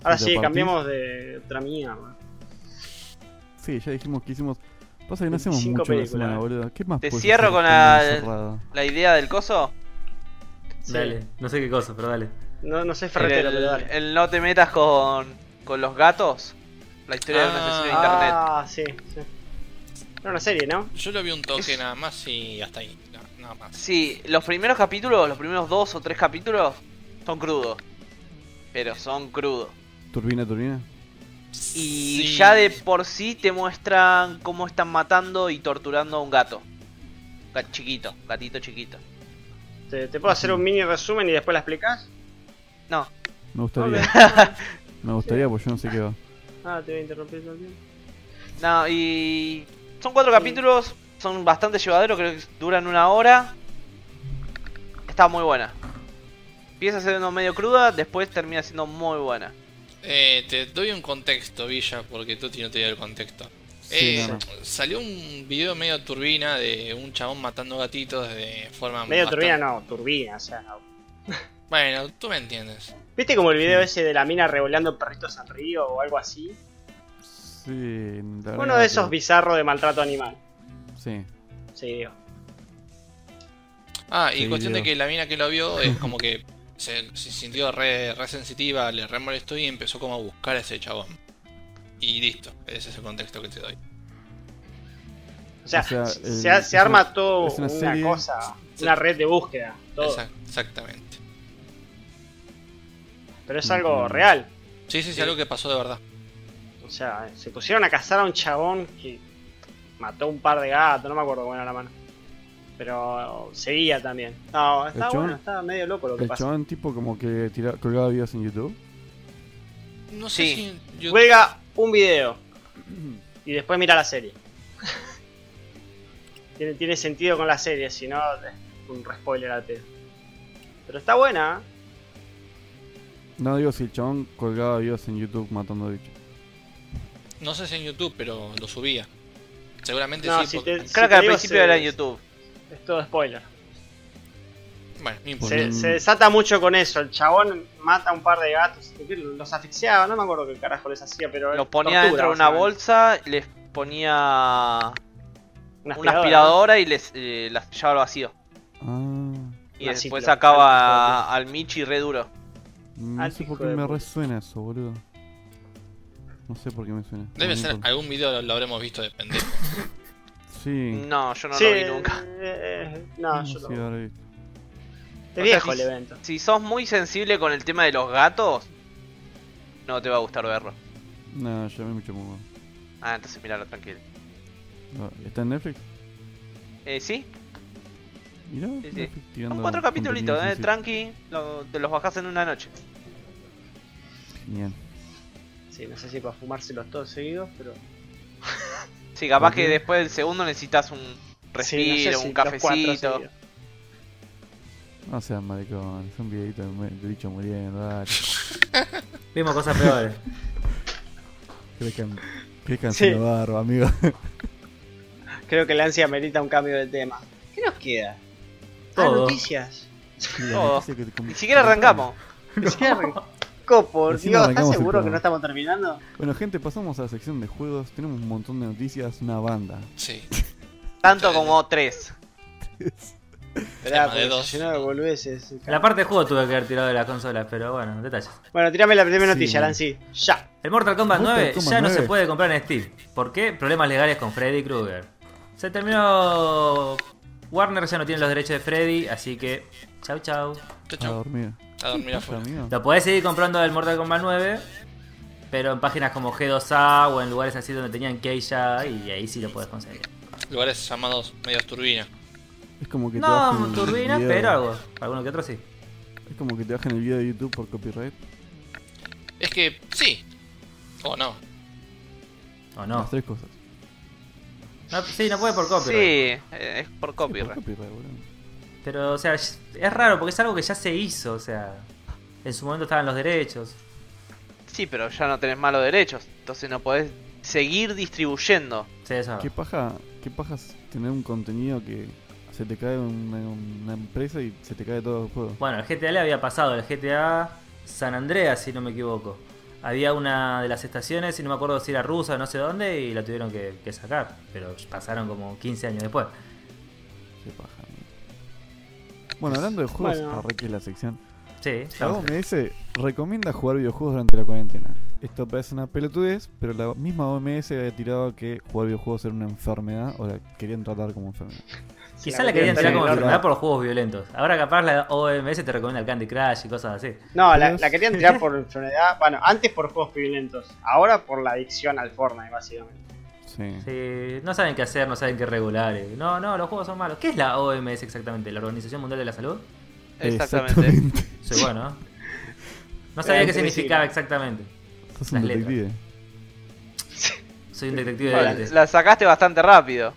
Speaker 3: Ahora
Speaker 2: Si te
Speaker 3: sí,
Speaker 2: partís.
Speaker 3: cambiemos de otra mierda.
Speaker 2: Sí, ya dijimos que hicimos. Pasa que no hacemos
Speaker 3: 25
Speaker 2: mucho en la
Speaker 3: películas,
Speaker 2: semana,
Speaker 3: eh.
Speaker 2: boludo. ¿Qué más?
Speaker 4: Te
Speaker 2: puedes
Speaker 4: cierro
Speaker 2: hacer
Speaker 4: con
Speaker 2: estando
Speaker 4: la-
Speaker 2: encerrado?
Speaker 4: La idea del coso.
Speaker 3: Sí.
Speaker 1: Dale, no sé qué cosa, pero dale.
Speaker 3: No, no sé ferretero,
Speaker 4: El,
Speaker 3: pero dale.
Speaker 4: el no te metas con, con los gatos. La historia de un
Speaker 5: Ah.
Speaker 4: asesino de internet.
Speaker 3: Ah, sí, sí. Era una serie, ¿no?
Speaker 5: Yo lo vi un toque nada más y hasta ahí. No, nada más.
Speaker 4: Sí, los primeros capítulos, los primeros dos o tres capítulos son crudos. Pero son crudos.
Speaker 2: Turbina, turbina.
Speaker 4: Y
Speaker 5: Sí.
Speaker 4: ya de por sí te muestran cómo están matando y torturando a un gato. Gat- chiquito, gatito chiquito.
Speaker 3: ¿Te, te puedo hacer un mini resumen y después la explicás?
Speaker 4: No,
Speaker 2: Me gustaría.
Speaker 3: Ok.
Speaker 2: Me gustaría porque yo no sé qué va.
Speaker 3: Ah, te voy a interrumpir todo el tiempo.
Speaker 4: no, y. Son cuatro capítulos, son bastante llevaderos, creo que duran una hora. Está muy buena. Empieza siendo medio cruda, después termina siendo muy buena.
Speaker 5: Eh, te doy un contexto, Villa, porque Tuti no te dio el contexto.
Speaker 2: Sí,
Speaker 5: Eh,
Speaker 2: no, no.
Speaker 5: Salió un video medio turbina de un chabón matando gatitos de forma.
Speaker 3: Medio
Speaker 5: bastante-
Speaker 3: turbina, no, turbina, o sea.
Speaker 5: Bueno, tú me entiendes.
Speaker 3: ¿Viste como el video ese de la mina revolando perritos al río o algo así?
Speaker 2: Sí, la verdad
Speaker 3: Uno de
Speaker 2: que-
Speaker 3: esos bizarros de maltrato animal.
Speaker 2: Sí.
Speaker 3: Sí, digo.
Speaker 5: Ah, y
Speaker 2: Sí,
Speaker 5: cuestión de
Speaker 2: video.
Speaker 5: que la mina que lo vio es como que se, se sintió re, re sensitiva, le re molestó y empezó como a buscar a ese chabón. Y listo, ese es el contexto que te doy.
Speaker 3: O sea,
Speaker 2: O sea,
Speaker 3: se,
Speaker 2: el-
Speaker 3: se ha- se
Speaker 2: es
Speaker 3: arma
Speaker 2: una-
Speaker 3: todo
Speaker 2: es una
Speaker 3: una,
Speaker 2: serie-
Speaker 3: cosa, una red de búsqueda, todo.
Speaker 5: Exac- exactamente.
Speaker 3: Pero es algo
Speaker 2: Ujú.
Speaker 3: real.
Speaker 5: Sí, sí, sí, algo que pasó de verdad.
Speaker 3: O sea, se pusieron a cazar a un chabón que mató un par de gatos, no me acuerdo bueno la mano. Pero seguía también. No, estaba
Speaker 2: chabón-
Speaker 3: bueno, estaba medio loco lo que
Speaker 2: El
Speaker 3: pasa.
Speaker 2: chabón tipo como que tira- colgaba videos en YouTube.
Speaker 5: No sé
Speaker 4: Sí.
Speaker 5: si. yo-
Speaker 3: Cuelga un video y después mira la serie. tiene, tiene sentido con la serie, si no, es un re spoiler al pedo. Pero está buena, ¿eh?
Speaker 2: No digo si el chabón colgaba videos en YouTube matando bichos.
Speaker 5: No sé si en YouTube, pero lo subía. Seguramente
Speaker 3: No,
Speaker 5: sí.
Speaker 3: si
Speaker 5: porque-
Speaker 3: te-
Speaker 4: Creo
Speaker 3: Si
Speaker 4: que al
Speaker 3: digo,
Speaker 4: principio
Speaker 3: se-
Speaker 4: era en YouTube.
Speaker 3: es todo spoiler.
Speaker 5: Bueno, no importa.
Speaker 3: Se,
Speaker 2: Mm.
Speaker 3: se desata mucho con eso. El chabón mata a un par de gatos, creo que los asfixiaba, no me acuerdo qué carajo les hacía, pero.
Speaker 4: Los
Speaker 3: tortura,
Speaker 4: ponía dentro de una
Speaker 3: básicamente.
Speaker 4: bolsa, les ponía
Speaker 3: Una
Speaker 4: una
Speaker 3: aspiradora.
Speaker 4: aspiradora y les eh, las echaba al vacío.
Speaker 2: Ah.
Speaker 4: Y
Speaker 3: Una
Speaker 4: después
Speaker 3: ciclo.
Speaker 4: sacaba al Michi re duro.
Speaker 2: No
Speaker 3: Al
Speaker 2: sé por
Speaker 3: hijo
Speaker 2: qué
Speaker 3: de
Speaker 2: me
Speaker 3: puta.
Speaker 2: resuena eso, boludo. No sé por qué me suena.
Speaker 5: Debe
Speaker 2: No,
Speaker 5: ser
Speaker 2: no importa.
Speaker 5: algún video lo, lo habremos visto de pendejo.
Speaker 2: Sí.
Speaker 4: No, yo no
Speaker 3: Sí,
Speaker 4: lo vi nunca.
Speaker 3: eh, eh, no, yo
Speaker 2: sí,
Speaker 3: no.
Speaker 2: ahora vi.
Speaker 3: Es
Speaker 4: O sea,
Speaker 3: viejo
Speaker 4: si-
Speaker 3: el evento.
Speaker 4: Si sos muy sensible con el tema de los gatos, no te va a gustar verlo.
Speaker 2: No, ya me mucho como.
Speaker 4: Ah, entonces miralo tranquilo.
Speaker 2: No, ¿Está en Netflix?
Speaker 4: Eh, sí,
Speaker 2: Mirá,
Speaker 4: sí.
Speaker 2: Netflix tirando
Speaker 4: son cuatro
Speaker 2: contenido
Speaker 4: capítulos, eh,
Speaker 2: sensible.
Speaker 4: tranqui, lo- te los bajás en una noche.
Speaker 2: Bien.
Speaker 3: Sí, no sé si para fumárselos todos seguidos, pero.
Speaker 4: Sí, capaz que
Speaker 2: Ok.
Speaker 4: después del segundo necesitas un
Speaker 3: Sí, no sé
Speaker 4: respiro,
Speaker 3: si los
Speaker 4: un
Speaker 3: cuatro
Speaker 4: cafecito.
Speaker 3: seguidos.
Speaker 2: No sean maricón, son videitos de me- de bicho muriendo, dale.
Speaker 1: Vimos cosas peores.
Speaker 2: Crezcan, crezcan
Speaker 3: Sí.
Speaker 2: sin la barba, amigo.
Speaker 3: Creo que la ansia merita un cambio de tema. ¿Qué nos queda? Ah,
Speaker 1: Todo.
Speaker 3: noticias.
Speaker 4: Oh, Ni siquiera arrancamos.
Speaker 3: Ni siquiera arran- Copo,
Speaker 2: Recién
Speaker 3: Dios, ¿estás
Speaker 2: arrancamos el
Speaker 3: seguro que no
Speaker 2: programa.
Speaker 3: estamos terminando?
Speaker 2: Bueno, gente, pasamos a la sección de juegos. Tenemos un montón de noticias, una banda.
Speaker 5: Sí.
Speaker 4: Tanto como tres.
Speaker 3: Esperá,
Speaker 5: Tema de
Speaker 3: porque
Speaker 5: dos.
Speaker 3: se llenó de boludeces.
Speaker 1: La parte de juego tuve que haber tirado de las consolas, pero bueno, detalles.
Speaker 3: Bueno, tirame la primera
Speaker 2: Sí,
Speaker 3: noticia,
Speaker 2: bueno.
Speaker 3: Lancy. Ya.
Speaker 1: El Mortal Kombat
Speaker 2: Mortal
Speaker 1: 9
Speaker 2: Kombat
Speaker 1: ya no
Speaker 2: 9.
Speaker 1: se puede comprar en Steam. ¿Por qué? Problemas legales con Freddy Krueger. Se terminó. Warner ya no tiene los derechos de Freddy, así que. Chau, chau.
Speaker 5: Chau,
Speaker 2: A
Speaker 5: chau.
Speaker 2: dormir.
Speaker 5: A dormir afuera.
Speaker 2: amigo?
Speaker 1: Lo podés seguir comprando del Mortal Kombat 9, pero en páginas como G2A o en lugares así donde tenían Keisha, y ahí sí lo podés conseguir.
Speaker 5: Lugares llamados medios turbina.
Speaker 2: Es como que te bajen
Speaker 1: No,
Speaker 2: el
Speaker 1: turbinas,
Speaker 2: video-
Speaker 1: pero algo. Alguno que otro sí.
Speaker 2: Es como que te bajen el video de YouTube por copyright.
Speaker 5: Es que sí. O no.
Speaker 1: O
Speaker 2: Las
Speaker 1: no.
Speaker 2: tres cosas.
Speaker 1: No, Sí, no puede por
Speaker 4: Sí,
Speaker 1: copyright.
Speaker 4: eh, es por
Speaker 2: Sí, por
Speaker 4: copyright.
Speaker 2: copyright, boludo.
Speaker 1: Pero, o sea, es raro porque es algo que ya se hizo, o sea. En su momento estaban los derechos.
Speaker 4: Sí, pero ya no tenés malos derechos, entonces no podés seguir distribuyendo.
Speaker 1: Sí, eso.
Speaker 2: ¿Qué paja, qué paja es tener un contenido que se te cae una, una empresa y se te cae todo el juego?
Speaker 1: Bueno, el GTA le había pasado, el GTA San Andreas, si no me equivoco. Había una de las estaciones, y no me acuerdo si era rusa o no sé dónde, y la tuvieron que, que sacar. Pero pasaron como 15 años después.
Speaker 2: Qué paja. amigo. Bueno, hablando de juegos,
Speaker 3: Bueno.
Speaker 2: arre que es la sección.
Speaker 1: Sí, estamos-
Speaker 2: Chabón me dice, recomienda jugar videojuegos durante la cuarentena. Esto parece una pelotudez, pero la misma OMS había tirado que jugar videojuegos era una enfermedad o la querían tratar como enfermedad.
Speaker 1: Quizá la querían tirar
Speaker 2: tirar
Speaker 1: como
Speaker 2: en el
Speaker 1: enfermedad
Speaker 2: orto.
Speaker 1: por los juegos violentos. Ahora capaz la OMS te recomienda el Candy Crush y cosas así.
Speaker 3: No, la,
Speaker 2: Pero-
Speaker 3: la querían tirar por enfermedad. Bueno, antes por juegos violentos, ahora por la adicción al Fortnite, básicamente.
Speaker 2: Sí.
Speaker 1: Sí, no saben qué hacer, no saben qué regular. eh. No, no, los juegos son malos. ¿Qué es la OMS exactamente? ¿La Organización Mundial de la Salud?
Speaker 4: Exactamente.
Speaker 1: Sí, bueno. ¿no? No sabía
Speaker 3: Eh,
Speaker 1: qué
Speaker 3: sí, sí.
Speaker 1: significaba exactamente.
Speaker 2: Sos un
Speaker 1: Las letras.
Speaker 2: detective.
Speaker 1: Soy un detective de
Speaker 4: La,
Speaker 1: élite.
Speaker 4: la sacaste bastante rápido.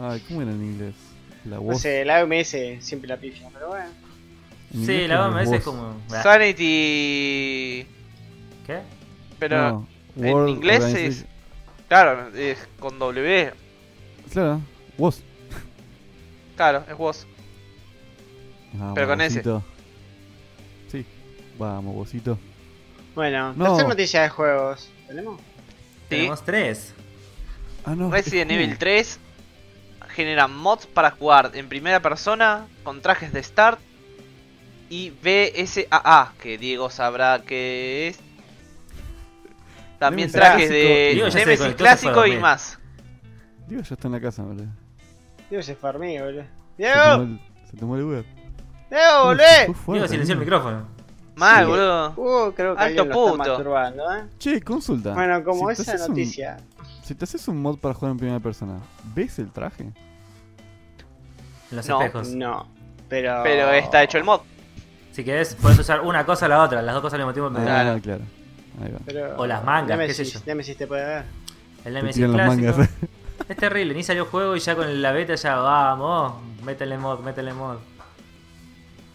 Speaker 2: Ay, ¿cómo era en inglés? La
Speaker 3: No
Speaker 2: voz.
Speaker 3: sé, la OMS siempre la pifia, pero bueno.
Speaker 2: En
Speaker 1: Sí,
Speaker 2: inglés
Speaker 1: la
Speaker 2: es
Speaker 1: OMS es
Speaker 2: voz.
Speaker 1: como. ah,
Speaker 4: Sanity.
Speaker 1: ¿Qué?
Speaker 4: Pero
Speaker 2: No,
Speaker 4: en inglés
Speaker 2: Organization-
Speaker 4: Claro, es con W.
Speaker 2: Claro, vos.
Speaker 4: Claro, es vos.
Speaker 2: Vamos,
Speaker 4: Pero con ese.
Speaker 2: vosito. Sí, vamos, vosito.
Speaker 3: Bueno,
Speaker 2: No.
Speaker 3: tercer noticia de juegos. ¿Tenemos?
Speaker 4: Sí.
Speaker 1: Tenemos tres.
Speaker 2: Ah, no.
Speaker 4: Resident
Speaker 2: es-
Speaker 4: Evil 3 genera mods para jugar en primera persona con trajes de start y BSAA, que Diego sabrá que es. También
Speaker 2: Nemesis
Speaker 4: trajes
Speaker 2: clásico.
Speaker 1: Diego ya
Speaker 4: de
Speaker 1: se
Speaker 4: Nemesis
Speaker 1: desconectó, se fue a
Speaker 4: clásico y
Speaker 1: dormir.
Speaker 4: más.
Speaker 2: Digo, ya está en la casa, boludo.
Speaker 3: Dios, es para mí, boludo.
Speaker 2: Se tomó
Speaker 3: ¡Diego!
Speaker 2: el, se tomó el Uber.
Speaker 3: ¡Diego,
Speaker 2: Fue
Speaker 3: volvé!
Speaker 2: fuerte,
Speaker 1: Diego silenció el
Speaker 2: boludo.
Speaker 1: micrófono.
Speaker 4: ¡Eh, Mal,
Speaker 3: Sí.
Speaker 4: boludo.
Speaker 3: Uh, creo que
Speaker 4: Alto
Speaker 3: alguien lo está
Speaker 4: puto.
Speaker 3: masturbando, ¿eh?
Speaker 2: Che, consulta.
Speaker 3: Bueno, como
Speaker 2: Si te
Speaker 3: esa
Speaker 2: haces pues un-
Speaker 3: noticia.
Speaker 2: si te haces un mod para jugar en primera persona, ¿ves el traje?
Speaker 1: En los
Speaker 4: No.
Speaker 1: espejos.
Speaker 3: No. Pero.
Speaker 4: Pero está hecho el mod.
Speaker 1: Si querés, podés usar una cosa a la otra, las dos cosas al mismo tiempo. pero-
Speaker 4: Claro.
Speaker 2: Ah, claro. Ahí va.
Speaker 3: Pero-
Speaker 1: O las mangas, qué sé
Speaker 3: Nemesis,
Speaker 1: yo.
Speaker 3: Nemesis te puede ver.
Speaker 1: El
Speaker 2: Te
Speaker 1: Nemesis
Speaker 2: tiran las
Speaker 1: clásico.
Speaker 2: mangas.
Speaker 1: Es terrible, ni salió juego y ya con la beta ya vamos. Métele mod, métele mod.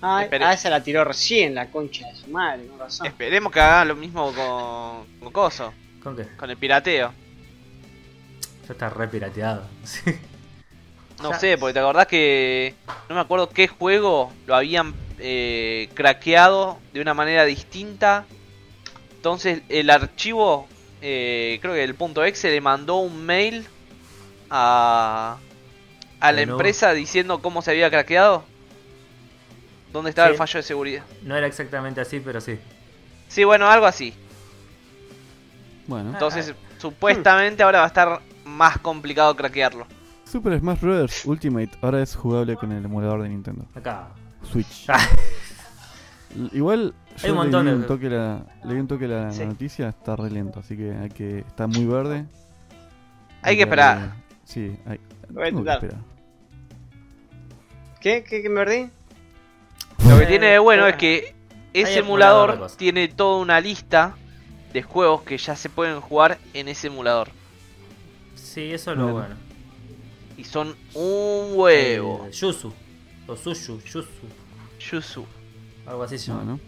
Speaker 3: Ah,
Speaker 4: Espera.
Speaker 3: ah, esa la tiró recién, la concha de su madre, con razón.
Speaker 4: Esperemos que hagan lo mismo con, con Coso,
Speaker 1: ¿Con qué?
Speaker 4: con el pirateo.
Speaker 1: Ya está re pirateado. Sí.
Speaker 4: No
Speaker 1: Ya.
Speaker 4: sé, porque te acordás que no me acuerdo qué juego lo habían eh, craqueado de una manera distinta. Entonces el archivo, eh, creo que el punto exe le mandó un mail a, a la
Speaker 1: Bueno.
Speaker 4: empresa diciendo cómo se había craqueado. ¿Dónde estaba
Speaker 1: Sí.
Speaker 4: el fallo de seguridad?
Speaker 1: No era exactamente así, pero sí.
Speaker 4: Sí, bueno, algo así.
Speaker 1: Ah,
Speaker 2: Bueno,
Speaker 4: Entonces supuestamente ahora va a estar más complicado craquearlo.
Speaker 2: Super Smash Bros. Ultimate ahora es jugable con el emulador de Nintendo
Speaker 1: Acá.
Speaker 2: Switch.
Speaker 1: Ah.
Speaker 2: L- Igual yo
Speaker 1: Hay un montón
Speaker 2: leí
Speaker 1: de-
Speaker 2: un toque la, leí un toque la, la
Speaker 4: Sí.
Speaker 2: noticia, está re lento, así que hay que está muy verde.
Speaker 4: Hay que esperar.
Speaker 2: Sí, hay
Speaker 3: Voy a
Speaker 2: tengo que
Speaker 3: intentar.
Speaker 2: esperar.
Speaker 3: ¿Qué? ¿Qué, qué me perdí?
Speaker 4: Lo que
Speaker 1: Eh,
Speaker 4: tiene de bueno es
Speaker 1: bueno.
Speaker 4: que ese
Speaker 1: Hay emulador de
Speaker 4: emulador
Speaker 1: cosas.
Speaker 4: tiene toda una lista de juegos que ya se pueden jugar en ese emulador.
Speaker 1: Sí, eso es lo
Speaker 2: Bueno.
Speaker 1: bueno.
Speaker 4: Y son un huevo.
Speaker 1: Eh, Yuzu. O Suyu, Yuzu.
Speaker 4: Yuzu.
Speaker 1: Algo así se llama.
Speaker 2: Bueno.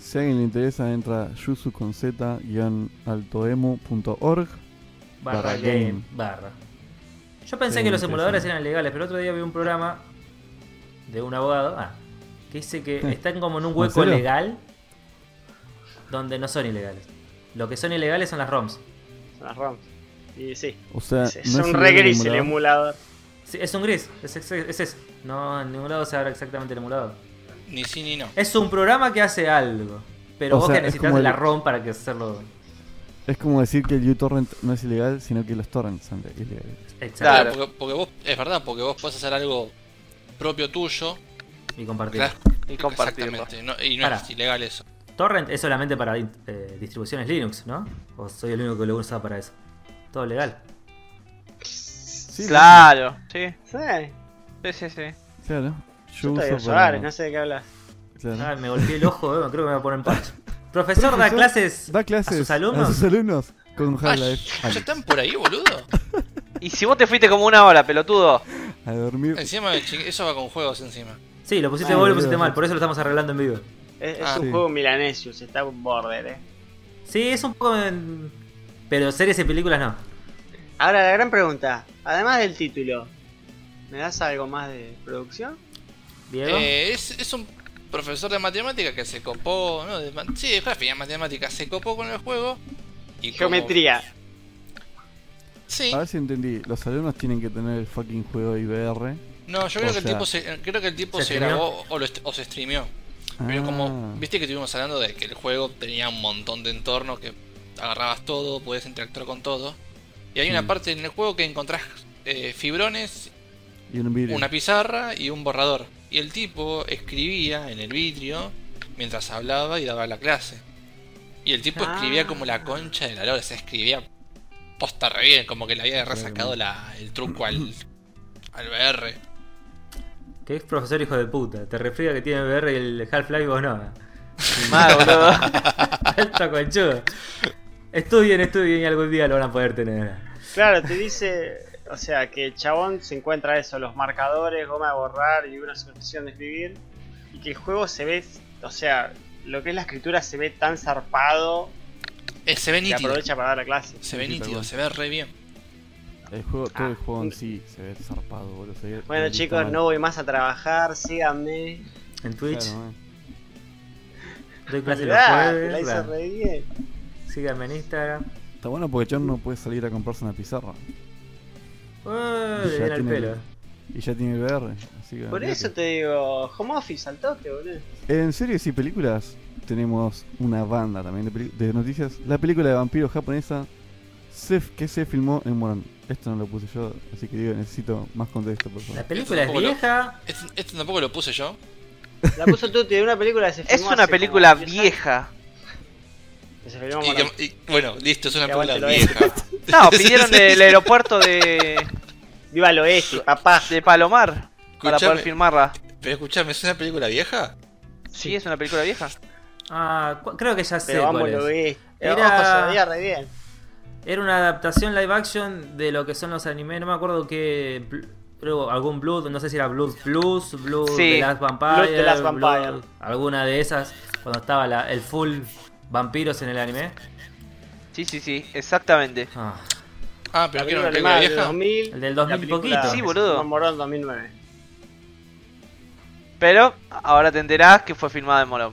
Speaker 2: Si a alguien le interesa, entra yuzu con z-altoemu.org.
Speaker 1: Barra,
Speaker 2: Barra
Speaker 1: game.
Speaker 2: game.
Speaker 1: Barra. Yo pensé
Speaker 2: Sí,
Speaker 1: que los
Speaker 2: interesante.
Speaker 1: emuladores eran legales, pero el otro día vi un programa de un abogado ah, que dice que
Speaker 2: Eh,
Speaker 1: están como en un
Speaker 2: ¿en
Speaker 1: hueco
Speaker 2: serio?
Speaker 1: legal donde no son ilegales. Lo que son ilegales son las ROMs.
Speaker 3: Son las ROMs. Y sí.
Speaker 2: O sea,
Speaker 3: Ah, es,
Speaker 2: no
Speaker 3: un
Speaker 2: el
Speaker 3: re gris el
Speaker 2: emulador.
Speaker 3: emulador.
Speaker 1: Sí, es un gris, es, es, es eso. No, en ningún lado se abre exactamente el emulador.
Speaker 5: Ni sí ni no.
Speaker 1: Es un programa que hace algo, pero
Speaker 2: O
Speaker 1: vos
Speaker 2: sea,
Speaker 1: que
Speaker 2: es
Speaker 1: necesitas
Speaker 2: como el-
Speaker 1: la ROM para que hacerlo.
Speaker 2: Es como decir que el uTorrent no es ilegal, sino que los torrents son ilegales.
Speaker 1: Exacto.
Speaker 4: Claro.
Speaker 5: Claro, porque, porque vos, es verdad, porque vos podés hacer algo propio tuyo.
Speaker 1: Y compartir.
Speaker 5: Claro,
Speaker 4: Y compartirlo.
Speaker 5: exactamente, no- y no
Speaker 1: Pará.
Speaker 5: es ilegal eso.
Speaker 1: Torrent es solamente para eh, distribuciones Linux, ¿no? O soy el único que lo usa para eso. Todo legal.
Speaker 2: Sí,
Speaker 4: Claro. Sí.
Speaker 3: Sí.
Speaker 4: Sí, sí, sí.
Speaker 2: Claro.
Speaker 3: Yo te digo
Speaker 2: uso para-
Speaker 3: solares, no sé de qué hablas.
Speaker 2: claro.
Speaker 1: Ah, me golpeé el ojo, eh, creo que me voy a poner en parche. Profesor, da
Speaker 2: Profesor,
Speaker 1: clases
Speaker 2: Da clases
Speaker 1: a sus alumnos.
Speaker 2: sus alumnos con
Speaker 5: Ah,
Speaker 2: Half-Life.
Speaker 5: ¿Ya ya están por ahí, boludo?
Speaker 4: Y si vos te fuiste como una hora, pelotudo.
Speaker 2: A dormir.
Speaker 5: Encima, ching- eso va con juegos encima.
Speaker 1: Sí, lo pusiste
Speaker 2: Ay,
Speaker 1: vos, lo pusiste
Speaker 2: Ah, boludo.
Speaker 1: mal, por eso lo estamos arreglando en vivo.
Speaker 3: Es, es
Speaker 5: Ah,
Speaker 3: un
Speaker 2: sí.
Speaker 3: juego milanesius, está un border, eh.
Speaker 1: Sí, es un poco. en- Pero series y películas no.
Speaker 3: Ahora la gran pregunta, además del título, ¿me das algo más de producción?
Speaker 1: Diego.
Speaker 5: Eh, es, es un profesor de matemática que se copó. No, de, ma- sí, de geografía, matemática. Se copó con el juego. Y como-
Speaker 3: Geometría.
Speaker 5: sí.
Speaker 2: A ver si entendí. Los alumnos tienen que tener el fucking juego IBR.
Speaker 5: No, yo creo
Speaker 2: O
Speaker 5: que, el
Speaker 2: sea,
Speaker 5: tipo se, eh, creo que el tipo
Speaker 1: ¿se
Speaker 5: se,
Speaker 1: streameó?
Speaker 5: grabó o, lo est- o se streameó. Pero
Speaker 2: Ah,
Speaker 5: como, viste que estuvimos hablando de que el juego tenía un montón de entornos que agarrabas todo, podías interactuar con todo. Y hay una
Speaker 2: Mm.
Speaker 5: parte en el juego que encontrás eh, fibrones,
Speaker 2: Y un vídeo.
Speaker 5: una pizarra y un borrador. Y el tipo escribía en el vidrio mientras hablaba y daba la clase. Y el tipo
Speaker 3: Ah.
Speaker 5: escribía como la concha de la lora, o sea, escribía posta re bien, como que le había
Speaker 2: Claro,
Speaker 5: resacado
Speaker 2: ¿no?
Speaker 5: la, el truco al, al VR.
Speaker 1: Que es profesor hijo de puta. Te refriega que tiene VR y el Half-Life y vos no.
Speaker 4: Mal, boludo.
Speaker 1: Alto conchudo. Estudien, estudien y algún día lo van a poder tener.
Speaker 3: Claro, te dice, o sea, que el chabón se encuentra eso, los marcadores, goma de borrar y una sucesión de escribir, y que el juego se ve, o sea, lo que es la escritura se ve tan zarpado
Speaker 5: Eh, se ve
Speaker 3: Que
Speaker 5: nítido.
Speaker 3: aprovecha para dar la clase.
Speaker 5: Se ve
Speaker 2: Sí, sí, tal
Speaker 5: nítido,
Speaker 2: cual.
Speaker 5: se ve re bien.
Speaker 2: El juego, todo el
Speaker 3: Ah,
Speaker 2: juego en
Speaker 3: un-
Speaker 2: sí se ve zarpado, boludo. se ve- se
Speaker 3: Bueno
Speaker 2: ve
Speaker 3: chicos,
Speaker 2: mal.
Speaker 3: no voy más a trabajar, síganme.
Speaker 1: En Twitch,
Speaker 2: Claro, man.
Speaker 1: doy clases los
Speaker 3: Mirá, me
Speaker 1: jueves.
Speaker 3: la hice
Speaker 1: claro.
Speaker 3: re bien.
Speaker 1: Síganme en Instagram.
Speaker 2: Está bueno porque John no puede salir a comprarse una pizarra.
Speaker 1: Uy, le
Speaker 2: Ya
Speaker 1: viene el
Speaker 2: tiene
Speaker 1: pelo.
Speaker 2: Y ya tiene VR. Así que
Speaker 3: Por
Speaker 2: olvídate.
Speaker 3: eso te digo, home office, al toque, boludo.
Speaker 2: En series y películas tenemos una banda también de, peli- de noticias. La película de vampiros japonesa se f- que se filmó en Morón. Esto no lo puse yo, así que digo, necesito más contexto, por favor.
Speaker 1: La película es
Speaker 5: Tampoco lo-
Speaker 1: vieja.
Speaker 5: Este, este tampoco lo puse yo.
Speaker 3: La puso Tuti, una película que se
Speaker 4: Es
Speaker 3: filmó
Speaker 4: una
Speaker 3: hace
Speaker 4: película
Speaker 3: como 10
Speaker 4: vieja.
Speaker 3: años, que se filmó
Speaker 5: Y
Speaker 3: con la-
Speaker 5: que- y- bueno, listo, es una
Speaker 3: Que
Speaker 5: película
Speaker 3: aguante lo
Speaker 5: vieja.
Speaker 4: No, pidieron del aeropuerto de,
Speaker 3: Viva el oeste, papá.
Speaker 4: de Palomar para
Speaker 5: Escuchame.
Speaker 4: poder filmarla.
Speaker 5: Pero escuchame, ¿es una película vieja?
Speaker 4: Sí, es una película vieja.
Speaker 1: Ah, cu- creo que ya sé
Speaker 3: Pero vamos,
Speaker 1: cuál
Speaker 3: lo
Speaker 1: es.
Speaker 3: vi.
Speaker 1: Era-
Speaker 3: Ojo, se veía re bien.
Speaker 1: Era una adaptación live action de lo que son los animes. No me acuerdo qué. bl- creo algún Blood, no sé si era Blood Plus, Blood
Speaker 4: Sí,
Speaker 1: de las Vampire.
Speaker 3: Blood The Last Vampire.
Speaker 1: Blood- alguna de esas. Cuando estaba la- el full vampiros en el anime.
Speaker 4: Sí, sí, sí, exactamente.
Speaker 1: Ah,
Speaker 5: Ah, pero
Speaker 3: La
Speaker 5: que
Speaker 3: película
Speaker 5: era una película
Speaker 3: animada del
Speaker 5: vieja.
Speaker 3: 2000.
Speaker 1: El del 2000 y
Speaker 3: la película
Speaker 1: poquito.
Speaker 4: Sí,
Speaker 3: que
Speaker 4: boludo.
Speaker 3: se filmó en Morón 2009.
Speaker 4: Pero ahora te enterás que fue filmada en Morón.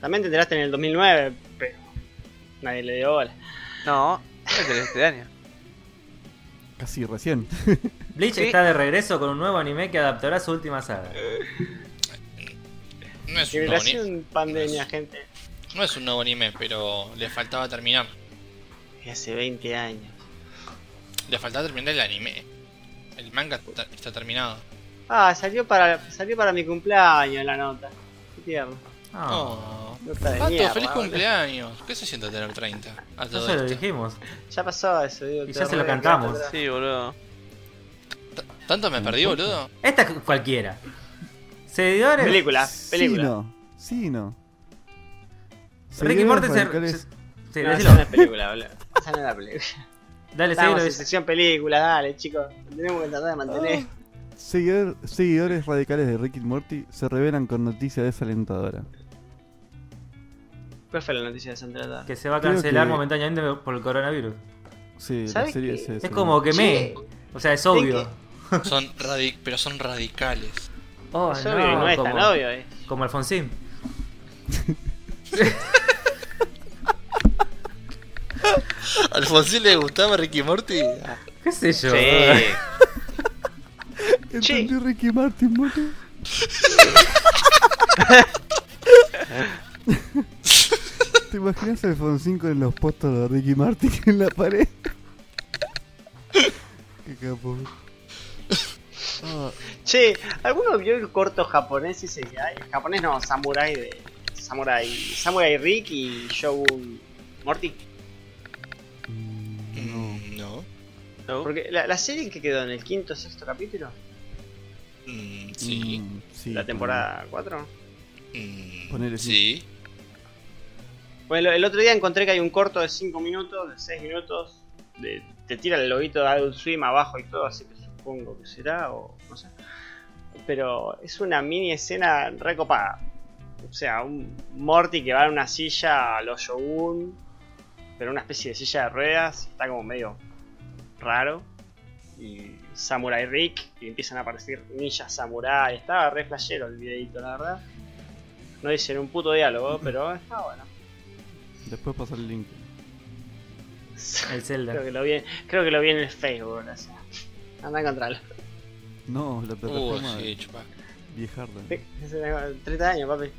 Speaker 3: También te enteraste en el 2009, pero nadie le dio bola.
Speaker 4: No, es de este año.
Speaker 2: Casi recién.
Speaker 1: Bleach
Speaker 4: Sí.
Speaker 1: está de regreso con un nuevo anime que adaptará su última saga.
Speaker 5: No es, un nuevo anime,
Speaker 3: Liberación pandemia, gente.
Speaker 5: no es un nuevo anime, pero le faltaba terminar.
Speaker 3: Y hace 20 años.
Speaker 5: Le faltaba terminar el anime. El manga ta- está terminado.
Speaker 3: Ah, salió para, salió para mi cumpleaños la nota. Qué tierno.
Speaker 1: Ah,
Speaker 5: Oh.
Speaker 3: Nota de
Speaker 5: Pato,
Speaker 3: mierda,
Speaker 5: feliz
Speaker 3: boludo.
Speaker 5: cumpleaños. ¿Qué se siente tener 30? A
Speaker 1: ya
Speaker 5: todo
Speaker 1: se lo
Speaker 5: esto.
Speaker 1: dijimos.
Speaker 3: Ya pasó eso, digo.
Speaker 1: Y
Speaker 3: te
Speaker 1: ya se lo
Speaker 3: re-
Speaker 1: cantamos.
Speaker 3: quedaste atrás.
Speaker 4: Sí, boludo.
Speaker 5: T- ¿Tanto me perdí, boludo?
Speaker 1: Esta es cualquiera. Seguidores.
Speaker 3: Película, película.
Speaker 2: Sí, no. Sí, no.
Speaker 1: Ricky
Speaker 2: Seguidores
Speaker 1: Morty se.
Speaker 2: radicales-
Speaker 1: se- Sí,
Speaker 3: No,
Speaker 1: decilo.
Speaker 3: esa no es película, boludo. Esa no es la película.
Speaker 1: Dale,
Speaker 3: Estamos
Speaker 1: seguidores.
Speaker 3: en sección películas, dale, chicos. Tenemos que tratar de mantener.
Speaker 2: Seguidor- seguidores radicales de Ricky Morty se revelan con noticia desalentadora.
Speaker 3: ¿Cuál fue la noticia de Sandra? Dada?
Speaker 1: Que se va a
Speaker 2: Creo
Speaker 1: cancelar
Speaker 2: que-
Speaker 1: momentáneamente por el coronavirus.
Speaker 2: Sí, la
Speaker 3: ¿Sabes
Speaker 2: serie
Speaker 3: qué?
Speaker 2: se-
Speaker 1: Es
Speaker 2: se-
Speaker 1: como que me. O sea, es obvio.
Speaker 3: Sí,
Speaker 5: Son radic pero son radicales.
Speaker 1: Oh,
Speaker 3: Es obvio y no es tan
Speaker 1: como,
Speaker 3: obvio, eh.
Speaker 1: como Alfonsín.
Speaker 5: ¿A Alfonsín le gustaba Ricky Morty?
Speaker 1: ¿Qué sé yo?
Speaker 4: Eh,
Speaker 2: Entendí Ricky Martin, boludo. ¿Te imaginas a Alfonsín con los postos de Ricky Martin en la pared? Qué capo. Ah,
Speaker 3: Che, ¿alguno vio el corto japonés ese que hay? Japonés no, samurai de. Samurai. Samurai Rick y Shogun Morty.
Speaker 2: mm, no.
Speaker 5: Mm, No.
Speaker 4: No.
Speaker 3: Porque la, la serie que quedó en el quinto sexto capítulo,
Speaker 5: Mm, sí.
Speaker 2: Mm, sí,
Speaker 3: la
Speaker 2: ponele.
Speaker 3: temporada 4.
Speaker 5: Mm,
Speaker 2: Ponele, sí.
Speaker 5: sí.
Speaker 3: Bueno, Pues el otro día encontré que hay un corto de 5 minutos, de 6 minutos. de- te tira el loguito de Adult Swim abajo y todo, así que supongo que será, o no sé. Pero es una mini escena recopada. O sea, un Morty que va en una silla a los Shogun, pero una especie de silla de ruedas, está como medio raro. Y Samurai Rick, y empiezan a aparecer ninjas samurai. Estaba re flashero el videito, la verdad. No dicen un puto diálogo, pero está bueno.
Speaker 2: Después pasar el link.
Speaker 1: El
Speaker 3: Creo
Speaker 1: Zelda.
Speaker 3: que lo vi, creo que lo vi en el Facebook, ahora sí. Anda a encontrarlo.
Speaker 2: No, la
Speaker 5: Uh,
Speaker 2: plataforma
Speaker 5: sí, chupa.
Speaker 2: viejarda.
Speaker 3: Hace 30 años, papi.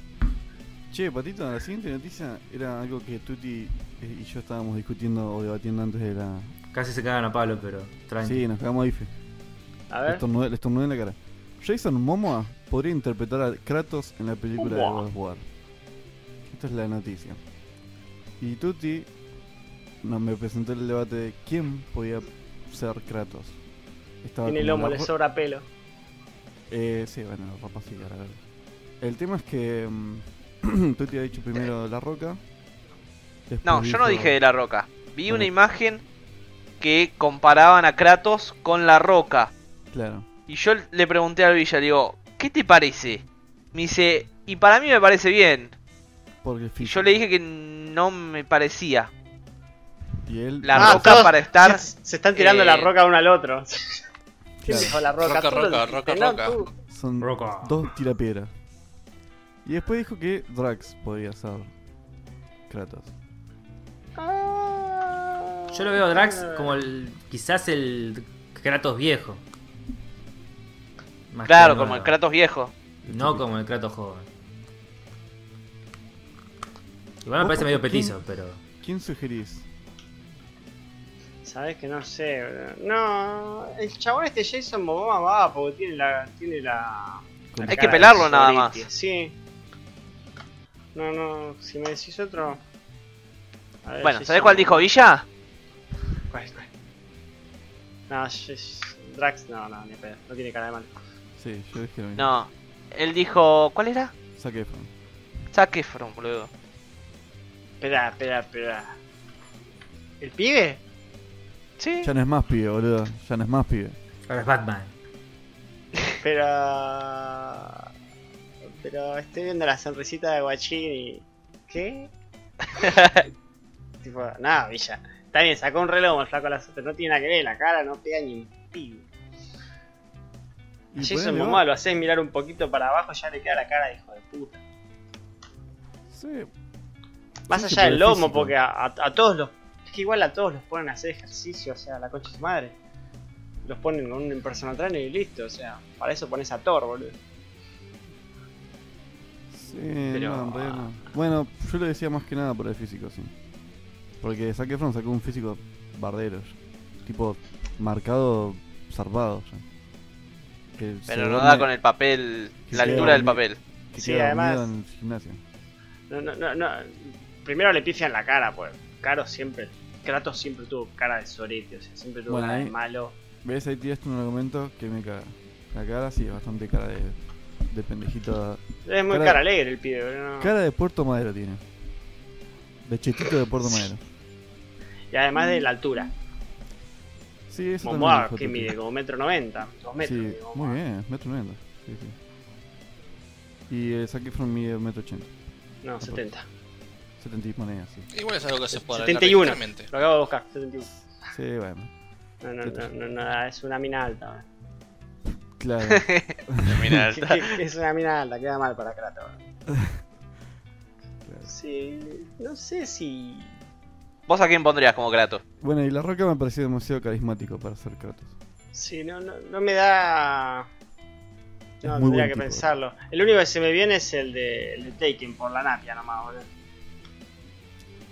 Speaker 2: Che, Patito, la siguiente noticia era algo que Tuti eh, y yo estábamos discutiendo o debatiendo antes de la...
Speaker 1: Casi se cagan a palo, pero tranqui.
Speaker 2: Sí, nos quedamos ahí. fe.
Speaker 3: A
Speaker 2: Le
Speaker 3: ver.
Speaker 2: estornudé, le estornudé en la cara. Jason Momoa podría interpretar a Kratos en la película
Speaker 3: Momoa.
Speaker 2: de God of War. Esta es la noticia. Y Tuti nos me presentó el debate de quién podía ser Kratos. Estaba
Speaker 3: Tiene
Speaker 2: como
Speaker 3: lomo,
Speaker 2: la
Speaker 3: le
Speaker 2: ro-
Speaker 3: sobra pelo.
Speaker 2: Eh, sí, bueno, la ropa sí, ahora veo. El tema es que mm, Tuti ha dicho primero La Roca. después
Speaker 4: No, yo no
Speaker 2: dijo-
Speaker 4: dije de la roca. Vi
Speaker 2: Bueno.
Speaker 4: una imagen que comparaban a Kratos con la roca.
Speaker 2: Claro.
Speaker 4: Y yo le pregunté al Villa, le digo, ¿qué te parece? Me dice, y para mí me parece bien.
Speaker 2: Porque el
Speaker 4: Y
Speaker 2: físico.
Speaker 4: yo le dije que no no me parecía.
Speaker 2: Y él.
Speaker 4: La
Speaker 3: Ah,
Speaker 4: roca
Speaker 3: todos-
Speaker 4: para estar.
Speaker 3: Se, se están tirando
Speaker 4: eh,
Speaker 3: la roca uno al otro. ¿Quién
Speaker 2: Claro.
Speaker 3: dijo la roca?
Speaker 5: Roca,
Speaker 3: Tú lo
Speaker 5: roca,
Speaker 3: dijiste,
Speaker 5: roca,
Speaker 3: ¿no?
Speaker 5: roca.
Speaker 3: Tú.
Speaker 2: Son
Speaker 1: Roca.
Speaker 2: dos tirapiedras. Y después dijo que Drax podía ser Kratos.
Speaker 1: Yo lo veo a Drax
Speaker 3: Ah,
Speaker 1: como el, quizás el Kratos viejo. Más
Speaker 4: Claro,
Speaker 1: que
Speaker 4: como el
Speaker 1: nuevo.
Speaker 4: Kratos viejo.
Speaker 1: No como el Kratos joven. Igual me parece medio petizo, pero.
Speaker 2: ¿Quién sugerís?
Speaker 3: Sabes que no sé, boludo. No, el chabón este Jason Momoa va porque tiene la. Tiene la, la
Speaker 2: Hay
Speaker 4: que
Speaker 3: cara de
Speaker 4: pelarlo nada
Speaker 3: sorete,
Speaker 4: más.
Speaker 3: Sí. No, no, si me decís otro. A ver,
Speaker 4: Bueno,
Speaker 3: Jason
Speaker 4: ¿sabés cuál dijo
Speaker 3: Momoa.
Speaker 4: Villa?
Speaker 3: ¿Cuál, cuál? No, Sh- Drax, no, no, ni pedo, no tiene cara de malo.
Speaker 2: Sí, yo dije lo mismo.
Speaker 4: No. Él dijo. ¿Cuál era?
Speaker 2: Zac Efron.
Speaker 4: Zac Efron, boludo.
Speaker 3: Espera, espera, espera. ¿El pibe?
Speaker 4: Sí.
Speaker 2: Ya no es más pibe, boludo. Ya no es más pibe.
Speaker 1: Ahora es Batman.
Speaker 3: Pero. Pero estoy viendo la sonrisita de Guachín y. ¿Qué? tipo, nada, Villa. Está bien, sacó un reloj, me flaco la suerte. No tiene nada que ver, la cara no pega ni un pibe.
Speaker 2: Y
Speaker 3: Jason
Speaker 2: ponele, va.
Speaker 3: Momoa lo haces mirar un poquito para abajo, ya le queda la cara de hijo de puta.
Speaker 2: Sí.
Speaker 3: Más
Speaker 2: Sí,
Speaker 3: allá
Speaker 2: pero
Speaker 3: del lomo,
Speaker 2: físico.
Speaker 3: porque a, a- a todos los. Es que igual a todos los ponen a hacer ejercicio, o sea, la concha de su madre. Los ponen con un personal trainer y listo, o sea, para eso pones a Thor, boludo.
Speaker 2: Sí,
Speaker 3: Pero-
Speaker 2: no, en realidad no. Bueno, yo lo decía más que nada por el físico, sí. Porque Zac Efron sacó un físico bardero. ya. Tipo, marcado, zarpado. ya. Que se
Speaker 4: Pero no
Speaker 2: duerme-
Speaker 4: da con el papel.
Speaker 2: Que
Speaker 4: La
Speaker 2: se
Speaker 4: altura del
Speaker 2: duerme.
Speaker 4: papel.
Speaker 2: que
Speaker 3: Sí,
Speaker 2: queda dormido
Speaker 3: además-
Speaker 2: en el gimnasio.
Speaker 3: No, no, no, no. Primero le pifian la cara, pues. Caro siempre. Kratos siempre tuvo cara de sorete, o sea, siempre tuvo
Speaker 2: Bueno, eh.
Speaker 3: cara de
Speaker 2: ahí-
Speaker 3: malo.
Speaker 2: ¿Ves? Ahí tiraste un argumento que me caga. La cara sí, es bastante cara de, de pendejito.
Speaker 3: Es muy
Speaker 2: Cara-
Speaker 3: cara alegre el pibe, pero no.
Speaker 2: Cara de Puerto Madero tiene. De chetito de Puerto Madero.
Speaker 3: Y además de la altura.
Speaker 2: Sí, eso
Speaker 3: Momoa, que
Speaker 2: también. me dijo
Speaker 3: mide como metro noventa, dos metros.
Speaker 2: Sí,
Speaker 3: digo,
Speaker 2: muy bien, metro 90. Sí, sí. Y el Zac Efron mide metro 80.
Speaker 3: No, 70.
Speaker 2: 70 y monedas, sí.
Speaker 5: Igual es algo que se puede arreglar
Speaker 3: 71.
Speaker 5: directamente.
Speaker 3: Lo acabo de buscar, 71.
Speaker 2: Sí, bueno.
Speaker 3: No, no, no, no, no, es una mina alta.
Speaker 2: Claro.
Speaker 4: Mira,
Speaker 3: Que- que- que es una mina alta, queda mal para Kratos. Sí, no sé si.
Speaker 4: ¿Vos a quién pondrías como Kratos?
Speaker 2: bueno, y La Roca me pareció demasiado carismático para ser Kratos.
Speaker 3: Sí, no, no, no me da.
Speaker 2: Es muy
Speaker 3: No, tendría
Speaker 2: buen
Speaker 3: que
Speaker 2: tipo.
Speaker 3: pensarlo. El único que se me viene es el de, el de Taken por la napia nomás, boludo.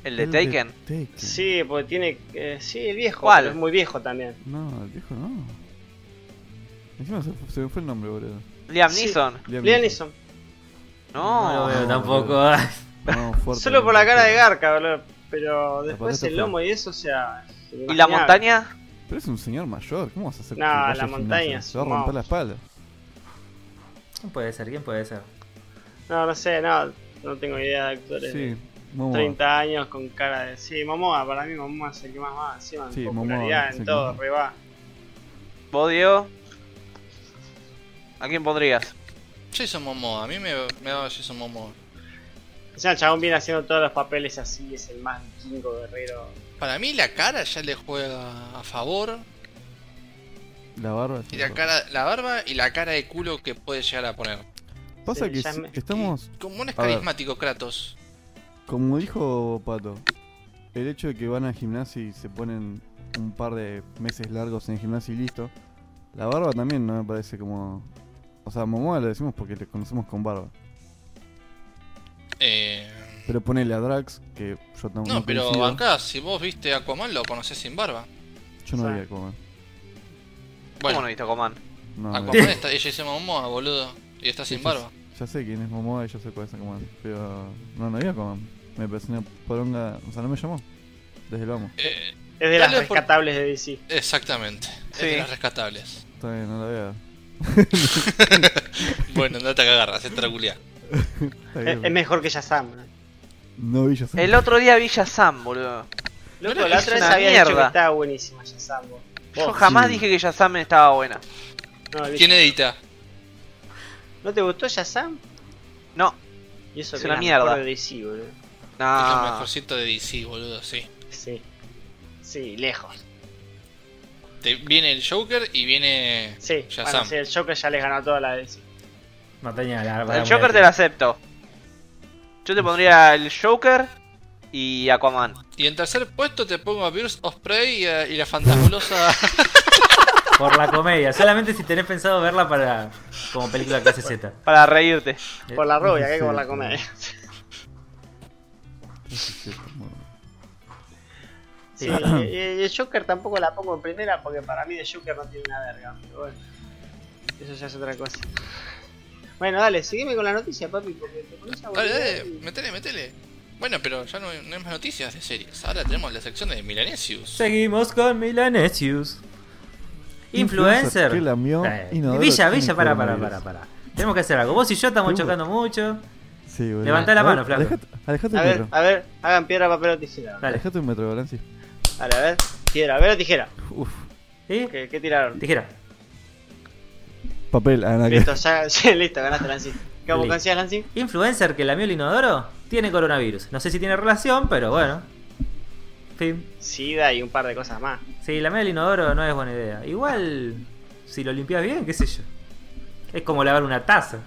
Speaker 4: ¿El de
Speaker 2: El
Speaker 4: Taken?
Speaker 2: Taken.
Speaker 3: Sí, porque tiene. eh, sí, el viejo.
Speaker 4: ¿Cuál?
Speaker 3: pero Es muy viejo también.
Speaker 2: No, el viejo no. Encima se, fu- se me fue el nombre, boludo.
Speaker 4: Liam
Speaker 3: Sí.
Speaker 4: Neeson.
Speaker 2: Liam Neeson.
Speaker 3: Liam Neeson.
Speaker 1: No lo
Speaker 4: No.
Speaker 1: veo
Speaker 2: no,
Speaker 1: tampoco.
Speaker 2: boludo. No, fuerte,
Speaker 3: Solo por la cara de
Speaker 2: gato.
Speaker 3: Garca, boludo. Pero después
Speaker 2: patata
Speaker 3: el
Speaker 2: fea.
Speaker 3: lomo y eso, o sea.
Speaker 4: ¿Y la montaña?
Speaker 2: Pero es un señor mayor, ¿cómo vas a hacer
Speaker 3: No,
Speaker 2: que vaya
Speaker 3: la
Speaker 2: al gimnasio?
Speaker 3: montaña es
Speaker 2: Se va a
Speaker 3: un
Speaker 2: romper la
Speaker 3: monstruo.
Speaker 2: espalda.
Speaker 1: ¿Quién puede ser? ¿Quién puede ser?
Speaker 3: No, no sé, no. No tengo idea de actores.
Speaker 2: Sí,
Speaker 3: de
Speaker 2: Momoa.
Speaker 3: 30 años con cara de. Sí, Momoa, para mí Momoa es el que más va encima.
Speaker 2: Sí,
Speaker 3: en
Speaker 2: Momoa
Speaker 3: popularidad,
Speaker 2: es el
Speaker 3: en
Speaker 2: que
Speaker 3: todo,
Speaker 2: más.
Speaker 3: re va.
Speaker 4: ¿Vos, Diego? ¿A quién pondrías?
Speaker 5: Jason Momoa, a mí me, me daba Jason Momoa.
Speaker 3: O sea, el chabón viene haciendo todos los papeles así, es el más vikingo guerrero.
Speaker 5: Para mí la cara ya le juega a favor.
Speaker 2: La barba.
Speaker 5: Y la cara, la barba y la cara de culo que puede llegar a poner.
Speaker 2: Pasa
Speaker 3: Sí,
Speaker 2: que
Speaker 3: ya
Speaker 2: si-
Speaker 3: me-
Speaker 2: estamos,
Speaker 5: Y Como un es
Speaker 2: A ver.
Speaker 5: carismático Kratos.
Speaker 2: como dijo Pato, el hecho de que van al gimnasio y se ponen un par de meses largos en el gimnasio y listo. La barba también no me parece como... O sea, Momoa lo decimos porque le conocemos con barba.
Speaker 5: Eh,
Speaker 2: Pero ponele a Drax, que yo tam-
Speaker 5: no, pero
Speaker 2: coincido.
Speaker 5: acá, si vos viste a Aquaman, lo conocés sin barba.
Speaker 2: Yo no
Speaker 3: O sea,
Speaker 2: vi a Aquaman.
Speaker 5: Bueno,
Speaker 4: ¿Cómo no viste Coman?
Speaker 2: No, no vi.
Speaker 5: Aquaman está, es Jason Momoa, boludo. Y está
Speaker 2: Sí,
Speaker 5: sin
Speaker 2: sí,
Speaker 5: barba.
Speaker 2: Ya sé quién es Momoa y yo sé cuál es Aquaman. Pero no, no vi a Aquaman. Me pareció una poronga... O sea, no me llamó. Desde el vamos.
Speaker 5: Eh,
Speaker 3: Es de
Speaker 5: Tal
Speaker 3: las
Speaker 5: vez por-
Speaker 3: rescatables de DC.
Speaker 5: exactamente. Es de
Speaker 4: Sí.
Speaker 5: las rescatables.
Speaker 2: Está bien, no la veo.
Speaker 5: Bueno, andate a cagar, hacete la culiá.
Speaker 2: Está
Speaker 3: Es,
Speaker 2: bien.
Speaker 3: es mejor que Shazam. ¿no?
Speaker 2: No vi yo
Speaker 4: El otro día Villa Sam, boludo.
Speaker 3: Loco,
Speaker 5: no,
Speaker 3: la
Speaker 5: es
Speaker 3: otra vez
Speaker 4: una
Speaker 3: había dicho que
Speaker 4: mierda.
Speaker 3: estaba buenísima Shazam. vos.
Speaker 4: Yo
Speaker 3: Vos,
Speaker 4: jamás
Speaker 2: sí.
Speaker 4: dije que Shazam estaba buena.
Speaker 3: no, el-
Speaker 5: ¿Quién edita?
Speaker 3: ¿No te gustó Shazam?
Speaker 4: No,
Speaker 3: Y eso
Speaker 4: Es
Speaker 3: que
Speaker 4: una
Speaker 3: es la
Speaker 4: mierda.
Speaker 3: mejor de DC, boludo.
Speaker 5: Es lo
Speaker 4: Nah.
Speaker 5: mejorcito de DC, boludo, sí.
Speaker 3: Sí. Sí, lejos.
Speaker 5: Te- viene el Joker y viene.
Speaker 3: Sí,
Speaker 5: Shazam.
Speaker 3: bueno, sí, el Joker ya les ganó toda la DC.
Speaker 1: No tenía la
Speaker 4: El Joker te lo acepto. Yo te pondría el Joker y Aquaman.
Speaker 5: Y en tercer puesto te pongo a Birds of Prey y, a- y la fantabulosa.
Speaker 1: Por la comedia. Solamente si tenés pensado verla para como película clase Z.
Speaker 4: Para reírte.
Speaker 1: Eh,
Speaker 3: Por la rubia, que
Speaker 2: sí,
Speaker 3: por la
Speaker 2: sí.
Speaker 3: comedia.
Speaker 2: Eso es cierto, bueno.
Speaker 3: Sí, y- y el Joker tampoco la pongo en primera porque para mí de Joker no tiene una verga. Pero bueno, eso ya es otra cosa. Bueno, dale, seguime con la noticia, papi, porque te pones a
Speaker 5: dale, dale,
Speaker 3: boludear y-
Speaker 5: metele, metele. Bueno, pero ya no, hay- no hay más noticias de series. Ahora tenemos la sección de Milanesius.
Speaker 1: Seguimos con Milanesius. Influencer.
Speaker 2: Que lamió
Speaker 1: Eh,
Speaker 2: inodoro
Speaker 1: Villa,
Speaker 2: tiene
Speaker 1: Villa, para, para,
Speaker 2: coronavirus.
Speaker 1: para, para. Tenemos que hacer algo. Vos y yo estamos
Speaker 2: Tengo-
Speaker 1: chocando mucho.
Speaker 2: Sí, boludo.
Speaker 1: Levantá la
Speaker 2: A ver,
Speaker 1: mano, flaco.
Speaker 2: Alejate, alejate
Speaker 3: A
Speaker 2: un
Speaker 3: ver,
Speaker 2: metro.
Speaker 3: a ver, hagan piedra, papel o tijera.
Speaker 1: Dale.
Speaker 2: Alejate un metro, Balanci.
Speaker 3: Dale, a ver, piedra, papel o tijera.
Speaker 2: Uf,
Speaker 1: ¿Sí?
Speaker 3: ¿Qué, qué tiraron?
Speaker 1: Tijera.
Speaker 2: papel, ah, nada que-
Speaker 3: Listo, ya, ya, listo, ganaste, Lancy. ¿Qué
Speaker 1: Listo.
Speaker 3: buscancías, Lancy?
Speaker 1: Influencer que lamió el inodoro tiene coronavirus. No sé si tiene relación, pero bueno. Fin.
Speaker 3: Sida y un par de cosas más.
Speaker 1: Sí, lamer el inodoro no es buena idea. Igual, si lo limpias bien, qué sé yo. Es como lavar una taza.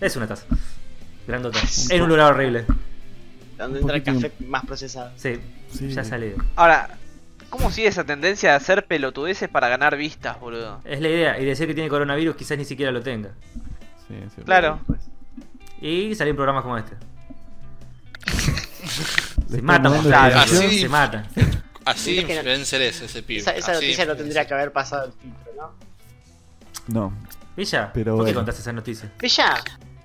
Speaker 1: Es una taza. Grandota. En un lugar horrible.
Speaker 3: Donde
Speaker 2: Un
Speaker 3: entra el
Speaker 2: poquito-
Speaker 3: café más procesado.
Speaker 1: Sí,
Speaker 2: Sí.
Speaker 1: ya salido.
Speaker 4: Ahora, ¿cómo sigue esa tendencia de hacer pelotudeces para ganar vistas, boludo?
Speaker 1: Es la idea. Y decir que tiene coronavirus quizás ni siquiera lo tenga.
Speaker 2: Sí, sí, pues.
Speaker 4: Claro.
Speaker 1: Y salir en programas como este.
Speaker 2: Le
Speaker 1: Se
Speaker 2: está
Speaker 1: matan,
Speaker 2: mandando
Speaker 1: Gustavo,
Speaker 5: información.
Speaker 1: se-
Speaker 3: Ah,
Speaker 5: Así-
Speaker 1: se matan.
Speaker 5: Así
Speaker 3: Mirá que no-
Speaker 5: influencer es ese pibe.
Speaker 3: Esa, esa
Speaker 5: Así
Speaker 3: noticia no
Speaker 5: influencer.
Speaker 3: tendría que haber pasado el filtro, ¿no?
Speaker 2: No.
Speaker 1: Villa,
Speaker 2: Pero
Speaker 1: ¿por qué
Speaker 2: bueno.
Speaker 1: contaste esa noticia?
Speaker 3: Villa.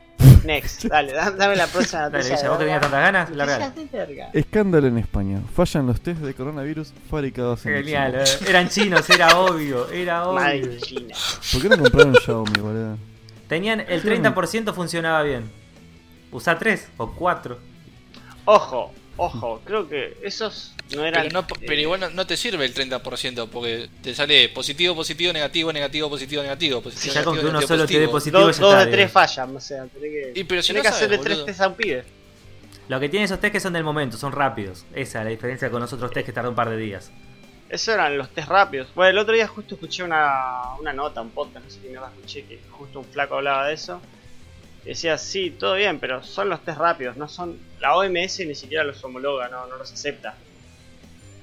Speaker 3: Next, dale, da- dame la próxima
Speaker 1: Dale,
Speaker 3: noticia.
Speaker 1: Villa, vos que tenías tantas ganas, la real.
Speaker 3: Noticias de verga.
Speaker 2: Escándalo en España. Fallan los test de coronavirus fabricados en
Speaker 1: Genial,
Speaker 2: China.
Speaker 1: eh. eran chinos, era obvio, era
Speaker 3: Madre
Speaker 1: obvio.
Speaker 3: de China.
Speaker 2: ¿Por qué no compraron Xiaomi, boludo?
Speaker 1: Tenían el 30% funcionaba bien. Usá 3 o 4.
Speaker 3: Ojo, ojo, creo que esos no eran. eh,
Speaker 5: Pero, no- pero igual no, no te sirve el 30% porque te sale positivo, positivo, negativo, negativo, positivo, negativo. positivo,
Speaker 1: Ya con que
Speaker 5: negativo,
Speaker 1: uno
Speaker 5: negativo,
Speaker 1: solo te dé
Speaker 5: positivo.
Speaker 1: positivo
Speaker 3: dos,
Speaker 1: ya
Speaker 3: dos
Speaker 1: está,
Speaker 3: de tres
Speaker 1: digamos.
Speaker 3: fallan, o sea, tenés que,
Speaker 5: Y pero si
Speaker 3: tenés que
Speaker 5: no sabes,
Speaker 3: hacerle
Speaker 5: boludo.
Speaker 3: tres test a un pibe.
Speaker 1: Lo que tienen esos test que son del momento, son rápidos. Esa es la diferencia con nosotros test que tardan un par de días.
Speaker 3: Eso eran los test rápidos. Bueno, el otro día justo escuché una, una nota, un podcast, no sé quién la escuché, que justo un flaco hablaba de eso. Y Decía, sí, todo bien, pero son los test rápidos, no son. La OMS ni siquiera los homologa, no, no los acepta.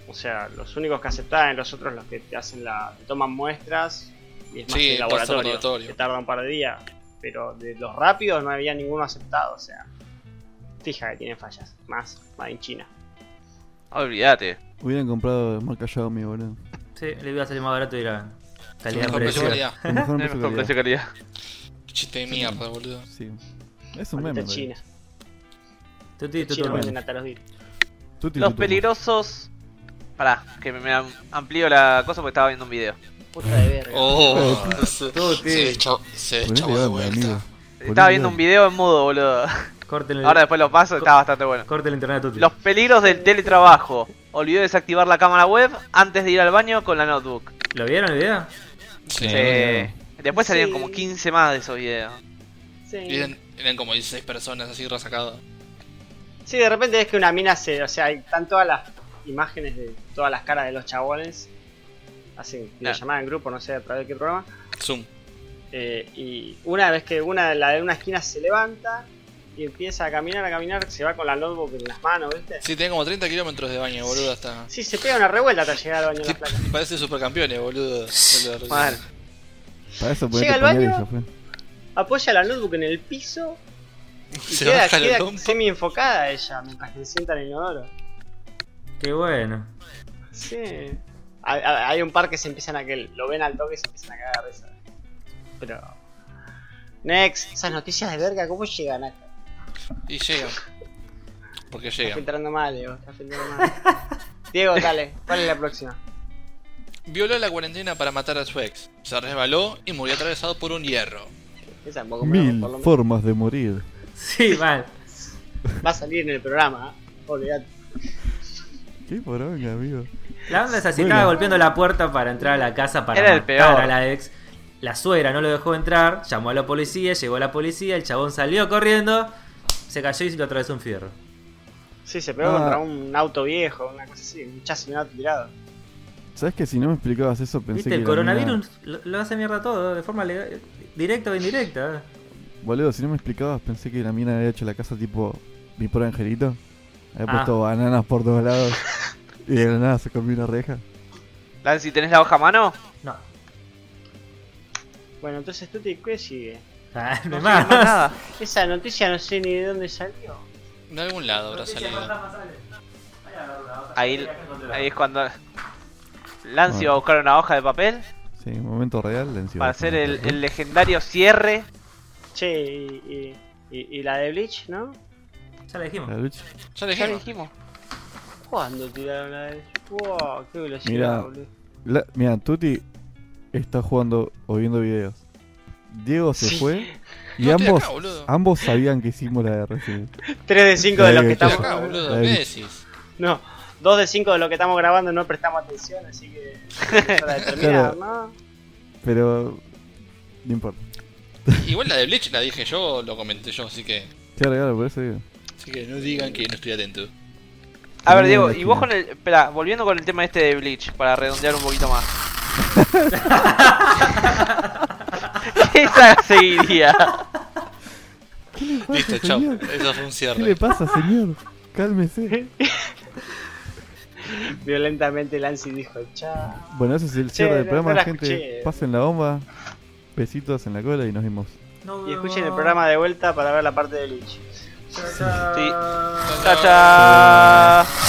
Speaker 3: O sea, los únicos que aceptan, los otros los que te hacen la. te toman muestras y es más
Speaker 5: Sí,
Speaker 3: que
Speaker 5: pasa al
Speaker 3: laboratorio,
Speaker 5: laboratorio.
Speaker 3: Que tarda un par de días. Pero de los rápidos no había ninguno aceptado, o sea. Fija que tienen fallas. Más, más en China.
Speaker 4: Olvídate.
Speaker 2: Hubieran comprado marca Xiaomi, boludo.
Speaker 1: Sí, le iba a salir más barato y era calidad
Speaker 5: Mejor precio,
Speaker 1: precio.
Speaker 5: calidad.
Speaker 2: El mejor
Speaker 4: No hay
Speaker 2: precio
Speaker 4: mejor precio
Speaker 2: calidad.
Speaker 4: de calidad.
Speaker 5: Chiste de mierda, boludo.
Speaker 2: Sí. Es un meme. este
Speaker 3: Maldita
Speaker 2: en realidad.
Speaker 3: China.
Speaker 1: Tuti, tutu,
Speaker 3: China
Speaker 2: bueno.
Speaker 1: tutu.
Speaker 3: venden hasta los virus.
Speaker 2: Tuti,
Speaker 4: Los
Speaker 2: tutu.
Speaker 4: peligrosos... Pará, que me am- amplío la cosa porque estaba viendo un video.
Speaker 3: Puta de verga.
Speaker 5: Oh, se,
Speaker 1: Tuti.
Speaker 5: se deschavó- se
Speaker 2: Ponele
Speaker 5: deschavó de
Speaker 2: onda,
Speaker 5: vuelta.
Speaker 2: amigo.
Speaker 4: Estaba viendo un video en mudo, boludo.
Speaker 1: Corten el,
Speaker 4: Ahora después lo paso, está bastante bueno.
Speaker 1: corten el internet a Tuti.
Speaker 4: Los peligros del teletrabajo. Olvidó desactivar la cámara web antes de ir al baño con la notebook.
Speaker 1: ¿Lo vieron el video?
Speaker 5: Sí.
Speaker 4: Sí. Después salieron
Speaker 3: Sí.
Speaker 4: como 15 más de esos videos.
Speaker 5: Y Eran, eran como 16 personas así resacadas.
Speaker 3: Sí, de repente es que una mina se. O sea, hay- están todas las imágenes de todas las caras de los chabones. Hacen videollamada en grupo, no sé a través de qué programa.
Speaker 5: Zoom.
Speaker 3: eh, y una vez que una de la de una esquina se levanta y empieza a caminar, a caminar, se va con la notebook en las manos, ¿viste?
Speaker 5: Sí, tiene como 30 kilómetros de baño, boludo, hasta.
Speaker 3: Sí, se pega una revuelta hasta llegar al baño de
Speaker 5: Sí,
Speaker 3: la placa.
Speaker 5: parece supercampeones, boludo.
Speaker 4: Mal.
Speaker 2: Para eso
Speaker 3: Llega
Speaker 2: ponete
Speaker 3: al
Speaker 2: pañales,
Speaker 3: baño.
Speaker 2: ya fue.
Speaker 3: Apoya la notebook en el piso y
Speaker 5: Se
Speaker 3: queda,
Speaker 5: baja el
Speaker 3: queda
Speaker 5: hombro.
Speaker 3: semi enfocada ella mientras que se sienta en el inodoro.
Speaker 1: Qué bueno.
Speaker 3: Sí. Hay, hay- hay un par que se empiezan a que lo ven al toque y se empiezan a cagar de risa. Pero. Next, esas noticias de verga, ¿cómo llegan acá?
Speaker 5: Y llegan. Porque
Speaker 3: Está
Speaker 5: llegan.
Speaker 3: filtrando mal, Diego. Está filtrando mal. Diego, dale, ¿cuál es la próxima?
Speaker 5: Violó la cuarentena para matar a su ex. Se resbaló y murió atravesado por un hierro.
Speaker 3: Esa un poco me-
Speaker 2: Mil
Speaker 3: por lo menos.
Speaker 2: formas de morir.
Speaker 1: Sí, mal.
Speaker 3: Va a salir en el programa, ¿eh? olvidate.
Speaker 2: Qué poronga, amigo.
Speaker 1: La onda es así,
Speaker 2: Bueno.
Speaker 1: estaba golpeando la puerta para entrar a la casa para
Speaker 4: Era el
Speaker 1: matar
Speaker 4: peor.
Speaker 1: a la ex. La suegra no lo dejó entrar, llamó a la policía, llegó la policía, el chabón salió corriendo, se cayó y se lo atravesó un fierro.
Speaker 3: Sí, se pegó
Speaker 2: Ah.
Speaker 3: contra un auto viejo, una cosa así, un chasis de un auto tirado.
Speaker 2: ¿Sabes que si no me explicabas eso pensé
Speaker 1: ¿Viste?
Speaker 2: que
Speaker 1: El
Speaker 2: la mina-
Speaker 1: coronavirus lo, lo hace mierda todo, de forma legal, directa o indirecta.
Speaker 2: Boludo, si no me explicabas pensé que la mina había hecho la casa tipo mi pobre angelito. Había
Speaker 1: Ah.
Speaker 2: puesto bananas por todos lados. y de la nada se comió una reja.
Speaker 4: Lancy, ¿tenés la hoja a mano?
Speaker 1: No.
Speaker 3: Bueno, entonces Tuti, ¿qué sigue?
Speaker 1: Ah, no
Speaker 4: No
Speaker 1: hay más.
Speaker 4: sé más nada.
Speaker 3: Esa noticia no sé ni de dónde salió.
Speaker 5: De algún lado habrá salido.
Speaker 4: Ahí, ahí es cuando. Lancy va a buscar una hoja de papel
Speaker 2: Sí, un momento real. le encima.
Speaker 4: para hacer el, el legendario cierre.
Speaker 3: Che, y, y- y- y la de Bleach, ¿no?
Speaker 1: Ya lo dijimos.
Speaker 2: La lucha.
Speaker 5: Ya
Speaker 4: Ya
Speaker 5: dejé.
Speaker 4: dijimos.
Speaker 3: ¿Cuándo tiraron la de Bleach? Wow, qué velocidad,
Speaker 2: Mirá.
Speaker 3: boludo.
Speaker 2: La- Mira, Tuti está jugando o viendo videos. Diego se
Speaker 3: Sí.
Speaker 2: fue y
Speaker 5: No, estoy
Speaker 2: ambos
Speaker 5: acá, boludo.
Speaker 2: ambos sabían que hicimos la de recién.
Speaker 3: 3 de 5 de
Speaker 2: La
Speaker 3: los
Speaker 2: de
Speaker 3: que
Speaker 2: Bleach.
Speaker 5: Estoy
Speaker 3: estamos.
Speaker 5: acá, boludo.
Speaker 2: La
Speaker 5: ¿Qué
Speaker 2: de-
Speaker 5: decís?
Speaker 3: No, 2 de 5 de lo que estamos grabando no prestamos atención, así que. Es hora de terminar, ¿no?
Speaker 2: Pero no importa.
Speaker 5: Igual la de Bleach la dije yo, lo comenté yo, así que.
Speaker 2: Te regalo, por eso digo.
Speaker 5: Así que no digan que no estoy atento.
Speaker 4: A ver,
Speaker 2: Tenía
Speaker 4: Diego,
Speaker 2: la
Speaker 4: y vos
Speaker 2: esquina.
Speaker 4: con el. Espera, volviendo con el tema este de Bleach, para redondear un poquito más. ¿Qué saga seguiría?
Speaker 5: Listo, chao.
Speaker 2: señor?
Speaker 5: Eso fue un
Speaker 2: ¿Qué le
Speaker 5: cierre.
Speaker 2: pasa, señor? Cálmese.
Speaker 3: Violentamente Lancy dijo, chao.
Speaker 2: Bueno, ese es el
Speaker 3: Che,
Speaker 2: cierre del
Speaker 3: no-
Speaker 2: programa,
Speaker 3: no la
Speaker 2: gente.
Speaker 3: escuché.
Speaker 2: Pasen la bomba. Besitos en la cola y nos vimos.
Speaker 1: No,
Speaker 3: Y escuchen el
Speaker 1: no.
Speaker 3: programa de vuelta para ver la parte de Bleach.
Speaker 1: Chao, chao.
Speaker 4: Chao, chao.